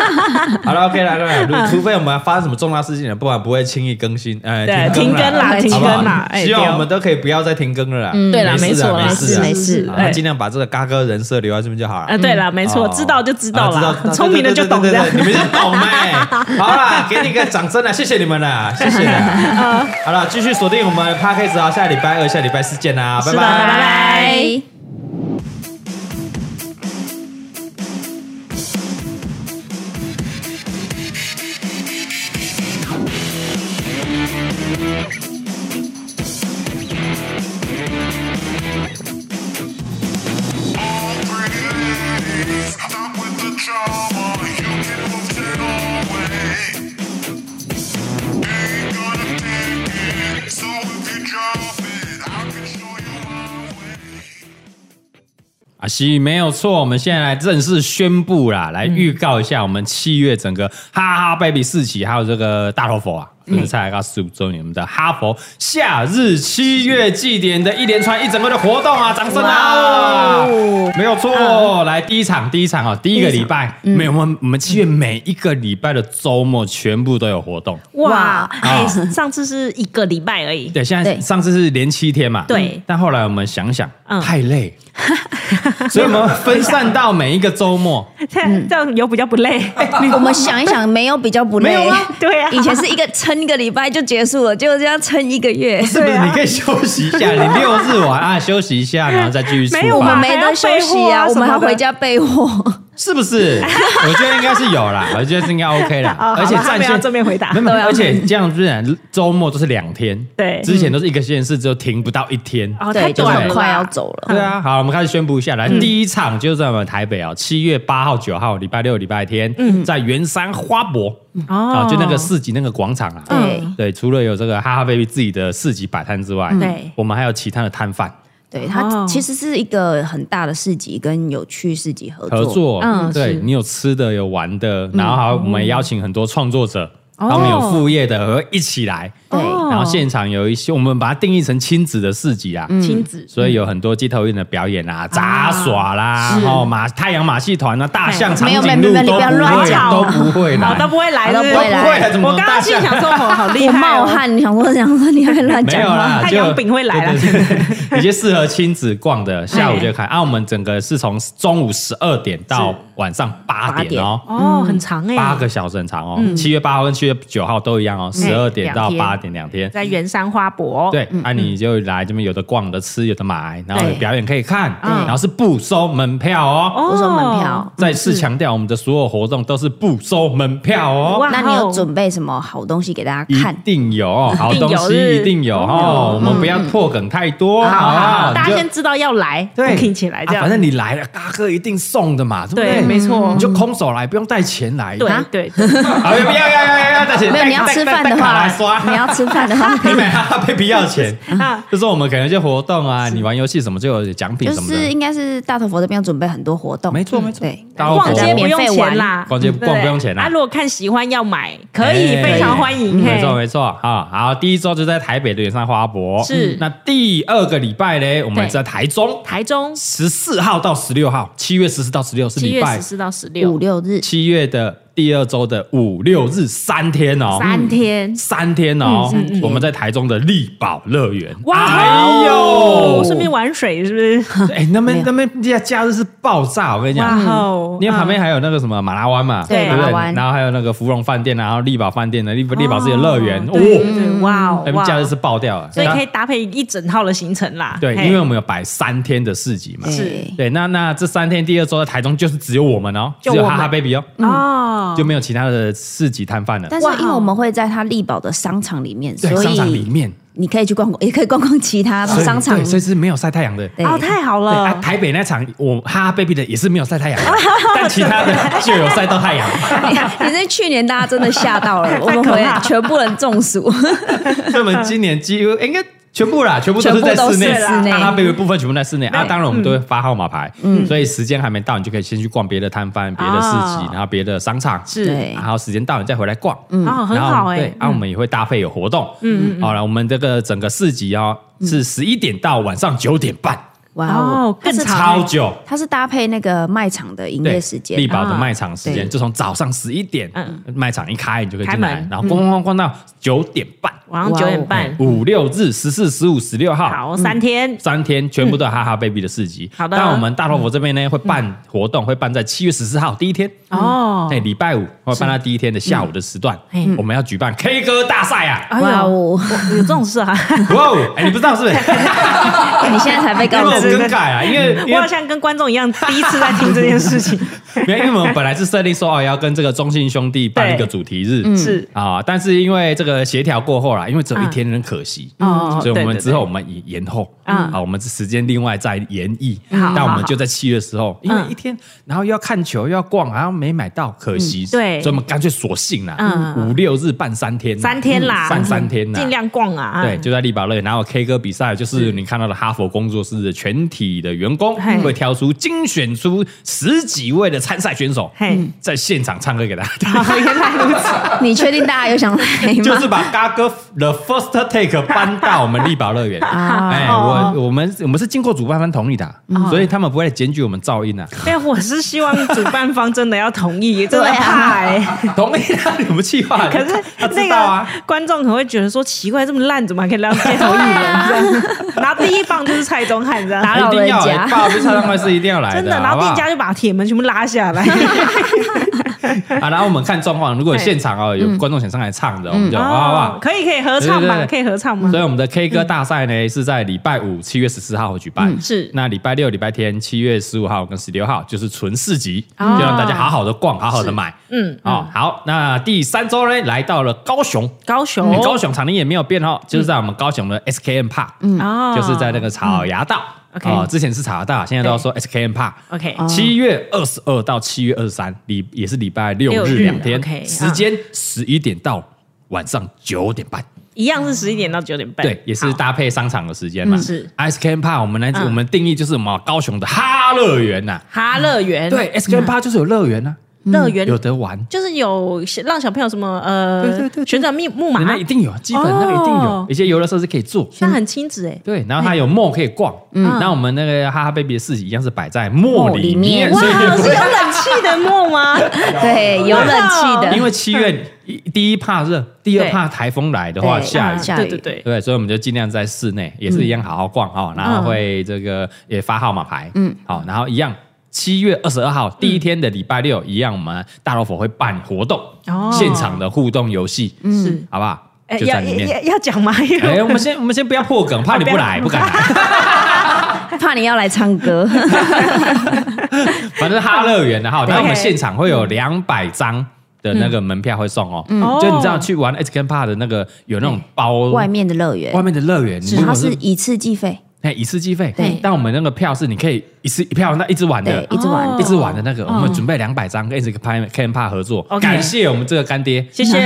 [SPEAKER 2] 好了，OK 啦，各位，如果除非我们发生什么重大事情了，不然不会轻易更新，哎，
[SPEAKER 3] 对，
[SPEAKER 2] 停
[SPEAKER 3] 停更啦，停
[SPEAKER 2] 好
[SPEAKER 3] 更
[SPEAKER 2] 不好
[SPEAKER 3] 啦，哎
[SPEAKER 2] 希
[SPEAKER 3] 对
[SPEAKER 2] 望
[SPEAKER 3] 哦
[SPEAKER 2] 我们都可以不要再停更了啦。
[SPEAKER 3] 对啦，
[SPEAKER 2] 没
[SPEAKER 3] 没
[SPEAKER 2] 事
[SPEAKER 3] 错
[SPEAKER 2] 啊
[SPEAKER 3] 啦，
[SPEAKER 2] 没
[SPEAKER 4] 事啊
[SPEAKER 3] 没
[SPEAKER 4] 没事
[SPEAKER 3] 事
[SPEAKER 2] 啊，
[SPEAKER 3] 哎
[SPEAKER 2] 尽量把这个嘎哥人设留在这边就好
[SPEAKER 3] 啊，
[SPEAKER 2] 了。
[SPEAKER 3] 对了，没错，
[SPEAKER 2] 哦
[SPEAKER 3] 知道就知道
[SPEAKER 2] 啊
[SPEAKER 3] 啦
[SPEAKER 2] 知，道
[SPEAKER 3] 聪明的就懂
[SPEAKER 2] 对
[SPEAKER 3] 这
[SPEAKER 2] 对
[SPEAKER 3] 样
[SPEAKER 2] 对。对对你们就懂哎。好啦，给你个掌声啦，谢谢你们 啦，谢谢
[SPEAKER 3] 呃
[SPEAKER 2] 啦。好了，继续锁定我们 p a c k a g e 啊，下礼拜二、下礼拜四见啦，拜
[SPEAKER 3] 是的拜
[SPEAKER 2] 拜
[SPEAKER 3] 拜。拜。
[SPEAKER 1] All pretty ladies, stop with the drama. You can host it always. Ain't gonna take it, so if you drop it, I can show you my way.
[SPEAKER 2] 阿西啊没有错，我们现在来正式宣布啦，来预告一下我们七月整个哈哈 baby 四期，还有这个大头佛啊，就是蔡来到十五周年我们的哈佛夏日七月祭典的一连串一整个的活动啊，掌声啊！没有错，来第一场，第一场啊，第一个礼拜，没有我们我们七月每一个礼拜的周末全部都有活动，
[SPEAKER 3] 哇，哎，
[SPEAKER 2] 啊
[SPEAKER 3] 上次是一个礼拜而已，
[SPEAKER 2] 对，现在
[SPEAKER 4] 对
[SPEAKER 2] 上次是连七天嘛，嗯
[SPEAKER 3] 对
[SPEAKER 2] 但后来我们想想
[SPEAKER 3] 嗯
[SPEAKER 2] 太累，所以我们分散到每一个周末。
[SPEAKER 3] 这样 这样有比较不累。
[SPEAKER 2] 嗯
[SPEAKER 4] 我们想一想，没有比较不累，
[SPEAKER 2] 没有吗
[SPEAKER 3] 对啊
[SPEAKER 4] 以前是一个撑一个礼拜就结束了，结果这样撑一个月，
[SPEAKER 2] 是不
[SPEAKER 3] 啊
[SPEAKER 2] 是？你可以休息一下，你六日晚啊休息一下，然后再继续出
[SPEAKER 3] 没有
[SPEAKER 4] 我们
[SPEAKER 2] 发
[SPEAKER 3] 吧，
[SPEAKER 4] 没得休息
[SPEAKER 3] 还要备货啊
[SPEAKER 4] 我们还
[SPEAKER 3] 什么的
[SPEAKER 4] 回家备货。
[SPEAKER 2] 是不 是？我觉得应该是有啦，我觉得是应该 OK 啦
[SPEAKER 3] 哦，好
[SPEAKER 2] 而且
[SPEAKER 3] 了他
[SPEAKER 2] 战
[SPEAKER 3] 们要
[SPEAKER 2] 线
[SPEAKER 3] 正面回答
[SPEAKER 2] 没有，没
[SPEAKER 4] 对
[SPEAKER 2] 有
[SPEAKER 4] 啊
[SPEAKER 2] 而且这样虽然周末都是两天，
[SPEAKER 3] 对
[SPEAKER 2] 之前都是一个县市只有停不到一天。
[SPEAKER 3] 哦，嗯太
[SPEAKER 4] 对，就是
[SPEAKER 3] 短了
[SPEAKER 4] 很
[SPEAKER 3] 啦，
[SPEAKER 4] 快要走了。
[SPEAKER 2] 对啊，好，我们开始宣布一下，来，第一场就是在我们台北啊，七月八号、九号，礼拜六、礼拜天，在圆山花博
[SPEAKER 3] 嗯哦
[SPEAKER 2] 啊，就那个市集那个广场啊，
[SPEAKER 4] 对
[SPEAKER 2] 对，除了有这个哈哈 baby 自己的市集摆摊之外，
[SPEAKER 3] 对
[SPEAKER 2] 我们还有其他的摊贩，
[SPEAKER 4] 对，
[SPEAKER 3] 哦
[SPEAKER 4] 它其实是一个很大的市集，跟有趣市集合作。
[SPEAKER 2] 合作，
[SPEAKER 4] 嗯，
[SPEAKER 2] 对
[SPEAKER 4] 是嗯
[SPEAKER 2] 你有吃的有玩的，然后还有我们也邀请很多创作者，
[SPEAKER 3] 哦
[SPEAKER 2] 他们有副业的和一起来，
[SPEAKER 4] 对
[SPEAKER 3] 哦
[SPEAKER 2] 然后现场有一些我们把它定义成亲子的市集啦。啊
[SPEAKER 4] 嗯
[SPEAKER 3] 亲子
[SPEAKER 2] 所以有很多街头艺人的表演啦、杂耍啦，
[SPEAKER 4] 啊是哎
[SPEAKER 2] 然后马太阳马戏团啊、大象长
[SPEAKER 4] 没有
[SPEAKER 2] 颈
[SPEAKER 4] 没
[SPEAKER 2] 鹿
[SPEAKER 4] 有没有
[SPEAKER 2] 都不
[SPEAKER 4] 你不要
[SPEAKER 2] 会
[SPEAKER 4] 乱
[SPEAKER 2] 啦，
[SPEAKER 4] 讲
[SPEAKER 2] 都不会
[SPEAKER 3] 哦
[SPEAKER 2] 啦，
[SPEAKER 3] 都不会来，是
[SPEAKER 4] 都不
[SPEAKER 3] 是
[SPEAKER 4] 会来
[SPEAKER 2] 都不会怎么
[SPEAKER 3] 我刚刚
[SPEAKER 2] 大
[SPEAKER 3] 心
[SPEAKER 2] 象
[SPEAKER 3] 里想说，哦，好厉
[SPEAKER 4] 啊
[SPEAKER 3] 害哦，
[SPEAKER 4] 我冒汗，想说想说你还乱
[SPEAKER 2] 没有
[SPEAKER 4] 讲
[SPEAKER 2] 啦
[SPEAKER 4] 话，，
[SPEAKER 3] 太
[SPEAKER 2] 就
[SPEAKER 3] 阳饼会来啦
[SPEAKER 2] 对对 对一些适合亲子逛的，下午
[SPEAKER 4] 哎
[SPEAKER 2] 就开。啊，我们整个是从中午十二点到晚上八
[SPEAKER 4] 八
[SPEAKER 2] 点
[SPEAKER 4] 点
[SPEAKER 2] 哦，
[SPEAKER 3] 哦，很长哎，
[SPEAKER 2] 八个小时很长哦，七月八号跟七月九号都一样哦，十二点到八点两天。
[SPEAKER 3] 在圆山花博，
[SPEAKER 2] 对，啊，你就来这边，有的逛，有的吃，有的买，然后有
[SPEAKER 4] 对
[SPEAKER 2] 表演可以看，
[SPEAKER 4] 对
[SPEAKER 2] 然后是不收门票哦。
[SPEAKER 3] 哦，
[SPEAKER 4] 不收门票。
[SPEAKER 2] 再次强调，我们的所有活动都是不收门票哦
[SPEAKER 3] 哇，
[SPEAKER 4] 那你有准备什么好东西给大家
[SPEAKER 2] 一
[SPEAKER 4] 看？
[SPEAKER 2] 定有哦好
[SPEAKER 3] 一定有
[SPEAKER 2] 东西，
[SPEAKER 3] 是
[SPEAKER 2] 一定有哦。我们不要破梗太多，
[SPEAKER 3] 好
[SPEAKER 2] 不
[SPEAKER 3] 好好，大
[SPEAKER 2] 啊你
[SPEAKER 3] 家
[SPEAKER 2] 就
[SPEAKER 3] 先知道要来，
[SPEAKER 2] 对
[SPEAKER 3] 听起来这
[SPEAKER 2] 啊
[SPEAKER 3] 样，
[SPEAKER 2] 反正你来了，大哥一定送的嘛，对不
[SPEAKER 3] 对，
[SPEAKER 2] 对？
[SPEAKER 3] 没错
[SPEAKER 2] 你，就空手来，不用带钱来。
[SPEAKER 3] 对
[SPEAKER 2] 啊
[SPEAKER 3] 对，
[SPEAKER 2] 不要不要不要不要带钱，
[SPEAKER 4] 没有，
[SPEAKER 2] 带
[SPEAKER 4] 你要
[SPEAKER 2] 带
[SPEAKER 4] 吃
[SPEAKER 2] 带
[SPEAKER 4] 饭
[SPEAKER 2] 带
[SPEAKER 4] 的
[SPEAKER 2] 卡
[SPEAKER 4] 话
[SPEAKER 2] 来刷，
[SPEAKER 4] 你要吃饭 的话，
[SPEAKER 2] 你买哈哈 baby 要 钱，
[SPEAKER 3] 啊
[SPEAKER 2] 就是我们可能一些活动啊，你玩游戏什么就有奖品
[SPEAKER 4] 就
[SPEAKER 2] 什么
[SPEAKER 4] 是
[SPEAKER 2] 的。
[SPEAKER 4] 应该是大头佛这边有准备很多活动，
[SPEAKER 2] 没错
[SPEAKER 4] 嗯
[SPEAKER 2] 没错
[SPEAKER 4] 对，
[SPEAKER 2] 大家
[SPEAKER 3] 逛
[SPEAKER 2] 伙
[SPEAKER 3] 街不用
[SPEAKER 4] 免费
[SPEAKER 3] 钱
[SPEAKER 4] 玩
[SPEAKER 3] 啦，
[SPEAKER 2] 逛街
[SPEAKER 3] 对
[SPEAKER 2] 逛不用钱啦
[SPEAKER 3] 啊，如果看喜欢要买，可以，
[SPEAKER 2] 哎
[SPEAKER 3] 非常欢迎，
[SPEAKER 2] 没
[SPEAKER 3] 嘿
[SPEAKER 2] 错没错啊，好，第一周就在台北的远山花博，嗯
[SPEAKER 3] 是
[SPEAKER 2] 那第二个礼拜嘞，我们
[SPEAKER 3] 对
[SPEAKER 2] 在台中，
[SPEAKER 3] 台中
[SPEAKER 2] 十四号到十六号，七月十四到十六是
[SPEAKER 3] 七
[SPEAKER 2] 礼
[SPEAKER 3] 月
[SPEAKER 2] 拜
[SPEAKER 3] 十四到十
[SPEAKER 4] 五
[SPEAKER 3] 六，
[SPEAKER 4] 六日
[SPEAKER 2] 七月的第二周的五六日三天哦，
[SPEAKER 4] 三天，
[SPEAKER 2] 三天哦
[SPEAKER 4] 嗯三，天
[SPEAKER 2] 我们在台中的力宝乐园。
[SPEAKER 3] 哇
[SPEAKER 2] 哎
[SPEAKER 3] 哦
[SPEAKER 2] 呦，
[SPEAKER 3] 顺便玩水是不是？
[SPEAKER 2] 哎，那边那边假假日是爆炸，我跟你
[SPEAKER 3] 哇嗯
[SPEAKER 2] 讲。嗯
[SPEAKER 3] 哦！
[SPEAKER 2] 因为旁边还有那个什么马拉湾嘛，
[SPEAKER 4] 对
[SPEAKER 2] 不
[SPEAKER 4] 马
[SPEAKER 2] 对
[SPEAKER 4] 拉湾？
[SPEAKER 2] 然后还有那个芙蓉饭店，啊然后力宝饭店的力力宝自己的乐园，
[SPEAKER 3] 哦
[SPEAKER 2] 哦，
[SPEAKER 3] 对对对哇哦
[SPEAKER 2] 那
[SPEAKER 3] 哇
[SPEAKER 2] 边
[SPEAKER 3] 哦
[SPEAKER 2] 假日是爆掉了。
[SPEAKER 3] 所以可以搭配一整套的行程啦。
[SPEAKER 2] 对，
[SPEAKER 3] 嘿
[SPEAKER 2] 因为我们有摆三天的市集嘛，
[SPEAKER 4] 是
[SPEAKER 2] 对，那那这三天第二周在台中就是只有我们哦，
[SPEAKER 3] 就
[SPEAKER 2] 只有
[SPEAKER 3] 我
[SPEAKER 2] 哈哈
[SPEAKER 3] 们
[SPEAKER 2] baby 哦，
[SPEAKER 3] 哦，
[SPEAKER 2] 就没有其他的市集摊贩了。
[SPEAKER 4] 但是因为我们会在它力宝的商场里面，
[SPEAKER 2] 对，
[SPEAKER 4] 所
[SPEAKER 2] 商场里
[SPEAKER 4] 以
[SPEAKER 2] 面，
[SPEAKER 4] 你可以去逛逛，也可以逛逛其
[SPEAKER 3] 啊
[SPEAKER 2] 哦
[SPEAKER 4] 他
[SPEAKER 2] 所以
[SPEAKER 4] 商场
[SPEAKER 2] 对，。 所以是没有晒太阳的。对，
[SPEAKER 4] 对
[SPEAKER 3] 哦，太好
[SPEAKER 2] 啊，
[SPEAKER 3] 了，
[SPEAKER 2] 台北那场我哈哈 baby 的也是没有晒太阳 的，但其他的就有晒到太阳。
[SPEAKER 4] 你在去年大家真的吓 到了，我
[SPEAKER 3] 太
[SPEAKER 4] 们
[SPEAKER 3] 可
[SPEAKER 4] 回
[SPEAKER 3] 怕了
[SPEAKER 4] 全部人中暑。
[SPEAKER 2] 所以我们今年几乎应该。全部啦，全部都是在
[SPEAKER 4] 全部都
[SPEAKER 2] 室内，
[SPEAKER 4] 是啦室内
[SPEAKER 2] 哈哈 baby 部分全部在室内啊。当然，我们都会发号码牌，所以时间还没到，你就可以先去逛别的摊贩、别的市集
[SPEAKER 3] 哦，
[SPEAKER 2] 然后别的商场，
[SPEAKER 4] 对
[SPEAKER 2] 然后时间到你再回来逛，
[SPEAKER 3] 哦，很
[SPEAKER 2] 然后
[SPEAKER 3] 好
[SPEAKER 2] 对
[SPEAKER 3] 哎，，
[SPEAKER 2] 啊，我们也会搭配有活动，嗯嗯，好了，我们这个整个市集哦，是十一点到晚上九点半，
[SPEAKER 4] 哇
[SPEAKER 3] 哦
[SPEAKER 4] 哦，
[SPEAKER 3] 更
[SPEAKER 4] 它是
[SPEAKER 3] 长哎
[SPEAKER 2] 超久，
[SPEAKER 4] 它是搭配那个卖场的营
[SPEAKER 2] 对，
[SPEAKER 4] 嗯业时
[SPEAKER 2] 力
[SPEAKER 4] 间，
[SPEAKER 2] 宝的
[SPEAKER 3] 啊
[SPEAKER 2] 卖场时间
[SPEAKER 4] 对
[SPEAKER 2] 就从早上十一点
[SPEAKER 3] 嗯，
[SPEAKER 2] 卖场一开你就可以进
[SPEAKER 3] 开
[SPEAKER 2] 来
[SPEAKER 3] 门，
[SPEAKER 2] 然后咣咣咣咣到九点半，
[SPEAKER 3] 晚上九点半，
[SPEAKER 2] 嗯五六日十四、十五、十六号，
[SPEAKER 3] 好，三天
[SPEAKER 2] 三天全部都有哈哈 baby 的市集。
[SPEAKER 3] 好的嗯
[SPEAKER 2] 但我们大头佛这边呢会办活动，会办在七月十四号第一天
[SPEAKER 3] 哦
[SPEAKER 2] 哎，礼拜五会办到第一天的下午的时段
[SPEAKER 3] 嗯嗯，
[SPEAKER 2] 我们要举办 K 歌大赛啊！
[SPEAKER 3] 哎呦
[SPEAKER 4] 哇哦，
[SPEAKER 3] 有这种事啊！
[SPEAKER 2] 哇哦，哎，你不知道 是不是？
[SPEAKER 4] 你现在才被
[SPEAKER 2] 因为
[SPEAKER 4] 告
[SPEAKER 2] 我
[SPEAKER 4] 知
[SPEAKER 2] 们更改啊，因为 因
[SPEAKER 3] 我
[SPEAKER 2] 为
[SPEAKER 3] 好像跟观众一样，第一次在听这件 事
[SPEAKER 2] 嗯
[SPEAKER 3] 情，
[SPEAKER 2] 没有，因为我们本来是设定说哦要跟这个中信兄弟办一个主题日，
[SPEAKER 3] 嗯是
[SPEAKER 2] 啊，但是因为这个协调过后啦，因为只有一天，很可惜，
[SPEAKER 3] 嗯哦
[SPEAKER 2] 所以我
[SPEAKER 3] 对
[SPEAKER 2] 们
[SPEAKER 3] 对
[SPEAKER 2] 之后我们延延后，
[SPEAKER 3] 嗯
[SPEAKER 2] 啊，我们时间另外再延议，
[SPEAKER 3] 好
[SPEAKER 2] 但我
[SPEAKER 3] 好嗯
[SPEAKER 2] 们就在七月的时候，因为一天，然后又要看球，又要逛，然后没买到，可惜，
[SPEAKER 3] 对
[SPEAKER 2] 所以我们干脆索性啦，
[SPEAKER 3] 嗯
[SPEAKER 2] 五六日办三天啦，
[SPEAKER 3] 三天啦，
[SPEAKER 2] 嗯办三天啦，
[SPEAKER 3] 尽量逛啊，
[SPEAKER 2] 对，就在力宝乐园，然后 K 歌比赛就是你看到的哈佛工作室的全体的员工
[SPEAKER 3] 嘿
[SPEAKER 2] 会挑出精选出十几位的参赛选手
[SPEAKER 3] 嘿，哦
[SPEAKER 2] 在现场唱歌 给大家听，
[SPEAKER 4] 你确定大家有想来 吗？
[SPEAKER 2] 就是把嘎哥 The First Take 搬到我们力宝乐 园。哎，
[SPEAKER 3] 哦嗯
[SPEAKER 2] 我我们我们是经过主办方同意的啊，所以他们不会来检举我们噪 音啊，
[SPEAKER 3] 哎，我是希望主办方真的要同意，真的
[SPEAKER 4] 对啊
[SPEAKER 3] 怕哎。
[SPEAKER 2] 同意啊，你们气话，
[SPEAKER 3] 可是
[SPEAKER 2] 他
[SPEAKER 3] 那
[SPEAKER 2] 知道啊。
[SPEAKER 3] 个观众可能会觉得说奇怪，这么烂怎么还可以让街 头艺人这样？然后第一棒就是蔡宗翰这样，
[SPEAKER 4] 打扰
[SPEAKER 2] 一定
[SPEAKER 4] 人
[SPEAKER 2] 要
[SPEAKER 4] 家
[SPEAKER 2] 来，爸不是唱快是一定要来
[SPEAKER 3] 真的，
[SPEAKER 2] 的，
[SPEAKER 3] 然
[SPEAKER 2] 好
[SPEAKER 3] 后
[SPEAKER 2] 不好
[SPEAKER 3] 店家就把铁门全部拉下 来，
[SPEAKER 2] 啊，然后我们看状况，如果
[SPEAKER 3] 哎
[SPEAKER 2] 现场哦有观众想上来唱的，我们就好不
[SPEAKER 3] 哦
[SPEAKER 2] 好？
[SPEAKER 3] 可以可以合唱吧？
[SPEAKER 2] 啊对对对嗯
[SPEAKER 3] 可以合唱吗
[SPEAKER 2] 所？以我们的 K
[SPEAKER 3] 嗯
[SPEAKER 2] 歌大赛呢、是在礼拜五七月十四号会举办，
[SPEAKER 3] 是
[SPEAKER 2] 那礼拜六、礼拜天七月十五号跟十六号就是纯市集，
[SPEAKER 3] 哦
[SPEAKER 2] 就让大家好好的逛，好好的买。
[SPEAKER 3] 嗯，哦
[SPEAKER 2] 哦，好，那第三周呢，来到了高雄，哎
[SPEAKER 3] 高雄
[SPEAKER 2] 嗯高雄场地也没有变
[SPEAKER 3] 嗯
[SPEAKER 2] 哦，就是在我们高雄的 SKM Park，嗯，
[SPEAKER 3] 哦
[SPEAKER 2] 就是在那个草芽道，哦
[SPEAKER 3] 嗯 OK 哦
[SPEAKER 2] 之前是草芽道，现在都要说 SKM Park。
[SPEAKER 3] OK
[SPEAKER 2] 七月二十二到七月二十三，礼也是礼拜六
[SPEAKER 3] 六日
[SPEAKER 2] 日两天，
[SPEAKER 3] OK，
[SPEAKER 2] 时间十一点到晚上九点半。
[SPEAKER 3] 一样是十一点到九点半，
[SPEAKER 2] 对，也是
[SPEAKER 3] 好
[SPEAKER 2] 搭配商场的时间嘛。
[SPEAKER 3] 嗯是
[SPEAKER 2] Ice Cream Park，我们来、
[SPEAKER 3] 嗯
[SPEAKER 2] 我们定义就是什么？高雄的哈乐园呐。
[SPEAKER 3] 哈乐园，嗯
[SPEAKER 2] 对，Ice Cream Park 就是有乐园呐，啊
[SPEAKER 3] 乐园
[SPEAKER 2] 有得玩，
[SPEAKER 3] 就是有让小朋友什么呃，
[SPEAKER 2] 对对对对
[SPEAKER 3] 旋转木木马，
[SPEAKER 2] 那一定有，基本那个一定
[SPEAKER 3] 哦
[SPEAKER 2] 有，一些游乐设施可以做。
[SPEAKER 3] 那很嗯亲子哎，
[SPEAKER 2] 对，然后它有 mall 可以逛，那我们那个哈哈 baby 的市集一样是摆在 mall 里面，
[SPEAKER 4] mall 里面
[SPEAKER 2] 所以
[SPEAKER 3] 哇，啊是有冷气的梦吗？
[SPEAKER 4] 对，有冷气的，
[SPEAKER 2] 因为七月一第一怕热，第二
[SPEAKER 3] 对
[SPEAKER 2] 怕台风来的话
[SPEAKER 4] 对
[SPEAKER 2] 下雨，
[SPEAKER 4] 下
[SPEAKER 3] 对对啊对，
[SPEAKER 2] 对，所以我们就尽量在室内，也是一样好好逛哦，然后会这个也发号码牌，嗯，好，然后一样。七月二十二号第一天的礼拜六，一样我们大老虎会办活动，
[SPEAKER 3] 哦
[SPEAKER 2] 现场的互动游戏，
[SPEAKER 3] 是
[SPEAKER 2] 好不好？
[SPEAKER 3] 哎
[SPEAKER 2] 就
[SPEAKER 3] 要
[SPEAKER 2] 在里面。
[SPEAKER 3] 要要讲吗？因
[SPEAKER 2] 哎、
[SPEAKER 3] 为
[SPEAKER 2] 我们先我们先不要破梗，怕你不来，
[SPEAKER 3] 哦
[SPEAKER 2] 不
[SPEAKER 3] 不要
[SPEAKER 2] 敢来。
[SPEAKER 4] 怕你要来 唱歌，
[SPEAKER 2] 反正哈乐园的哈，
[SPEAKER 3] 对
[SPEAKER 2] 那我们现场会有两百张的那个门票会送哦。
[SPEAKER 3] 哦
[SPEAKER 2] 就你知道去玩 H K Park 的那个有那种包
[SPEAKER 4] 外面的乐园
[SPEAKER 2] 外，面的乐园，你如
[SPEAKER 4] 它
[SPEAKER 2] 果
[SPEAKER 4] 是一次计费，
[SPEAKER 2] 哎，一次计费。
[SPEAKER 4] 对
[SPEAKER 2] 但我们那个票是你可以一次一票，那一直玩的
[SPEAKER 4] 对，，一直玩
[SPEAKER 3] 哦
[SPEAKER 2] 一直玩的那个，我们准备两百张，跟一直跟拍 K M P 合作，
[SPEAKER 3] OK
[SPEAKER 2] 感谢我们这个干爹，
[SPEAKER 3] 谢谢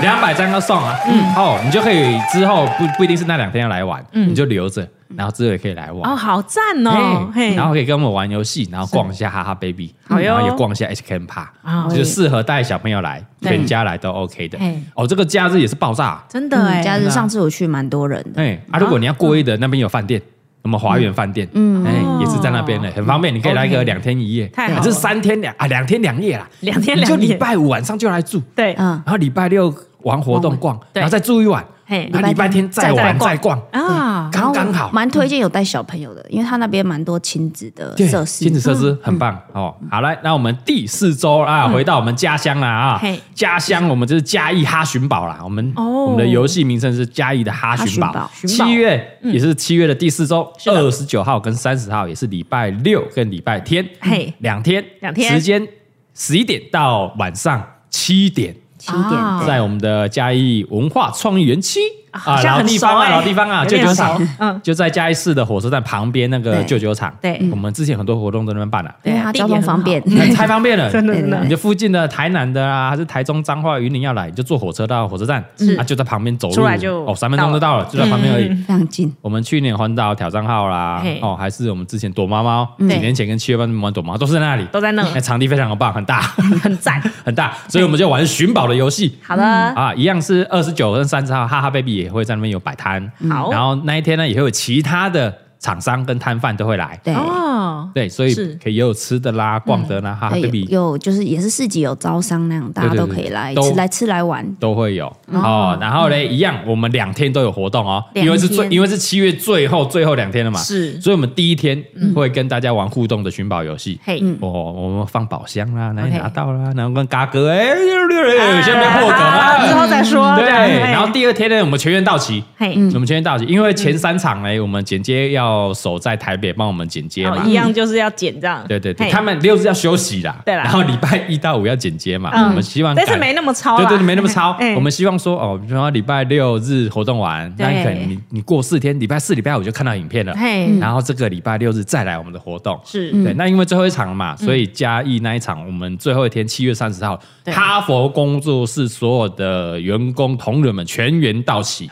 [SPEAKER 2] 两百张要送啊，嗯，哦，你就可以之后不不一定是那两天要来玩，你就留着，然后之后也可以来
[SPEAKER 3] 哦，
[SPEAKER 2] 玩。
[SPEAKER 3] 好赞哦，
[SPEAKER 2] 嘿，
[SPEAKER 3] 嘿
[SPEAKER 2] 然，后可以跟我们玩游戏，然后逛一下哈哈 baby，
[SPEAKER 3] 好哟
[SPEAKER 2] 然后也逛一下 H K M Park，
[SPEAKER 3] 哦
[SPEAKER 2] 就是适合带小朋友来，
[SPEAKER 3] 对
[SPEAKER 2] 全家来都 OK 的
[SPEAKER 4] 嘿。
[SPEAKER 2] 哦，这个假日也是爆炸，啊
[SPEAKER 3] 真的
[SPEAKER 4] 嗯，假
[SPEAKER 3] 哎，
[SPEAKER 4] 日上次我去蛮多人的，
[SPEAKER 2] 哎啊，如果你要过夜的，那边有饭店，那么华远饭店，嗯，哎，也是在那边的，很方便，你可以来个两天一夜，
[SPEAKER 3] 哦太好了
[SPEAKER 2] 这三天两啊两天两夜啦，
[SPEAKER 3] 两天
[SPEAKER 2] 你
[SPEAKER 3] 两夜
[SPEAKER 2] 就礼拜五晚上就来住，
[SPEAKER 3] 对，
[SPEAKER 4] 嗯
[SPEAKER 2] 然后礼拜六玩活动逛，
[SPEAKER 3] 对
[SPEAKER 2] 然后再住一晚，
[SPEAKER 3] 嘿
[SPEAKER 2] 然后礼拜天再玩再
[SPEAKER 3] 再
[SPEAKER 2] 逛，
[SPEAKER 3] 啊，
[SPEAKER 2] 刚刚好，嗯
[SPEAKER 4] 蛮推荐有带小朋友的，因为他那边蛮多亲子的
[SPEAKER 2] 对，
[SPEAKER 4] 设施嗯
[SPEAKER 2] 亲子。设
[SPEAKER 3] 嗯
[SPEAKER 2] 施很棒哦。好来，那我们第四周啊，回到我们家乡啦啊
[SPEAKER 3] 嗯嘿，
[SPEAKER 2] 家乡我们就是嘉义哈寻宝啦，我们
[SPEAKER 3] 哦
[SPEAKER 2] 我们的游戏名称是嘉义的哈寻宝
[SPEAKER 4] 哈。
[SPEAKER 3] 寻宝嗯
[SPEAKER 2] 七月也是七月的第四周，二十九号跟三十号也是礼拜六跟礼拜天，
[SPEAKER 3] 嘿
[SPEAKER 2] 两天，
[SPEAKER 3] 两天
[SPEAKER 2] 时间十一点到晚上七点。
[SPEAKER 4] 起点
[SPEAKER 3] 啊
[SPEAKER 2] 在我们的嘉义文化创意园区啊
[SPEAKER 3] 好，像
[SPEAKER 2] 老
[SPEAKER 3] 很
[SPEAKER 2] 地
[SPEAKER 3] 熟
[SPEAKER 2] 方啊，
[SPEAKER 3] 欸
[SPEAKER 2] 老地方啊，
[SPEAKER 3] 有
[SPEAKER 2] 旧
[SPEAKER 3] 点
[SPEAKER 2] 酒厂
[SPEAKER 3] 熟，嗯
[SPEAKER 2] 就在嘉义市的火车站旁边那个
[SPEAKER 4] 对
[SPEAKER 2] 旧酒厂。
[SPEAKER 3] 对
[SPEAKER 2] 我们之前很多活动都在那边 办了。
[SPEAKER 4] 对
[SPEAKER 3] 地
[SPEAKER 4] 啊，
[SPEAKER 3] 点
[SPEAKER 4] 交
[SPEAKER 3] 很
[SPEAKER 4] 通方 便，
[SPEAKER 2] 太方便了，
[SPEAKER 3] 真的真的
[SPEAKER 2] 你这附近的台南的啊，还是台中彰化、云林要来，你就坐火车到火车站，啊，就在旁边走路，
[SPEAKER 3] 出来就嗯
[SPEAKER 2] 哦，三分钟就到了，就在旁边而已。
[SPEAKER 4] 非常近。
[SPEAKER 2] 我们去年环岛挑战号啦
[SPEAKER 3] 嘿，
[SPEAKER 2] 哦，还是我们之前躲猫猫，几
[SPEAKER 3] 嗯
[SPEAKER 2] 年前跟七月半玩躲猫猫都是在那里，
[SPEAKER 3] 都在那
[SPEAKER 2] 那场地非常的棒，很大
[SPEAKER 3] 很赞，
[SPEAKER 2] 很大，所以我们就玩寻宝的游戏。
[SPEAKER 4] 好 的，
[SPEAKER 2] 啊，一样是二十九跟三十号，哈哈 baby 也会在那边有摆摊。
[SPEAKER 3] 好
[SPEAKER 2] 嗯然后那一天呢，也会有其他的厂商跟摊贩都会来。
[SPEAKER 4] 对。
[SPEAKER 3] 哦，
[SPEAKER 2] 对，所以
[SPEAKER 3] 是
[SPEAKER 2] 可以也有吃的啦、逛的啦，哈哈
[SPEAKER 4] 对，
[SPEAKER 2] baby
[SPEAKER 4] 有有就是也是市集有招商那样，大家
[SPEAKER 2] 对对
[SPEAKER 4] 都
[SPEAKER 2] 对
[SPEAKER 4] 可以来
[SPEAKER 2] 都
[SPEAKER 4] 吃来吃来玩。
[SPEAKER 2] 都会有哦。然后嘞，一样，我们两天都有活动哦，
[SPEAKER 4] 两
[SPEAKER 2] 因为是最
[SPEAKER 4] 天
[SPEAKER 2] 因为是七月最后最后两天了嘛，
[SPEAKER 3] 是
[SPEAKER 2] 所以我们第一天会跟大家玩互动的寻宝游戏。
[SPEAKER 3] 嘿，
[SPEAKER 2] 哦，我们放宝箱啦，哪里
[SPEAKER 3] OK
[SPEAKER 2] 拿到啦，然后跟嘎哥哎，六六六，先别破梗
[SPEAKER 3] 啊
[SPEAKER 2] 啊，
[SPEAKER 3] 之后再说，
[SPEAKER 2] 对
[SPEAKER 3] 这样，
[SPEAKER 2] 然后第二嗯天呢，我们全员到齐，
[SPEAKER 3] 嘿，
[SPEAKER 2] 我们全员到齐，因为前三场呢，我们剪接要守在台北帮我们剪接
[SPEAKER 3] 哦
[SPEAKER 2] 嘛，
[SPEAKER 3] 一样就是要剪这样，
[SPEAKER 2] 对对对，
[SPEAKER 3] 嘿
[SPEAKER 2] 他们六日要休息啦，
[SPEAKER 3] 对啦
[SPEAKER 2] 然后礼拜一到五要剪接嘛，我
[SPEAKER 3] 嗯
[SPEAKER 2] 们希望赶，
[SPEAKER 3] 但是没那么超啦
[SPEAKER 2] 对对对，没那么超
[SPEAKER 3] 嘿。
[SPEAKER 2] 我们希望说哦，比方说礼拜六日活动完，那
[SPEAKER 4] 对
[SPEAKER 2] 可能你你过四天，礼拜四、礼拜五就看到影片了，
[SPEAKER 3] 嘿，
[SPEAKER 2] 然后这个礼拜六日再来我们的活动。
[SPEAKER 3] 是嗯
[SPEAKER 2] 对，那因为最后一场了嘛，所以嘉义那一场，我们最后一天七月三十号，哈佛工作室所有的员工同仁们全员到齐，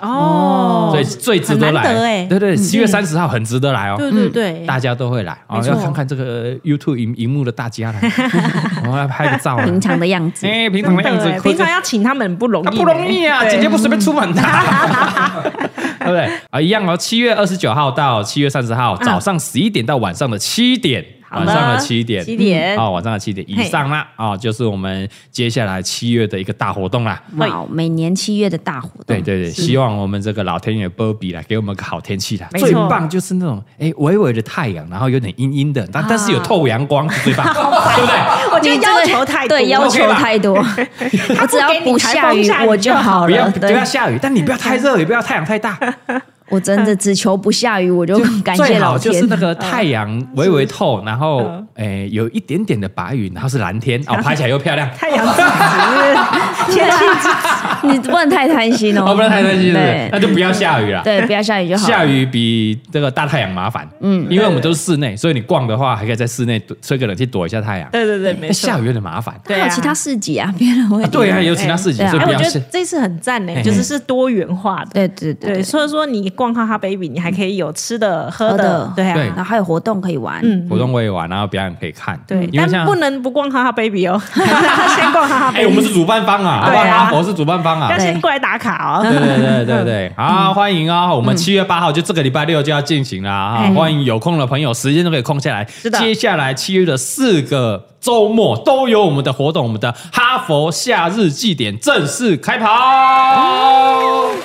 [SPEAKER 2] 嗯
[SPEAKER 3] 哦，
[SPEAKER 2] 所以最值得
[SPEAKER 3] 很难得
[SPEAKER 2] 来
[SPEAKER 3] 欸。
[SPEAKER 2] 对对，七月三十号很值得来哦。
[SPEAKER 3] 对对对，
[SPEAKER 2] 大家都会来啊、
[SPEAKER 3] 没
[SPEAKER 2] 哦，
[SPEAKER 3] 错
[SPEAKER 2] 要看看这个 YouTube 荧荧幕的大 家来，我们要拍个照啊。
[SPEAKER 4] 平常的样子，
[SPEAKER 2] 哎、平常的样子
[SPEAKER 3] 真的，欸
[SPEAKER 2] 或者
[SPEAKER 3] 平常要请他们很不容易
[SPEAKER 2] 啊
[SPEAKER 3] 呢，
[SPEAKER 2] 不容易啊，
[SPEAKER 3] 对
[SPEAKER 2] 姐姐不随便出 门的、 对不对？啊，一样哦，七月二十九号到七月三十
[SPEAKER 3] 嗯
[SPEAKER 2] 号，早上十一点到晚上的七点，晚上的七点，
[SPEAKER 3] 七点
[SPEAKER 2] 哦，晚上的七点以上啦，啊、就是我们接下来七月的一个大活动啦。
[SPEAKER 4] 哇，每年七月的大活动，
[SPEAKER 2] 对对对，希望我们这个老天爷波比来给我们个好天气啦。
[SPEAKER 3] 没错
[SPEAKER 2] 最棒就是那种哎微微的太阳，然后有点阴阴的，但但是有透阳光是最棒，对不对？
[SPEAKER 3] 我觉得
[SPEAKER 4] 你真
[SPEAKER 3] 要
[SPEAKER 4] 的
[SPEAKER 3] 求太多
[SPEAKER 4] 对要求
[SPEAKER 2] OK 吧
[SPEAKER 4] 太多，我只要
[SPEAKER 3] 不给你
[SPEAKER 4] 不
[SPEAKER 3] 台
[SPEAKER 4] 下
[SPEAKER 3] 风
[SPEAKER 4] 雨
[SPEAKER 3] 下雨
[SPEAKER 4] 我就
[SPEAKER 3] 就好
[SPEAKER 4] 好
[SPEAKER 2] 不要
[SPEAKER 4] 了。
[SPEAKER 2] 不
[SPEAKER 4] 对
[SPEAKER 2] 要，下雨，但你不要太热，也不要太阳太大。
[SPEAKER 4] 我真的只求不下雨，我就感
[SPEAKER 2] 最
[SPEAKER 4] 谢
[SPEAKER 2] 好
[SPEAKER 4] 老
[SPEAKER 2] 就是
[SPEAKER 4] 天
[SPEAKER 2] 那。个太阳微微透，然后诶有一点点的白云，然后是蓝天，哦，拍起来又漂亮。
[SPEAKER 3] 太阳之 子，天气之子，
[SPEAKER 4] 你不能太贪心哦，
[SPEAKER 2] 哦，不能太担心，是不是
[SPEAKER 4] 对
[SPEAKER 2] 那就不要下雨了。
[SPEAKER 4] 对，不要下雨就好。
[SPEAKER 2] 下雨比这个大太阳麻烦，嗯，因为我们都是室内，所以你逛的话还可以在室内躲吹个冷气躲一下太阳。
[SPEAKER 3] 对对对，没
[SPEAKER 2] 那
[SPEAKER 3] 错。
[SPEAKER 2] 哎下雨有点麻烦。
[SPEAKER 3] 对
[SPEAKER 4] 还
[SPEAKER 3] 啊
[SPEAKER 4] 有其他市集啊，别人会
[SPEAKER 2] 啊对啊，有其他事情，
[SPEAKER 4] 哎
[SPEAKER 2] 所以
[SPEAKER 3] 哎，
[SPEAKER 2] 不
[SPEAKER 3] 我
[SPEAKER 2] 要
[SPEAKER 3] 觉
[SPEAKER 2] 是
[SPEAKER 3] 得。这次很赞呢
[SPEAKER 2] 嘿，
[SPEAKER 3] 就是是多元化的。
[SPEAKER 4] 对对对
[SPEAKER 3] 对，
[SPEAKER 4] 对，
[SPEAKER 3] 所以说你逛哈哈 baby，你还可以有吃的、喝的
[SPEAKER 4] 喝的，
[SPEAKER 3] 对
[SPEAKER 2] 对
[SPEAKER 3] 啊，
[SPEAKER 4] 然后还有活动可以玩，
[SPEAKER 3] 嗯，
[SPEAKER 2] 活动我也玩，然后表演可以看。
[SPEAKER 3] 对，
[SPEAKER 2] 因为
[SPEAKER 3] 但
[SPEAKER 2] 像
[SPEAKER 3] 不能不逛哈哈 baby 哦，先逛哈哈
[SPEAKER 2] 哎，我
[SPEAKER 3] baby，
[SPEAKER 2] 们是主办方啊，好不
[SPEAKER 3] 对
[SPEAKER 2] 好？
[SPEAKER 3] 啊
[SPEAKER 2] 阿佛是主办方啊
[SPEAKER 3] 要。先过来打卡
[SPEAKER 2] 对
[SPEAKER 3] 哦。
[SPEAKER 2] 对对对对，好，欢迎
[SPEAKER 3] 嗯
[SPEAKER 2] 啊！我们七月八号就这个礼拜六就要进行啦啊！
[SPEAKER 4] 嗯
[SPEAKER 2] 欢迎有空的朋友，时间都可以空下来。
[SPEAKER 3] 哎的
[SPEAKER 2] 接下来七月的四个周末都有我们的活动，我们的哈佛夏日祭典正式开跑。